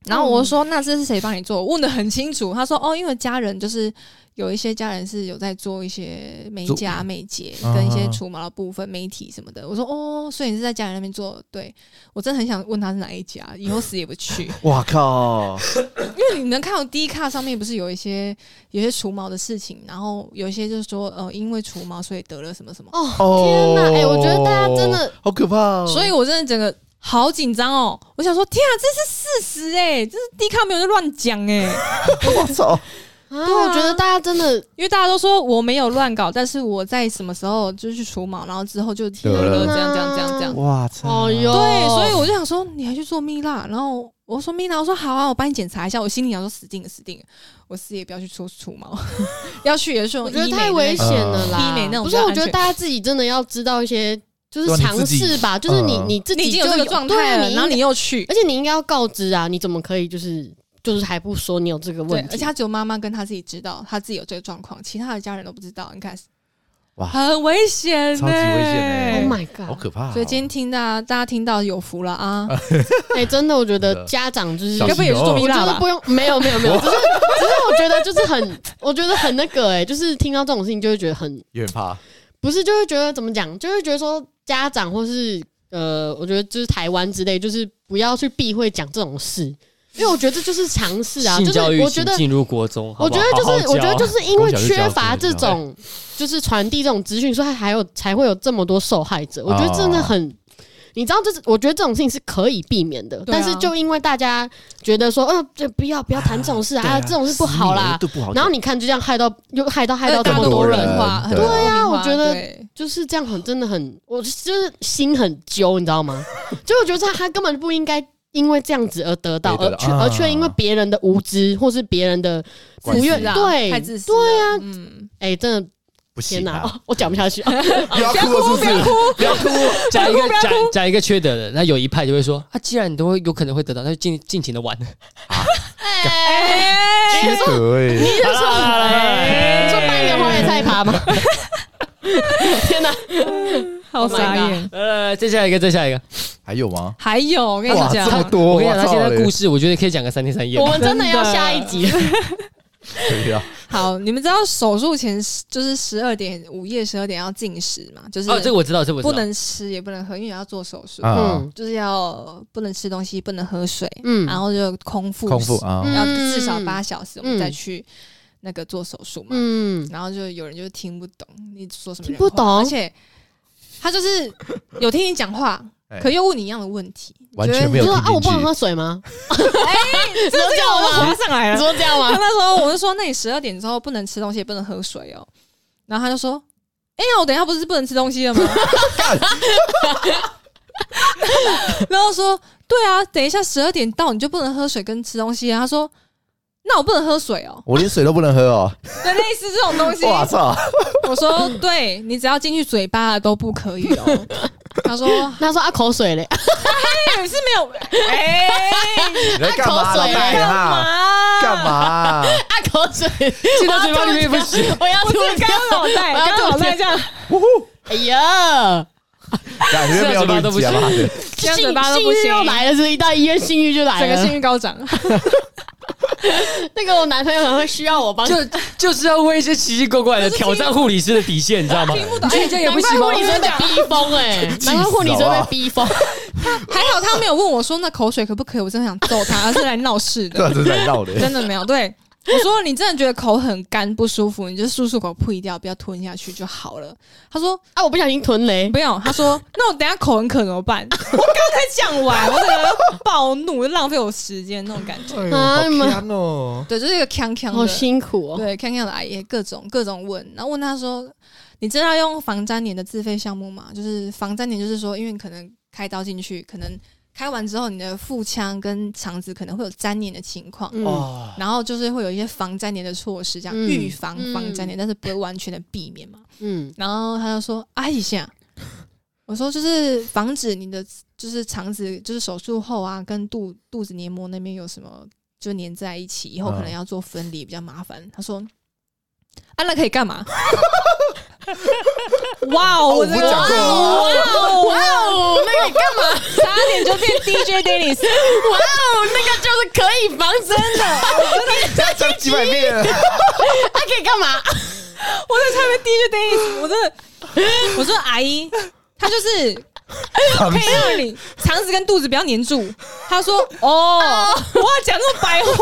Speaker 2: 然
Speaker 3: 嗯
Speaker 2: 后我就说：“那这是谁帮你做？”我问的很清楚。他说：“哦，因为家人就是有一些家人是有在做一些美甲、美睫
Speaker 3: 啊
Speaker 2: 跟一些除毛的部分、媒体什么的。”我说：“哦，所以你是在家人那边做？”对我真的很想问他是哪一家，以后死也不去，
Speaker 3: 哇靠，
Speaker 2: 因为你能看到 D 卡上面不是有一些有一些除毛的事情，然后有一些就是说呃，因为除毛所以得了什么什么。
Speaker 1: 哦天哪，哎、我觉得大家真的
Speaker 3: 好可怕哦，
Speaker 2: 所以我真的整个好紧张哦！我想说，天啊，这是事实哎、这是 D 卡没有在乱讲哎、
Speaker 3: 我操，
Speaker 1: 啊，我觉得大家真的
Speaker 2: 因为大家都说我没有乱搞，但是我在什么时候就是去除毛，然后之后就得了
Speaker 1: 天啊
Speaker 2: 这样这样这样这样。
Speaker 3: 哇操，
Speaker 1: 哦哟，
Speaker 2: 对，所以我就想说你还去做蜜蜡，然后我说蜜蜡，我说好啊，我帮你检查一下。我心里想说死定了死定了，啊我死也不要去除除毛， 要去也是
Speaker 1: 我
Speaker 2: 用医
Speaker 1: 觉得
Speaker 2: 美
Speaker 1: 太危
Speaker 2: 的
Speaker 1: 险了啦，
Speaker 2: 呃医美那种
Speaker 1: 不
Speaker 2: 比
Speaker 1: 是，
Speaker 2: 较安全
Speaker 1: 我觉得大家自己真的要知道一些，就是尝试吧，
Speaker 3: 对
Speaker 1: 就是
Speaker 3: 啊哦你自己
Speaker 1: 你你自己
Speaker 2: 那个，你
Speaker 3: 嗯
Speaker 2: 已经
Speaker 1: 就
Speaker 2: 有这个状
Speaker 1: 对
Speaker 2: 态
Speaker 1: 啊
Speaker 2: 了，
Speaker 1: 你
Speaker 2: 然后你
Speaker 1: 应
Speaker 2: 又去
Speaker 1: 该，而。且你应该要告知啊，你怎么可以就是就是还不说你有这个
Speaker 2: 对
Speaker 1: 问，
Speaker 2: 而且
Speaker 1: 题？
Speaker 2: 他只有妈妈跟他自己知道，他自己有这个状况，其他的家人都不知道。你看，
Speaker 3: 哇
Speaker 2: 很危险、欸，
Speaker 3: 超级危险欸
Speaker 1: Oh my
Speaker 3: 好
Speaker 1: god！
Speaker 3: 可怕哦，
Speaker 2: 所以今天听大家大家听到有福了啊！
Speaker 1: 哎、真的，我觉得
Speaker 3: 真的
Speaker 1: 家长就是
Speaker 3: 小
Speaker 2: 该不
Speaker 3: 心
Speaker 2: 会也是做
Speaker 3: 哦
Speaker 2: 蜜
Speaker 1: 我觉
Speaker 2: 蜡
Speaker 1: 得
Speaker 2: 吧？
Speaker 1: 不用，没有没有没有，只是 只是我觉得就是很，我觉得很那个哎、就是听到这种事情就会觉得很，
Speaker 3: 有点怕，
Speaker 1: 不是就会觉得怎么讲，就会觉得说家长或是呃，我觉得就是台湾之类，就是不要去避讳讲这种事，因为我觉得这就是尝试啊，就
Speaker 4: 性
Speaker 1: 是
Speaker 4: 教育
Speaker 1: 我觉
Speaker 4: 请
Speaker 1: 得。
Speaker 4: 进入国中，好
Speaker 1: 我
Speaker 4: 不
Speaker 1: 觉
Speaker 4: 好
Speaker 1: 得就是，
Speaker 4: 好好
Speaker 1: 我觉得
Speaker 4: 教啊
Speaker 1: 就是因为缺乏
Speaker 3: 从小就
Speaker 1: 这
Speaker 3: 教
Speaker 1: 种，就是传递这种资讯，所以还有才会有这么多受害者。我觉得真的很，你知道，就是我觉得这种事情是可以避免的，
Speaker 2: 对啊
Speaker 1: 但是就因为大家觉得说，嗯，这不要不要谈这种事
Speaker 3: 对
Speaker 1: 啊，这种事不好啦。
Speaker 3: 对不好
Speaker 1: 然后你看，就这样害到又害到害到这
Speaker 2: 大家
Speaker 1: 么
Speaker 2: 都
Speaker 1: 呃多
Speaker 2: 污名
Speaker 3: 很多人
Speaker 2: 化很多
Speaker 3: 对
Speaker 1: 啊
Speaker 2: 污名化
Speaker 1: 我觉得
Speaker 2: 对
Speaker 1: 就是这样很真的很，我就是心很揪，你知道吗？ 就我觉得他根本不应该因为这样子而得到，
Speaker 3: 没得
Speaker 1: 而
Speaker 3: 到
Speaker 1: 却
Speaker 3: 啊
Speaker 1: 而却因为别人的无知或是别人的不
Speaker 3: 自
Speaker 1: 愿
Speaker 3: 私啊
Speaker 1: 对
Speaker 2: 太自私，
Speaker 1: 对
Speaker 2: 啊，嗯，
Speaker 1: 哎，真的
Speaker 3: 不
Speaker 1: 天
Speaker 3: 行
Speaker 1: 哪，
Speaker 3: 啊，
Speaker 1: 哦我讲不 下去。
Speaker 3: 不要哭了是不是？
Speaker 4: 不要哭，讲 一个讲讲一个缺德的，那有一派就会说，啊，既然你都会有可能会得到，那就尽尽情 的玩。
Speaker 3: 缺德哎，
Speaker 4: 好了好哎了好了
Speaker 1: 哎
Speaker 2: 哎
Speaker 1: 你说扮演花椰菜趴吗？ 天 哪！
Speaker 2: 好
Speaker 1: Oh my
Speaker 2: 傻眼。
Speaker 4: 呃，再下一个，再下一个。
Speaker 3: 还有吗？
Speaker 2: 还有，我跟你
Speaker 3: 哇，这么
Speaker 2: 讲，
Speaker 3: 多！哎
Speaker 4: 我跟你讲，他现在故
Speaker 3: 事
Speaker 4: 事，我觉得可以讲个三天三夜
Speaker 1: 我。们真的要下一集了。
Speaker 3: 可以啊，
Speaker 2: 好，你们知道手术前就是十二点，午夜十二点要禁食嘛？就是
Speaker 4: 哦，这个我知道，这个我知道
Speaker 2: 不能吃，也不能喝，因为要做手术，
Speaker 3: 嗯
Speaker 1: 嗯
Speaker 2: 就是要不能吃东西，不能喝水，
Speaker 1: 嗯
Speaker 2: 然后就空腹，
Speaker 3: 空腹啊，
Speaker 1: 嗯
Speaker 2: 要至少八小时，我
Speaker 1: 嗯
Speaker 2: 们再去那个做手术嘛。
Speaker 1: 嗯，
Speaker 2: 然后就有人就听不懂你说什么
Speaker 1: 听
Speaker 2: 人话，
Speaker 1: 不懂
Speaker 2: 而且他就是有听你讲话
Speaker 3: 哎，
Speaker 2: 可又问你一样的问题，
Speaker 3: 完全没
Speaker 1: 你
Speaker 3: 有
Speaker 1: 说
Speaker 3: 听
Speaker 1: 啊，我
Speaker 3: 进
Speaker 1: 不能喝
Speaker 3: 去。
Speaker 1: 水 吗？
Speaker 2: 哎这这个我就划上来
Speaker 1: 你
Speaker 2: 了。
Speaker 1: 说这样
Speaker 2: 他
Speaker 1: 吗？
Speaker 2: 那时候我就说，那你十二点之后不能吃东西，也不能喝水哦。然后他就说，哎呀，我等一下不是不能吃东西了吗？ 然后说，对啊，等一下十二点到你就不能喝水跟吃东西啊。他说，那我不能喝水哦，
Speaker 3: 我连水都不能喝哦！
Speaker 2: 对，类似这种东西。
Speaker 3: 我操！
Speaker 2: 我说，对你只要进去嘴巴的都不可以哦。他说哎
Speaker 1: 那他说啊，口水嘞，
Speaker 2: 是没有，哎、
Speaker 3: 你在干嘛？
Speaker 1: 口
Speaker 3: 老
Speaker 1: 水
Speaker 3: 大爷啊，
Speaker 2: 啊
Speaker 3: 干？嘛？
Speaker 1: 啊，口水，
Speaker 4: 进到嘴巴里面不行。
Speaker 1: 我要
Speaker 2: 我
Speaker 1: 吐
Speaker 2: 这
Speaker 1: 掉，
Speaker 2: 刚 刚脑袋，
Speaker 1: 我要
Speaker 2: 刚刚脑
Speaker 1: 吐
Speaker 2: 袋
Speaker 1: 掉
Speaker 2: 这，样，
Speaker 1: 哎呀，
Speaker 3: 感觉没有录音啊妈的！
Speaker 2: 这样嘴巴都
Speaker 1: 性
Speaker 2: 不
Speaker 1: 欲
Speaker 2: 行
Speaker 1: 又来了，是不是一到医院性欲就来
Speaker 4: 哎
Speaker 2: 整个幸
Speaker 1: 了。
Speaker 2: 运高涨。
Speaker 1: 那个我男朋友可能会需要我帮，
Speaker 4: 就就是要问一些奇奇怪怪的，挑战护理师的底线，你知道吗？
Speaker 2: 听不懂，
Speaker 4: 你觉得这样也不行
Speaker 1: 哎难
Speaker 4: 吗
Speaker 1: 怪护？理生被逼疯 哎，
Speaker 3: 气死
Speaker 1: 难怪护理生
Speaker 3: 好不好
Speaker 1: 被逼疯。
Speaker 2: 还好他没有问我说那口水可不可以，我真的想揍他，他是来闹事
Speaker 3: 对
Speaker 2: 的，
Speaker 3: 啊，这是在闹的。
Speaker 2: 真的没有。对我说你真的觉得口很干不舒服，你就漱漱口吐一掉，不要吞下去就好了。他说
Speaker 1: 啊，我不小心吞雷，
Speaker 2: 不用，他 说那我等一下口很渴怎么 办？我刚才讲完，我整个暴怒，就浪费我时间那种感觉。
Speaker 3: 哎
Speaker 1: 啊你们
Speaker 3: 香哦！
Speaker 2: 对，就是一个锵锵
Speaker 1: 好
Speaker 2: 的。
Speaker 1: 辛苦哦。
Speaker 2: 对，看看阿姨各种各种问，然后问他说：“你知道用防粘连的自费项目吗？就是防粘连，就是说，因为你可能开刀进去，可能开完之后，你的腹腔跟肠子可能会有粘连的情况，
Speaker 1: 嗯，
Speaker 4: 哦，
Speaker 2: 然后就是会有一些防粘连的措施，这样
Speaker 1: 嗯
Speaker 2: 预防防
Speaker 1: 嗯
Speaker 2: 粘连，但是不会完全的避免嘛。
Speaker 1: 嗯，
Speaker 2: 然后他就说：“阿姨下， 我说就是防止你的就是肠子就是手术后啊，跟肚肚子黏膜那边有什么就黏在一起，以后可能
Speaker 3: 嗯
Speaker 2: 要做分离，比较麻烦。”他说：“啊，那可以干嘛？” 哇哦！
Speaker 3: 哦
Speaker 2: 我
Speaker 3: 我
Speaker 2: 这个
Speaker 3: 讲过哦
Speaker 2: 哇哦，
Speaker 1: 哦，那个
Speaker 2: 差点就变 DJ Dennis，
Speaker 1: 哇哦，那个就是可以防身的，
Speaker 3: 再讲几百遍了，
Speaker 1: 它可以干 嘛？
Speaker 2: 我在差点 DJ Dennis，我真的，我说阿姨，他就是可以让你肠子跟肚子不要粘住。他说：“ 哦，我要讲这么白话，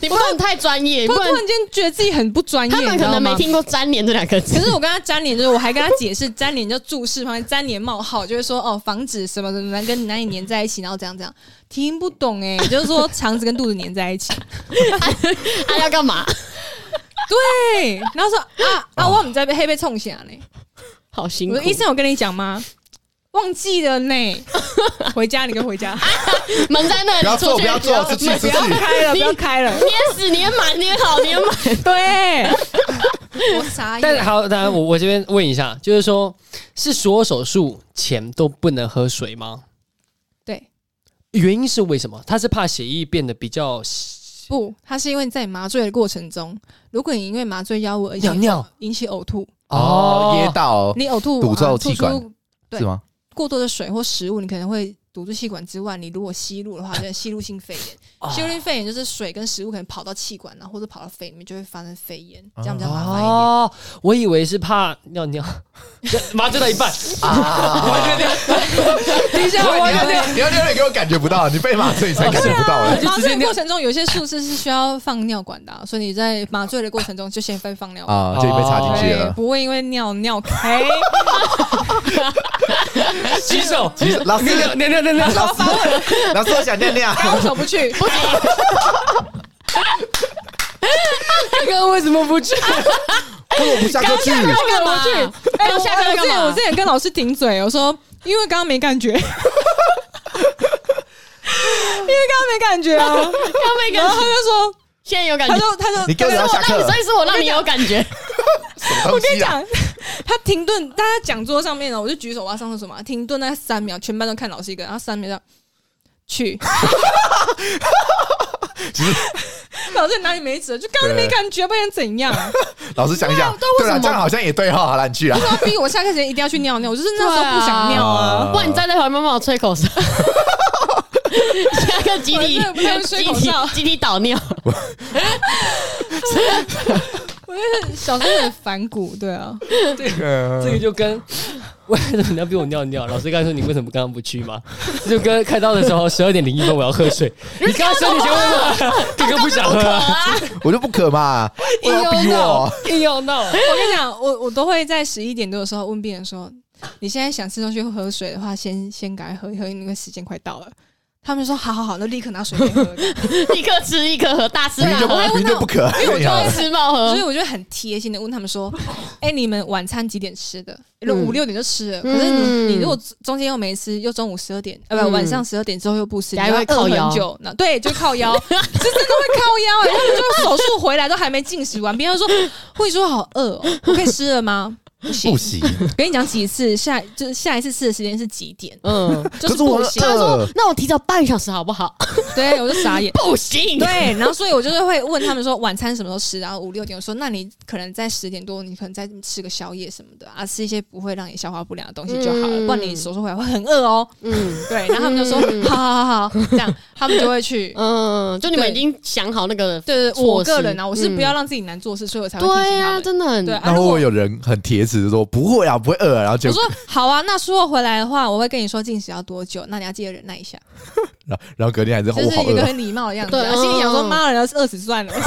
Speaker 1: 你不能太专业，
Speaker 2: 突
Speaker 1: 欸不
Speaker 2: 突
Speaker 1: 然
Speaker 2: 然间觉得自己很不专业，
Speaker 1: 他们可能没
Speaker 2: 你知道吗。
Speaker 1: 听过“粘连”这两个字
Speaker 2: 可。是我跟他粘连，就是我还跟他解释粘连就注释旁边粘连冒号，就是说哦，防止什么什么难跟难以粘在一起，然后怎样怎样，听不 懂哎、就是说肠子跟肚子粘在一起。
Speaker 1: 他啊要干嘛？
Speaker 2: 对，然后说啊啊，我们在被黑被冲下呢，
Speaker 1: 好辛
Speaker 2: 我
Speaker 1: 苦
Speaker 2: 说。医生有跟你讲吗？忘记了 呢，回家你跟回家，
Speaker 1: 门在那
Speaker 3: 不要
Speaker 1: 里，出
Speaker 3: 做，
Speaker 1: 去
Speaker 3: 不要做，出
Speaker 1: 你
Speaker 3: 去，出去！
Speaker 2: 开了不要 开了，
Speaker 1: 捏死，捏满，捏好， 捏满。
Speaker 2: 对，我傻
Speaker 4: 但是
Speaker 2: 眼，
Speaker 4: 好，当然我我这边问一下，就是说，是所有手术前都不能喝水吗？
Speaker 2: 对，
Speaker 4: 原因是为什么？他是怕血液变得比较
Speaker 2: 不，他是因为在麻醉的过程中，如果你因为麻醉药物而
Speaker 4: 尿
Speaker 2: 引
Speaker 4: 尿
Speaker 2: 引起呕吐，
Speaker 3: 哦，噎到
Speaker 2: 你呕吐
Speaker 3: 堵塞
Speaker 2: 呃
Speaker 3: 气
Speaker 2: 出
Speaker 3: 管
Speaker 2: 对
Speaker 3: 是吗？
Speaker 2: 过多的水或食物，你可能会堵住气管之外，你如果吸入的话，就是 吸入性肺炎。
Speaker 4: 哦
Speaker 2: 吸入性肺炎就是水跟食物可能跑到气管，然后或者跑到肺里面，就会发生肺炎，这样比较麻烦一 点。
Speaker 4: 哦，我以为是怕尿 尿，麻醉到一半，哦啊
Speaker 2: 等一下，我有 点。
Speaker 3: 你要留点给我感觉不到，你被麻醉你才感觉不到哎。
Speaker 4: 就
Speaker 2: 麻
Speaker 4: 直接
Speaker 2: 醉的
Speaker 4: 尿
Speaker 2: 过程中，有些术式是需要放尿管的啊、所以你在麻醉的过程中就先分放尿管，
Speaker 3: 啊，就被插进去
Speaker 2: 对，
Speaker 3: 了。
Speaker 2: 不会因为尿尿开，
Speaker 4: 洗手，
Speaker 3: 老师，
Speaker 4: 尿尿尿尿尿，
Speaker 2: 然后发问，
Speaker 3: 老师，我想啊尿尿。
Speaker 2: 刚手不去，不行，
Speaker 4: 刚刚为什么不去？
Speaker 3: 为什么不下课去？
Speaker 1: 干嘛？
Speaker 2: 哎、我
Speaker 1: 下课
Speaker 2: 我
Speaker 1: 干
Speaker 2: 之前
Speaker 1: 嘛
Speaker 2: 我之前跟老师顶嘴，我说因为刚刚没感觉，因为刚刚没感觉啊，
Speaker 1: 他没
Speaker 2: 然
Speaker 1: 感
Speaker 2: 后他
Speaker 1: 觉，
Speaker 2: 就说，
Speaker 1: 现在有感
Speaker 2: 他
Speaker 1: 觉。
Speaker 2: 就他就
Speaker 3: 你跟
Speaker 2: 他
Speaker 3: 人
Speaker 2: 就
Speaker 3: 家
Speaker 2: 说
Speaker 3: 下课
Speaker 1: 所，以是我哦让你有感觉，
Speaker 3: 我
Speaker 2: 我跟你，
Speaker 3: 啊
Speaker 2: 讲，他停顿，大家讲桌上面呢，我就举手我要上厕所嘛，停顿那三秒，全班都看老师一个，然后三秒这样 去， 老师哪里没辙，就刚刚没感觉，不然怎样？
Speaker 3: 老师想一想，对了，这样好像也对哈。好了，你去啊。
Speaker 2: 他逼我下课前一定要去尿尿，我就是那时候不想尿啊。
Speaker 1: 不然你站在旁边帮我吹口哨。加个集体
Speaker 2: 我真的不太会吹
Speaker 1: 集
Speaker 2: 口
Speaker 1: 体
Speaker 2: 哨
Speaker 1: 集体倒尿，
Speaker 2: 我就是小时候很反骨，对啊，
Speaker 3: 嗯
Speaker 4: 这个就跟为什么你要逼我尿尿？老师刚才说你为什么刚刚不去吗？这就跟开刀的时候十二点零一分我要喝水， 你刚刚说你先问我，哥哥不想喝啊，
Speaker 3: 我就不渴嘛，我要逼我。
Speaker 4: 硬要闹。
Speaker 2: 我跟你讲，我我都会在十一点多的时候问病人说：“你现在想吃东西或喝水的话，先先赶快喝一喝，因为时间快到了。他们说好好好，那立刻拿水给你喝。
Speaker 1: 立刻吃立刻喝，大吃
Speaker 3: 明
Speaker 1: 大
Speaker 3: 明就
Speaker 1: 喝，
Speaker 2: 我
Speaker 3: 明明就不哎渴，
Speaker 2: 因为我
Speaker 3: 你
Speaker 2: 就
Speaker 3: 好
Speaker 2: 会
Speaker 1: 吃饱
Speaker 2: 所以
Speaker 1: 喝。
Speaker 2: 我就很贴心的问他 们说：“哎、你们晚餐几点吃的？如
Speaker 1: 嗯
Speaker 2: 五六点就吃了，
Speaker 1: 嗯
Speaker 2: 可是你你如果中间又没吃，又中午十二点，呃、不
Speaker 1: 嗯
Speaker 2: 晚上十二点之后又不吃，你
Speaker 1: 等下
Speaker 2: 要
Speaker 1: 会靠
Speaker 2: 饿
Speaker 1: 腰
Speaker 2: 很久。那对，就 靠腰，就真的会靠腰、哎，他们就手术回来都还没进食完，别人就说会说好饿哦，我可以吃了吗？ 不行
Speaker 3: 不，行。
Speaker 2: 跟你讲几次，下就是下一次吃的时间是几点？
Speaker 1: 嗯，
Speaker 2: 就
Speaker 3: 可是我
Speaker 2: 不 行。
Speaker 1: 他说
Speaker 3: 饿，
Speaker 1: 那我提早半小时好不好？
Speaker 2: 对，我就傻眼。”
Speaker 1: 不行，
Speaker 2: 对，然后所以我就是会问他们说晚餐什么时候吃，然后五六点我说那你可能在十点多，你可能再吃个宵夜什么的啊，吃一些不会让你消化不良的东西就好了，
Speaker 1: 嗯
Speaker 2: 不然你手术回来会很饿哦。
Speaker 1: 嗯
Speaker 2: 对，然后他们就说
Speaker 1: 嗯
Speaker 2: 好好好好，这样他们就会去。
Speaker 1: 嗯，就你们
Speaker 2: 对
Speaker 1: 已经想好那个
Speaker 2: 对对，对
Speaker 1: 措
Speaker 2: 我
Speaker 1: 施
Speaker 2: 个人啊，我是
Speaker 1: 嗯
Speaker 2: 不要让自己难做事，所以我才会提
Speaker 1: 对
Speaker 2: 醒他
Speaker 1: 呀、
Speaker 2: 们。
Speaker 1: 真的很
Speaker 2: 对，啊
Speaker 3: 那会
Speaker 2: 如
Speaker 3: 不
Speaker 2: 果
Speaker 3: 会有人很铁齿地说不会啊，不会饿啊，然后就
Speaker 2: 我说好啊，那术后回来的话，我会跟你说进食要多久，那你要记得忍耐一下，
Speaker 3: 然后然后隔天还是
Speaker 2: 就
Speaker 3: 我
Speaker 2: 是
Speaker 3: 好
Speaker 2: 一
Speaker 3: 饿
Speaker 2: 个
Speaker 3: 啊，
Speaker 2: 很礼貌的样子。
Speaker 1: 对
Speaker 2: 然后心里想说，
Speaker 1: 嗯嗯嗯
Speaker 2: 妈的，要是饿死算 了，心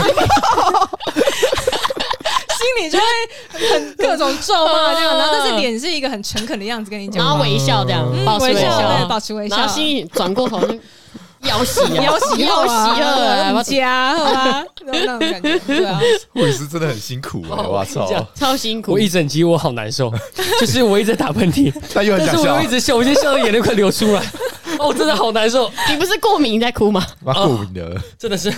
Speaker 2: 里就会很各种咒骂 这样，然后但是脸是一个很诚恳的样子跟你
Speaker 1: 然
Speaker 2: 讲，
Speaker 1: 后微笑这样，
Speaker 3: 嗯
Speaker 1: 保持
Speaker 2: 微
Speaker 1: 微
Speaker 2: 笑，啊
Speaker 1: 笑，
Speaker 2: 对，保持微笑
Speaker 1: 然，后心里转过头就要洗啊，
Speaker 2: 要喜
Speaker 1: 要洗
Speaker 2: 啊，
Speaker 1: 啊，
Speaker 2: 家好 啊，那种感觉，对啊，
Speaker 3: 护理师真的很辛苦哎，我操
Speaker 4: 这，样
Speaker 1: 超辛苦
Speaker 4: 我。一整集我好难 受，就是我一直在打喷嚏，
Speaker 3: 但又很
Speaker 4: 但
Speaker 3: 想
Speaker 4: 是我
Speaker 3: 笑
Speaker 4: 又一，直笑，我现在笑的眼泪快流 出来。哦，我真的好难受，
Speaker 1: 你不是过敏你在哭吗？
Speaker 3: 妈过敏的，
Speaker 4: 真的是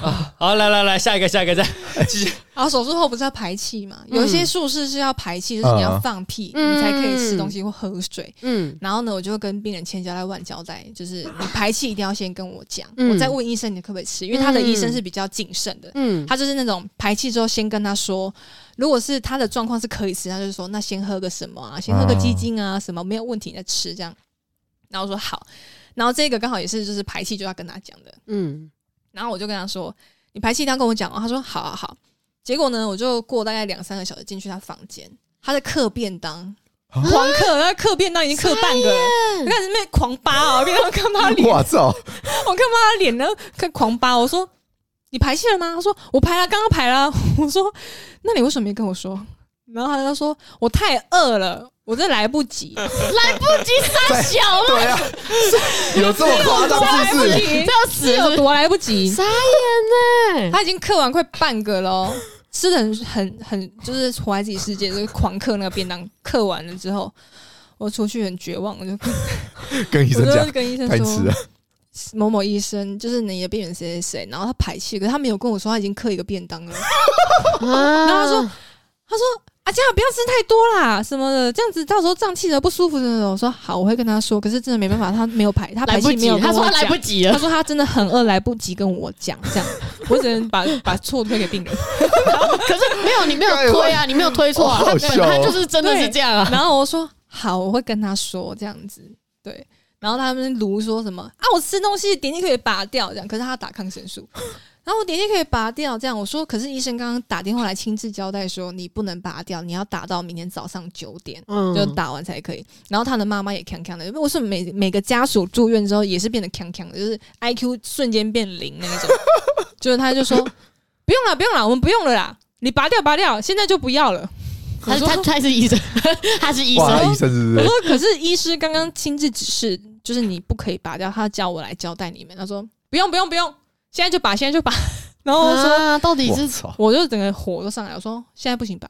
Speaker 4: 啊！好，来来来，下一个，下一个，再继续。
Speaker 2: 然后手术后不是要排气嘛？有一些
Speaker 3: 嗯
Speaker 2: 术式是要排气，就是你要放屁，
Speaker 1: 嗯
Speaker 2: 你才可以吃东西或喝水。
Speaker 1: 嗯
Speaker 2: 然后呢，我就跟病人千交代万交代，就是你排气一定要先跟我讲，
Speaker 1: 嗯
Speaker 2: 我再问医生你可不可以吃，因为他的医生是比较谨慎的，
Speaker 1: 嗯，
Speaker 2: 他就是那种排气之后先跟他说，如果是他的状况是可以吃，他就说那先喝个什么啊，先喝个鸡精啊，什么没有问题你再吃这样。然后我说好，然后这个刚好也是就是排气就要跟他讲的，
Speaker 1: 嗯
Speaker 2: 然后我就跟他说你排气一定要跟我讲哦，他说好好好。结果呢，我就过大概两三个小时进去他房间，他的课便当。
Speaker 3: 啊
Speaker 2: 狂嗑，他课便当已经嗑半个了，我开始面狂扒哦，变成看不到他 脸，
Speaker 3: 我操，
Speaker 2: 我看不到他脸呢，看狂扒。我说：“你排气了吗？”他说：“我排了，刚刚排了。” 我说：“那你为什么没跟我说？”然后他就说：“我太饿了，我这来不及，
Speaker 1: 来不及撒小了，
Speaker 3: 对啊，有 这么夸张是不是？
Speaker 1: 这要死
Speaker 2: 这
Speaker 1: 了
Speaker 2: 有多来不及
Speaker 1: 傻眼呢、
Speaker 2: 他已经嗑完快半个了哦，吃的很很很，就是活在自己世界，就是狂嗑那个便当。嗑完了之后，我出去很绝望，我就
Speaker 3: 跟医生
Speaker 2: 我
Speaker 3: 讲
Speaker 2: 就跟医生
Speaker 3: 太
Speaker 2: 说
Speaker 3: 迟了，，
Speaker 2: 某某医生就是你的病人谁谁谁，然后他排气，可是他没有跟我说他已经嗑一个便当了。
Speaker 1: 啊
Speaker 2: 然后他说，他说啊，这样不要吃太多啦，什么的，这样子到时候胀气了不舒服的。我说好，我会跟他说，可是真的没办法，他没有排，他
Speaker 1: 来
Speaker 2: 排
Speaker 1: 不
Speaker 2: 气没
Speaker 1: 及
Speaker 2: 有，
Speaker 1: 他
Speaker 2: 跟
Speaker 1: 说
Speaker 2: 我
Speaker 1: 他来
Speaker 2: 讲
Speaker 1: 不。及
Speaker 2: 他
Speaker 1: 了，
Speaker 2: 说他真的很饿，来不及跟我讲，这样 我只能把把错推给病人。
Speaker 1: 可是没有你没有推 啊，你没有推错啊，
Speaker 3: 好
Speaker 1: 他
Speaker 3: 好
Speaker 1: 本
Speaker 3: 笑哦
Speaker 1: 他就是真的是这样啊，
Speaker 2: 然后我说好，我会跟他说这样子，对。然后他们卢说什么啊？我吃东西点滴可以拔掉，这样。可是他打抗生素， 然后我点滴可以拔掉，这样。我说，可是医生刚刚打电话来亲自交代说，你不能拔掉，你要打到明天早上九点。
Speaker 1: 嗯
Speaker 2: 就打完才可以。然后他的妈妈也康康的，因为我是每每个家属住院之后也是变得康康的，就是 I Q 瞬间变零那一种。就是他就说 不用了，不用了，我们不用了啦，你拔掉拔掉，现在就不要了。我
Speaker 1: 他
Speaker 2: 说
Speaker 1: 他他是医生， 他是医
Speaker 3: 哇，
Speaker 1: 生，
Speaker 3: 医生是
Speaker 2: 我
Speaker 3: 不是
Speaker 2: 说可是医师刚刚亲自指示，就是你不可以拔掉，他叫我来交代你们。他说不用不用不用，现在就拔，现在就拔。 然后我说、
Speaker 1: 啊，到底
Speaker 3: 我
Speaker 1: 是
Speaker 3: 操，
Speaker 2: 我就整个火都上来，我说现在不行拔，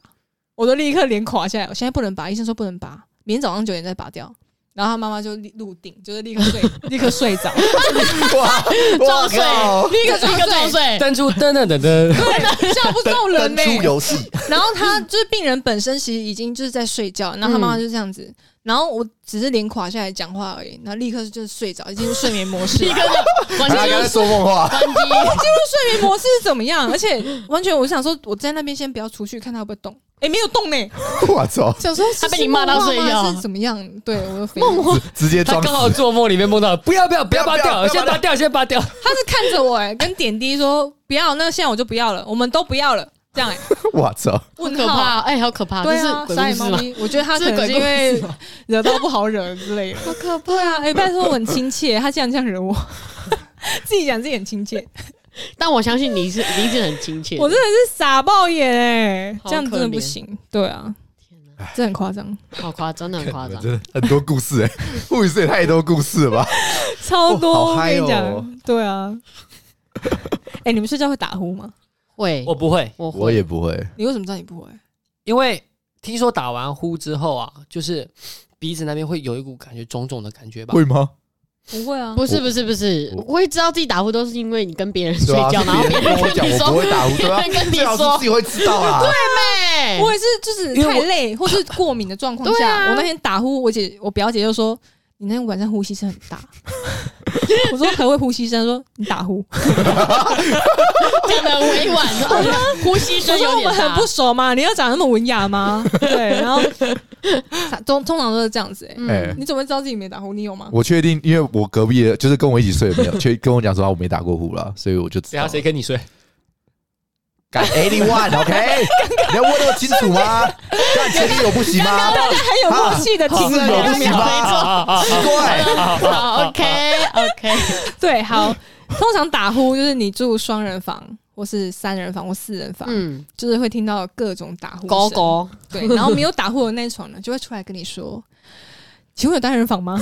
Speaker 2: 我就立刻脸垮下来，我现在不能拔，医生说不能拔，明天早上九点再拔掉。然后他妈妈就立入定，就是立刻 睡，立刻睡着，立
Speaker 3: 哇，
Speaker 1: 撞
Speaker 3: 我
Speaker 1: 睡
Speaker 3: 靠，
Speaker 1: 一
Speaker 2: 刻
Speaker 1: 一个撞
Speaker 2: 装睡，
Speaker 1: 睡，
Speaker 4: 弹珠 噔噔噔噔，
Speaker 2: 对，笑不中人
Speaker 3: 登
Speaker 2: 呢、
Speaker 3: 出游戏，
Speaker 2: 然后他就是病人本身其实已经就是在睡觉，然后他妈妈就这样子，然后我只是脸垮下来讲话而已，然后立刻就是睡着，已经是睡眠模式了，
Speaker 1: 一个完
Speaker 3: 他刚
Speaker 1: 全就
Speaker 3: 才
Speaker 1: 是
Speaker 3: 说梦话，
Speaker 1: 关机，
Speaker 2: 睡眠模式是怎 么样？而且完全我想说，我在那边先不要出去，看他会不会动。
Speaker 1: 哎
Speaker 2: 诶，没有动呢、
Speaker 3: 我操，
Speaker 2: 小时候
Speaker 1: 他被你骂到睡觉
Speaker 2: 是梦话吗是怎么样？对，我的梦
Speaker 3: 直接
Speaker 4: 他
Speaker 3: 装
Speaker 4: 刚好
Speaker 3: 死，
Speaker 4: 做梦里面梦到，不要不要不要拔掉，
Speaker 3: 不要不要
Speaker 4: 先拔掉，先拔掉。
Speaker 2: 他是看着我哎、跟点滴说不要，那现在我就不要了，我们都不要了，这 样哎、
Speaker 3: 我操，
Speaker 1: 好
Speaker 2: 问
Speaker 1: 可
Speaker 2: 号。
Speaker 1: 怕，哎，好可怕，这
Speaker 2: 对
Speaker 1: 是
Speaker 2: 啊，
Speaker 1: 鬼
Speaker 2: 傻眼
Speaker 1: 故
Speaker 2: 猫
Speaker 1: 事吗？
Speaker 2: 咪，我觉得他可能是因为惹到不好惹之 类的，好可怕啊！哎、拜托我很亲切，他竟然这样惹我，自己讲自己很亲切，
Speaker 1: 但我相信你是你一定很亲切的，
Speaker 2: 我真的是傻爆眼哎、
Speaker 1: 好
Speaker 2: 这样真的不行。对啊，
Speaker 1: 天哪
Speaker 2: 这很夸张，
Speaker 1: 好夸张，真的很夸 张。
Speaker 3: 真的很多故事哎、护理师也太多故事了吧？
Speaker 2: 超
Speaker 3: 哦
Speaker 2: 多！
Speaker 3: 好
Speaker 2: 我
Speaker 3: 嗨
Speaker 2: 跟你
Speaker 3: 哦
Speaker 2: 讲，对啊。哎，你们睡觉会打呼吗？
Speaker 1: 会，
Speaker 4: 我不会，
Speaker 1: 我
Speaker 3: 我
Speaker 1: 会，
Speaker 3: 也不会，
Speaker 2: 你为什么知道你不会？
Speaker 4: 因为听说打完呼之后啊，就是鼻子那边会有一股感觉肿肿的感觉吧。
Speaker 3: 会吗？
Speaker 2: 不会啊，
Speaker 1: 不是不是不是，
Speaker 3: 我
Speaker 1: 我会知道自己打呼都是因为你跟别人睡
Speaker 3: 对啊，
Speaker 1: 觉，然后
Speaker 3: 是别人跟我讲，我不会打呼，对啊
Speaker 1: 别人，跟你
Speaker 3: 最好是
Speaker 1: 说
Speaker 3: 自，己会知道啦。
Speaker 1: 哎
Speaker 2: 我也是，就是
Speaker 4: 因为
Speaker 2: 太
Speaker 4: 我
Speaker 2: 累或是过敏的状况
Speaker 1: 对
Speaker 2: 下，
Speaker 1: 啊
Speaker 2: 我那天打呼，我姐我表姐就说。你那天晚上呼吸声很大，我说很会呼吸声，她说你打呼，
Speaker 1: 讲的委婉，我说呼吸
Speaker 2: 我
Speaker 1: 声
Speaker 2: 说
Speaker 1: 有
Speaker 2: 我们
Speaker 1: 点
Speaker 2: 很
Speaker 1: 大
Speaker 2: 不。熟嘛，你要讲那么文雅吗？对，然后通通常都是这样子哎、
Speaker 3: 哎
Speaker 1: 嗯，
Speaker 2: 你怎么会知道自己没打呼？你有吗？
Speaker 3: 我确定，因为我隔壁的，就是跟我一起睡的朋友，却跟我讲说啊我没打过呼啦，所以我就知
Speaker 4: 等一
Speaker 3: 道
Speaker 4: 下。谁跟你睡？
Speaker 3: 敢 anyone OK？你要问那么清楚吗？敢前女友不行 吗？
Speaker 2: 大家很有默契的听
Speaker 3: 是
Speaker 2: 了
Speaker 3: 有
Speaker 2: 两
Speaker 3: 不行
Speaker 2: 秒，
Speaker 3: 吗？
Speaker 4: 啊
Speaker 3: 奇怪，
Speaker 1: 好，OK OK，
Speaker 2: 对，好，通常打呼就是你住双人房或是三人房或四人房，
Speaker 1: 嗯，
Speaker 2: 就是会听到各种打呼声
Speaker 1: 狗狗，
Speaker 2: 对，然后没有打呼的那一床呢，就会出来跟 你说：“请问有单人房吗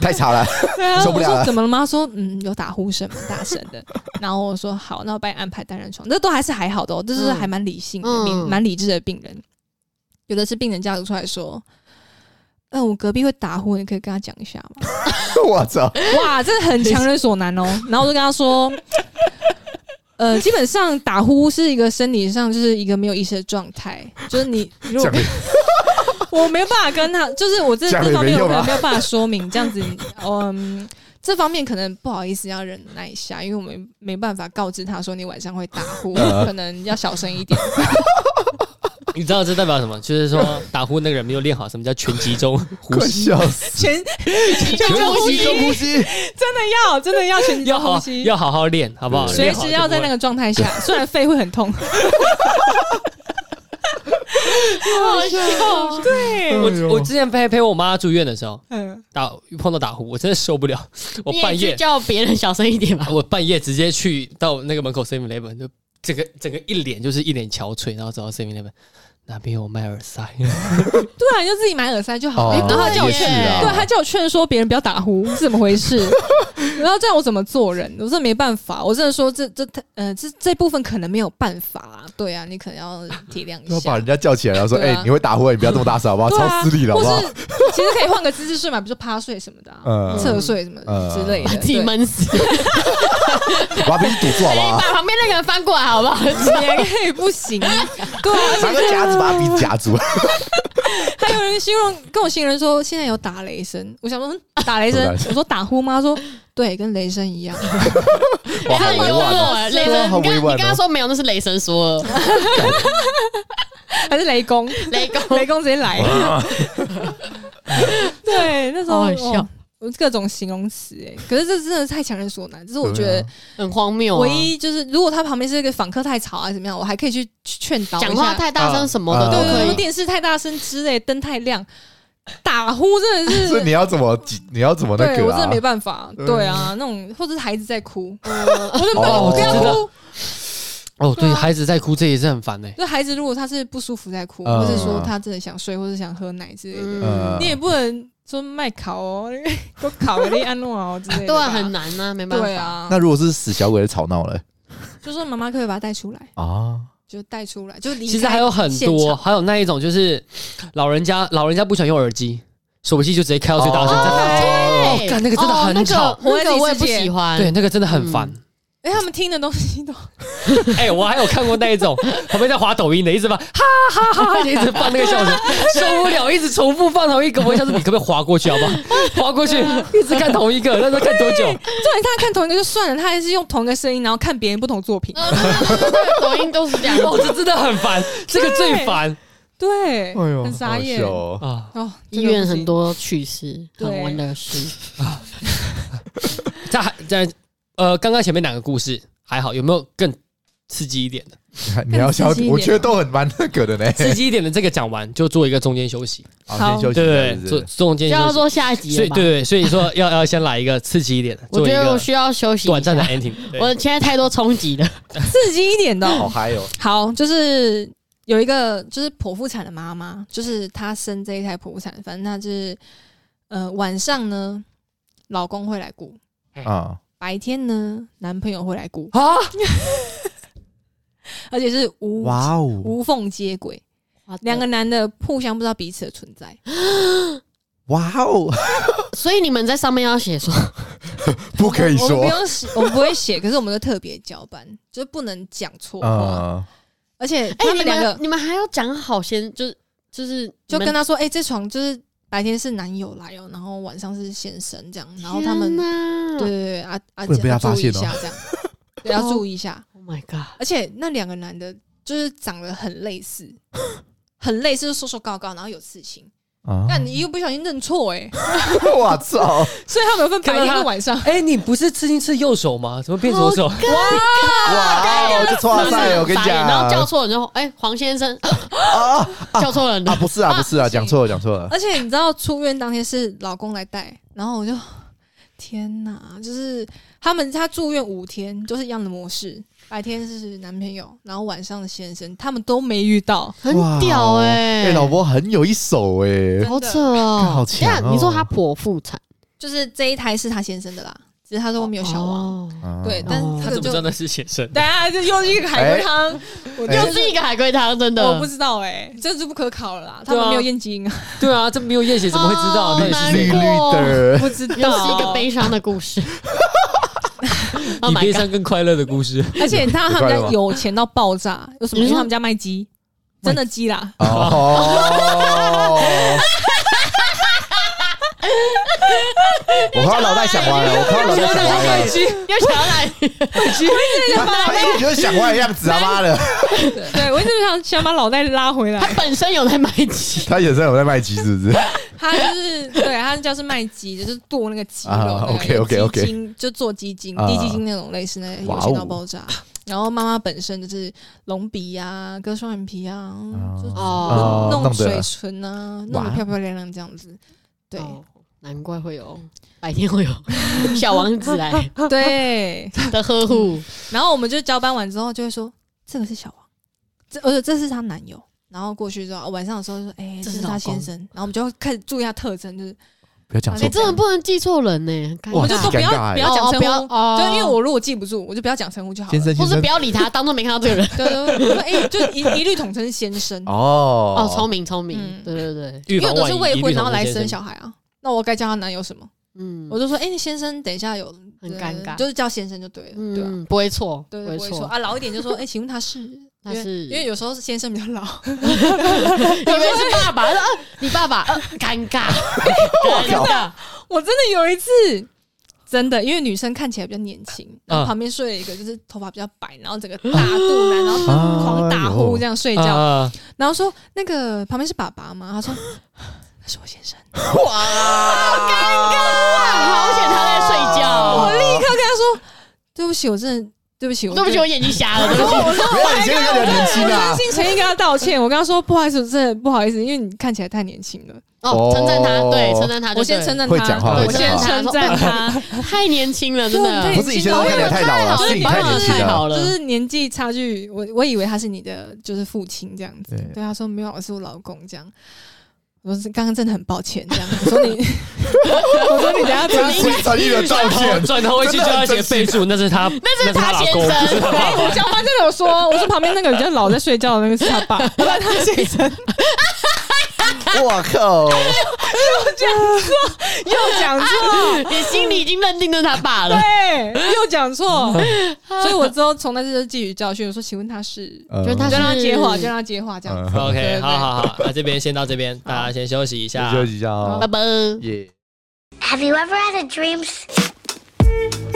Speaker 3: 太吵了，？”
Speaker 2: 对啊，
Speaker 3: 受不
Speaker 2: 我
Speaker 3: 了了
Speaker 2: 说怎么了吗？他说：“嗯，有打呼声，蛮大声 的。”然后我说：“好，那我帮你安排单人床。”这都还是还好的哦，这是
Speaker 1: 嗯
Speaker 2: 还蛮理性的、
Speaker 1: 嗯
Speaker 2: 理蛮理智的病人。有的是病人家属出来说。嗯，我隔壁会打呼，你可以跟他讲一下吗？
Speaker 3: 我 操！
Speaker 2: 哇，这很强人所难哦。然后我就跟他说，呃，基本上打呼是一个生理上就是一个没有意识的状态，就是你如果
Speaker 3: 讲得
Speaker 2: 我没有办法跟他，就是我这
Speaker 3: 讲了
Speaker 2: 这
Speaker 3: 也
Speaker 2: 方
Speaker 3: 没
Speaker 2: 面
Speaker 3: 用
Speaker 2: 我
Speaker 3: 啊
Speaker 2: 可能没有办法说明，这样子，嗯，这方面可能不好意思，要忍耐一下，因为我们没办法告知他说你晚上会打呼，
Speaker 3: 呃
Speaker 2: 可能要小声一点。
Speaker 4: 你知道这代表什么？就是说打呼那个人没有练好什么叫全集中呼
Speaker 3: 快
Speaker 4: 吸，
Speaker 3: 笑死！
Speaker 2: 全
Speaker 3: 全
Speaker 2: 全
Speaker 3: 呼
Speaker 2: 呼
Speaker 3: 吸，
Speaker 2: 吸
Speaker 3: 深呼吸，
Speaker 2: 真的 要真的要全集
Speaker 4: 要
Speaker 2: 中呼
Speaker 4: 好
Speaker 2: 吸，
Speaker 4: 要好好练，好不好？
Speaker 3: 对
Speaker 2: 随时要在那个
Speaker 4: 个。
Speaker 2: 状态 下，虽然肺会很痛。
Speaker 1: 好笑，
Speaker 2: 对，
Speaker 3: 哎
Speaker 4: 我
Speaker 3: 呦
Speaker 4: 我之前陪陪我妈住院的时候，
Speaker 2: 嗯，
Speaker 4: 打碰到打呼，我真的受不了，我
Speaker 1: 你也
Speaker 4: 半
Speaker 1: 去
Speaker 4: 夜
Speaker 1: 叫别人小声一点吧。
Speaker 4: 啊我半夜直接去到那个门口 Seven Eleven，就整个整个一脸就是一脸憔悴，然后走到 Seven Eleven 那边有卖耳塞，
Speaker 2: 对啊，你就自己买耳塞就好了。
Speaker 3: 哦
Speaker 2: 然后他叫我
Speaker 3: 也是
Speaker 2: 劝，
Speaker 3: 啊，
Speaker 2: 对，他叫我劝说别人不要打呼，是怎么回事？然后这样我怎么做人？我真的没办法，我真的说这这太呃这这部分可能没有办法、对啊，你可能要体谅一
Speaker 3: 要把
Speaker 2: 下
Speaker 3: 人。家叫起来，然后说：“
Speaker 2: 对啊
Speaker 3: 哎，你会打呼，你不要这么大声，好不好？
Speaker 2: 对
Speaker 3: 超
Speaker 2: 啊，
Speaker 3: 失礼了，好
Speaker 2: 或
Speaker 3: 不好
Speaker 2: 是其实可以换个姿势睡嘛，比如说趴睡什么的、啊，
Speaker 3: 嗯？”
Speaker 2: 侧睡什么
Speaker 3: 嗯
Speaker 2: 之类的。
Speaker 1: 自己
Speaker 2: 对
Speaker 1: 闷死，
Speaker 3: 我把鼻子堵住，好不
Speaker 1: 把
Speaker 3: 好？
Speaker 1: 旁边那个人翻过来好不好？
Speaker 2: 也可以不行，对啊，而且
Speaker 3: 拿个夹子把他鼻 子夹住，
Speaker 2: 还有人形容跟我形容说现在有打雷声，我想说嗯打雷声
Speaker 3: 打雷，
Speaker 2: 我说打呼吗？他说对，跟雷声一样。
Speaker 3: 哇，好
Speaker 1: 很
Speaker 3: 委
Speaker 1: 幽
Speaker 3: 婉哦，
Speaker 1: 默，雷神，
Speaker 3: 好
Speaker 1: 你刚
Speaker 3: 委
Speaker 1: 你
Speaker 3: 婉哦
Speaker 1: 刚刚说没有，那是雷神说的，
Speaker 2: 还是雷公，
Speaker 1: 雷公
Speaker 2: 雷公直接来。对，那时候
Speaker 1: 好好笑
Speaker 2: 哦我各种形容词哎，可是这真的是太强人所难。这是我觉得
Speaker 1: 很荒谬啊。
Speaker 2: 唯一就是，如果他旁边是一个访客太吵啊怎么样，我还可以去去劝导一下
Speaker 1: 讲话太大声什么的
Speaker 3: 啊
Speaker 1: 都
Speaker 2: 对
Speaker 1: 可
Speaker 2: 对对，
Speaker 1: 以，
Speaker 2: 电视太大声之类，灯太亮，打呼真的 是
Speaker 3: 所以你要怎么挤，你要怎么那
Speaker 2: 对我
Speaker 3: 个
Speaker 2: 真的
Speaker 3: 啊
Speaker 2: 没？办法。
Speaker 3: 嗯
Speaker 2: 对啊，那种或者是孩子在哭，
Speaker 1: 嗯
Speaker 2: 我就不
Speaker 3: 哦
Speaker 2: 要不要
Speaker 4: 我知道
Speaker 2: 哭。
Speaker 4: 哦，对，
Speaker 2: 对啊
Speaker 4: 孩子在哭，这也是很烦哎、
Speaker 2: 就孩子如果他是不舒服在哭，
Speaker 3: 嗯
Speaker 2: 或是说他真的想睡，或是想喝奶之类的，
Speaker 1: 嗯
Speaker 3: 嗯，
Speaker 2: 你也不能说卖烤哦，都烤了你安诺哦之类 的吧。
Speaker 1: 对啊，很难啊，没办
Speaker 2: 对
Speaker 1: 法。
Speaker 2: 啊
Speaker 3: 那，如果是死小鬼在吵闹嘞
Speaker 2: 就说妈妈可不可以把他带出来，
Speaker 3: 啊？
Speaker 2: 就带出来，就离开
Speaker 4: 其实还有很
Speaker 2: 现
Speaker 4: 多，
Speaker 2: 场
Speaker 4: 还有那一种就是老人家老人家不喜欢用耳机，手机就直接开到最大声，再放
Speaker 3: 哦
Speaker 1: 哦
Speaker 4: 干那个真的很吵
Speaker 1: 那个
Speaker 2: 我也
Speaker 1: 那个我也
Speaker 2: 理
Speaker 1: 不
Speaker 2: 解
Speaker 1: 喜欢。
Speaker 4: 对，那个真的很烦。
Speaker 2: 哎、他们听的东西都
Speaker 4: 哎、我还有看过那一种旁边在滑抖音的，一直放哈哈哈哈，一直放那个笑声，受不了，一直重复放同一个。我想说你可不可以滑过去好不好？滑过去，一直看同一个，那时候看多久？
Speaker 2: 重点，他看同一个就算了，他还是用同一个声音，然后看别人不同作品。
Speaker 1: 呃，对对对对抖音都哎是这 样。
Speaker 4: 哦，这真的很烦，这个最烦
Speaker 2: 对，
Speaker 3: 哎呦，
Speaker 2: 很傻眼。
Speaker 3: 好好笑哦
Speaker 4: 啊！
Speaker 2: 哦，
Speaker 1: 医院很多趣事，
Speaker 2: 对
Speaker 1: 很玩的事。
Speaker 4: 在在呃，刚刚前面两个故事还好，有没有更刺激一点的？
Speaker 3: 你要消
Speaker 2: 更刺激一，点
Speaker 3: 我觉得都很蛮那个的呢。
Speaker 4: 刺激一点的这个讲完，就做一个中间休息，
Speaker 2: 好
Speaker 3: 先休息
Speaker 4: 对
Speaker 3: 一下
Speaker 4: 不对？
Speaker 3: 是不
Speaker 4: 做
Speaker 3: 是
Speaker 4: 中
Speaker 1: 就
Speaker 4: 间
Speaker 1: 要
Speaker 4: 休息，
Speaker 1: 做下一集
Speaker 4: 所以
Speaker 1: 了
Speaker 4: 对
Speaker 1: 吧？
Speaker 4: 对，所以说要要先来一个刺激一点的，
Speaker 1: 我
Speaker 4: 做一
Speaker 1: 觉得我
Speaker 4: 个
Speaker 1: 需要休息一下
Speaker 4: 短暂的 ending。对
Speaker 1: 我现在太多冲击了。
Speaker 2: 刺激一点的
Speaker 3: 好
Speaker 2: 哦、
Speaker 3: 嗨哦！
Speaker 2: 好，就是有一个就是剖腹产的妈妈，就是她生这一胎剖腹产，反正她就是呃晚上呢，老公会来顾，
Speaker 3: 啊，
Speaker 2: 白天呢男朋友会来顾，
Speaker 4: 啊，
Speaker 2: 而且是无
Speaker 3: 哇哦，
Speaker 2: 无缝接轨，两个男的互相不知道彼此的存在，
Speaker 3: 哇哦，
Speaker 1: 所以你们在上面要写说，
Speaker 3: 不可以
Speaker 2: 我们不
Speaker 3: 说，
Speaker 2: 用写，我们不会写，可是我们都特别交班，就是不能讲错话，
Speaker 3: 嗯，
Speaker 2: 而且
Speaker 1: 哎、
Speaker 2: 他
Speaker 1: 你
Speaker 2: 们两
Speaker 1: 们
Speaker 2: 个
Speaker 1: 你们还要讲好先，就是就是你
Speaker 2: 就
Speaker 1: 们
Speaker 2: 跟他说，哎、这床就是白天是男友来哦，然后晚上是先生这样，然后他
Speaker 1: 天。
Speaker 2: 们
Speaker 1: 哪
Speaker 2: 对对对，啊啊，
Speaker 3: 不能被他发现哦
Speaker 2: 要 注意一下这样，对，要注意一下。
Speaker 1: ，Oh my god，
Speaker 2: 而且那两个男的，就是长得很类似，很类似，就是瘦瘦高高，然后有刺青。
Speaker 3: 啊
Speaker 2: 但你又不小心认错哎、
Speaker 3: 我操，
Speaker 2: 所以他们有分白天
Speaker 4: 看到
Speaker 2: 跟
Speaker 4: 他
Speaker 2: 晚上。
Speaker 4: 哎，你不是刺青刺右手吗？怎么变左手？
Speaker 3: 哇哦，这
Speaker 4: 啊
Speaker 3: 错
Speaker 1: 马
Speaker 3: 赛，
Speaker 1: 上
Speaker 3: 我跟你
Speaker 1: 傻眼然后叫
Speaker 3: 讲，
Speaker 1: 错人就哎、黄先生、
Speaker 3: 啊
Speaker 1: 叫错人了，
Speaker 3: 啊，不是啊，不 是啊，讲错了，讲错了，
Speaker 2: 而且你知道出院当天是老公来带，然后我就天哪，就是他们他住院五天，就是一样的模式，白天是男朋友，然后晚上的先生，他们都没遇到。
Speaker 1: 很屌哎、
Speaker 3: 哎，老婆很有一手哎，
Speaker 1: 好扯
Speaker 3: 看
Speaker 1: 哦，
Speaker 3: 好强哦
Speaker 1: 等一下你说她剖腹产，
Speaker 2: 就是这一胎是他先生的啦，只是他说我没有小王。
Speaker 1: 哦，
Speaker 3: 啊
Speaker 2: 对，但
Speaker 1: 哦
Speaker 2: 是
Speaker 4: 他
Speaker 2: 这个
Speaker 4: 怎么知道
Speaker 2: 就
Speaker 4: 那是先生？
Speaker 2: 大家就又是一个海龟汤，我
Speaker 1: 又是一个海龟汤，真的，
Speaker 2: 哎我不知道 哎、这就不可考了啦，他
Speaker 4: 对
Speaker 2: 们
Speaker 4: 啊
Speaker 2: 没有验基因啊，
Speaker 4: 对啊，这没有验血怎么会知道？
Speaker 1: 哦
Speaker 4: 到底是
Speaker 1: 难
Speaker 3: 绿
Speaker 4: 谁
Speaker 3: 绿？的，
Speaker 2: 不知道，
Speaker 1: 又是一个悲伤的故 事。oh
Speaker 4: 比
Speaker 1: my
Speaker 4: 悲
Speaker 1: god！
Speaker 4: 伤更快乐的故事。
Speaker 2: 而且你看他们
Speaker 3: 有快乐
Speaker 2: 家
Speaker 3: 吗
Speaker 2: 有钱到爆炸，有什么？
Speaker 1: 你
Speaker 2: 因
Speaker 1: 说
Speaker 2: 为他们家卖鸡，真的鸡啦，
Speaker 3: 哦。我靠，脑袋想 歪了，我靠，脑袋想歪了，
Speaker 1: 又想要来，
Speaker 3: 他他一直就是想歪的样子啊！妈的，
Speaker 2: 对我一直想想把脑袋拉回
Speaker 1: 他
Speaker 2: 来，
Speaker 1: 本身有在买鸡，
Speaker 3: 他眼神有在卖鸡是不是？
Speaker 2: 他就是对，他们家是卖鸡，就是剁那个鸡肉
Speaker 3: 啊
Speaker 2: 对
Speaker 3: OK，OK，OK
Speaker 2: 鸡精就做鸡精、
Speaker 3: 啊哦
Speaker 2: 低鸡精那种类似那有钱到爆炸。然后妈妈本身就是隆鼻啊、割双眼皮啊，就
Speaker 1: 哦
Speaker 2: 弄
Speaker 3: 得
Speaker 2: 水唇啊，弄得
Speaker 3: 哇
Speaker 2: 漂漂亮亮这样子。对、
Speaker 1: 哦难怪会有白天会有小王子来
Speaker 2: 对，
Speaker 1: 的呵 护，
Speaker 2: 然后我们就交班完之后就会说这个是小王，这而且这是她男友。然后过去之后、哦晚上的时候就说，哎、
Speaker 1: 这
Speaker 2: 这
Speaker 1: 是
Speaker 2: 是
Speaker 1: 老
Speaker 2: 她
Speaker 1: 公
Speaker 2: 先生。
Speaker 3: 哦
Speaker 2: 然后我们就会开始注意她特征，就是
Speaker 3: 不要讲
Speaker 1: 你
Speaker 3: 错
Speaker 2: 哎，
Speaker 1: 真的不能记错人呢、很尴尬
Speaker 3: 哇
Speaker 2: 我们就都不要
Speaker 3: 尴尬欸
Speaker 2: 不要
Speaker 1: 哦
Speaker 2: 讲
Speaker 1: 哦
Speaker 2: 称
Speaker 1: 不要
Speaker 2: 呼，
Speaker 1: 哦
Speaker 2: 就因为我如果记不住，我就不要讲称呼就好了。
Speaker 3: 先生
Speaker 1: 或
Speaker 3: 先
Speaker 1: 是
Speaker 3: 生
Speaker 1: 不要理他，当做没看到这个人。
Speaker 2: 对对对，哎、就一一律统称先生。
Speaker 1: 哦，聪
Speaker 3: 哦，
Speaker 1: 明聪明，
Speaker 2: 嗯
Speaker 1: 对对对，
Speaker 4: 预
Speaker 2: 因为
Speaker 4: 防
Speaker 2: 我都
Speaker 4: 万
Speaker 2: 是
Speaker 4: 一，
Speaker 2: 未婚
Speaker 4: 一律
Speaker 2: 然后
Speaker 4: 同
Speaker 2: 来
Speaker 4: 先
Speaker 2: 生
Speaker 4: 生
Speaker 2: 小孩啊，那我该叫她男友什么？
Speaker 1: 嗯，
Speaker 2: 我就说，哎、先生，等一下有
Speaker 1: 很
Speaker 2: 对
Speaker 1: 尴尬
Speaker 2: 就是叫先生就对了，对啊。
Speaker 1: 嗯不会错，
Speaker 2: 对对，不会
Speaker 1: 错
Speaker 2: 错，啊。老一点就说，哎、请问他是？
Speaker 1: 他是
Speaker 2: 因为因 为有时候先生比较老，
Speaker 1: 以为是爸爸，说啊你爸爸， 呃尴尬，尴尬，
Speaker 2: 我真的有一次，真的，因为女生看起来比较年轻，然后
Speaker 4: 嗯
Speaker 2: 旁边睡了一个就是头发比较白，然后整个大肚腩，然后狂打呼这样睡觉，
Speaker 4: 啊
Speaker 2: 然后说那个旁边是爸爸吗？他 说那是我先生，
Speaker 1: 好险他在睡
Speaker 2: 我
Speaker 3: 啊
Speaker 1: 觉，
Speaker 2: 立刻跟他说对不起，我真的对不起，我
Speaker 1: 对不起，
Speaker 2: 真
Speaker 1: 我
Speaker 2: 的。
Speaker 1: 眼睛瞎了，对不起，
Speaker 3: 没有，你现在看起来年轻
Speaker 2: 我
Speaker 3: 啊
Speaker 2: 诚，心诚意跟他道歉，我跟他说不好意思，我真的不好意思，因为你看起来太年轻了。
Speaker 1: 哦，称赞他，
Speaker 3: 哦
Speaker 1: 对，称赞他就对了，
Speaker 2: 我先称赞
Speaker 3: 会讲话
Speaker 2: 他，
Speaker 1: 会
Speaker 2: 我
Speaker 1: 讲
Speaker 2: 先
Speaker 1: 话
Speaker 2: 称赞 他，
Speaker 1: 哦太年轻了，真
Speaker 2: 对
Speaker 1: 的
Speaker 3: 不是你先生看起来太老了，
Speaker 1: 就是
Speaker 3: 啊是
Speaker 1: 你
Speaker 3: 哦你
Speaker 1: 爸
Speaker 3: 太
Speaker 1: 爸
Speaker 3: 年轻啊
Speaker 1: 太好
Speaker 3: 了。
Speaker 1: 了
Speaker 2: 就，是年纪差距，我我以为他是你的就是父亲这样子，
Speaker 3: 对
Speaker 2: 对他说没有，我是我老公这样。我说是刚刚真的很抱歉，这样我说你， 我说你等下不要
Speaker 3: 真 心诚意的道
Speaker 4: 转头
Speaker 3: 歉，
Speaker 4: 转头回去叫他姐备注，那是他，那
Speaker 1: 是他
Speaker 4: 老
Speaker 1: 先
Speaker 4: 公，
Speaker 1: 生
Speaker 4: 不是他爸爸。
Speaker 2: 小花真的有说，我说旁边那个比较老在睡觉的那个是他 爸，不然他先生
Speaker 3: 我靠！
Speaker 2: 又讲错，
Speaker 1: 你心里已经认定那是他爸了，
Speaker 2: 对，又讲错， 所以我之后从那次就汲取教训，我说请问他是，
Speaker 1: 觉得他
Speaker 2: 就让他
Speaker 1: 是
Speaker 2: 接话，就让他接话这样子。
Speaker 3: 嗯
Speaker 4: OK，
Speaker 2: 对
Speaker 4: 好好好，那这边先到这边，大家先休息一下。
Speaker 3: 休息一下哦
Speaker 1: 拜，拜。
Speaker 3: 耶。
Speaker 5: Have you ever had a dream s-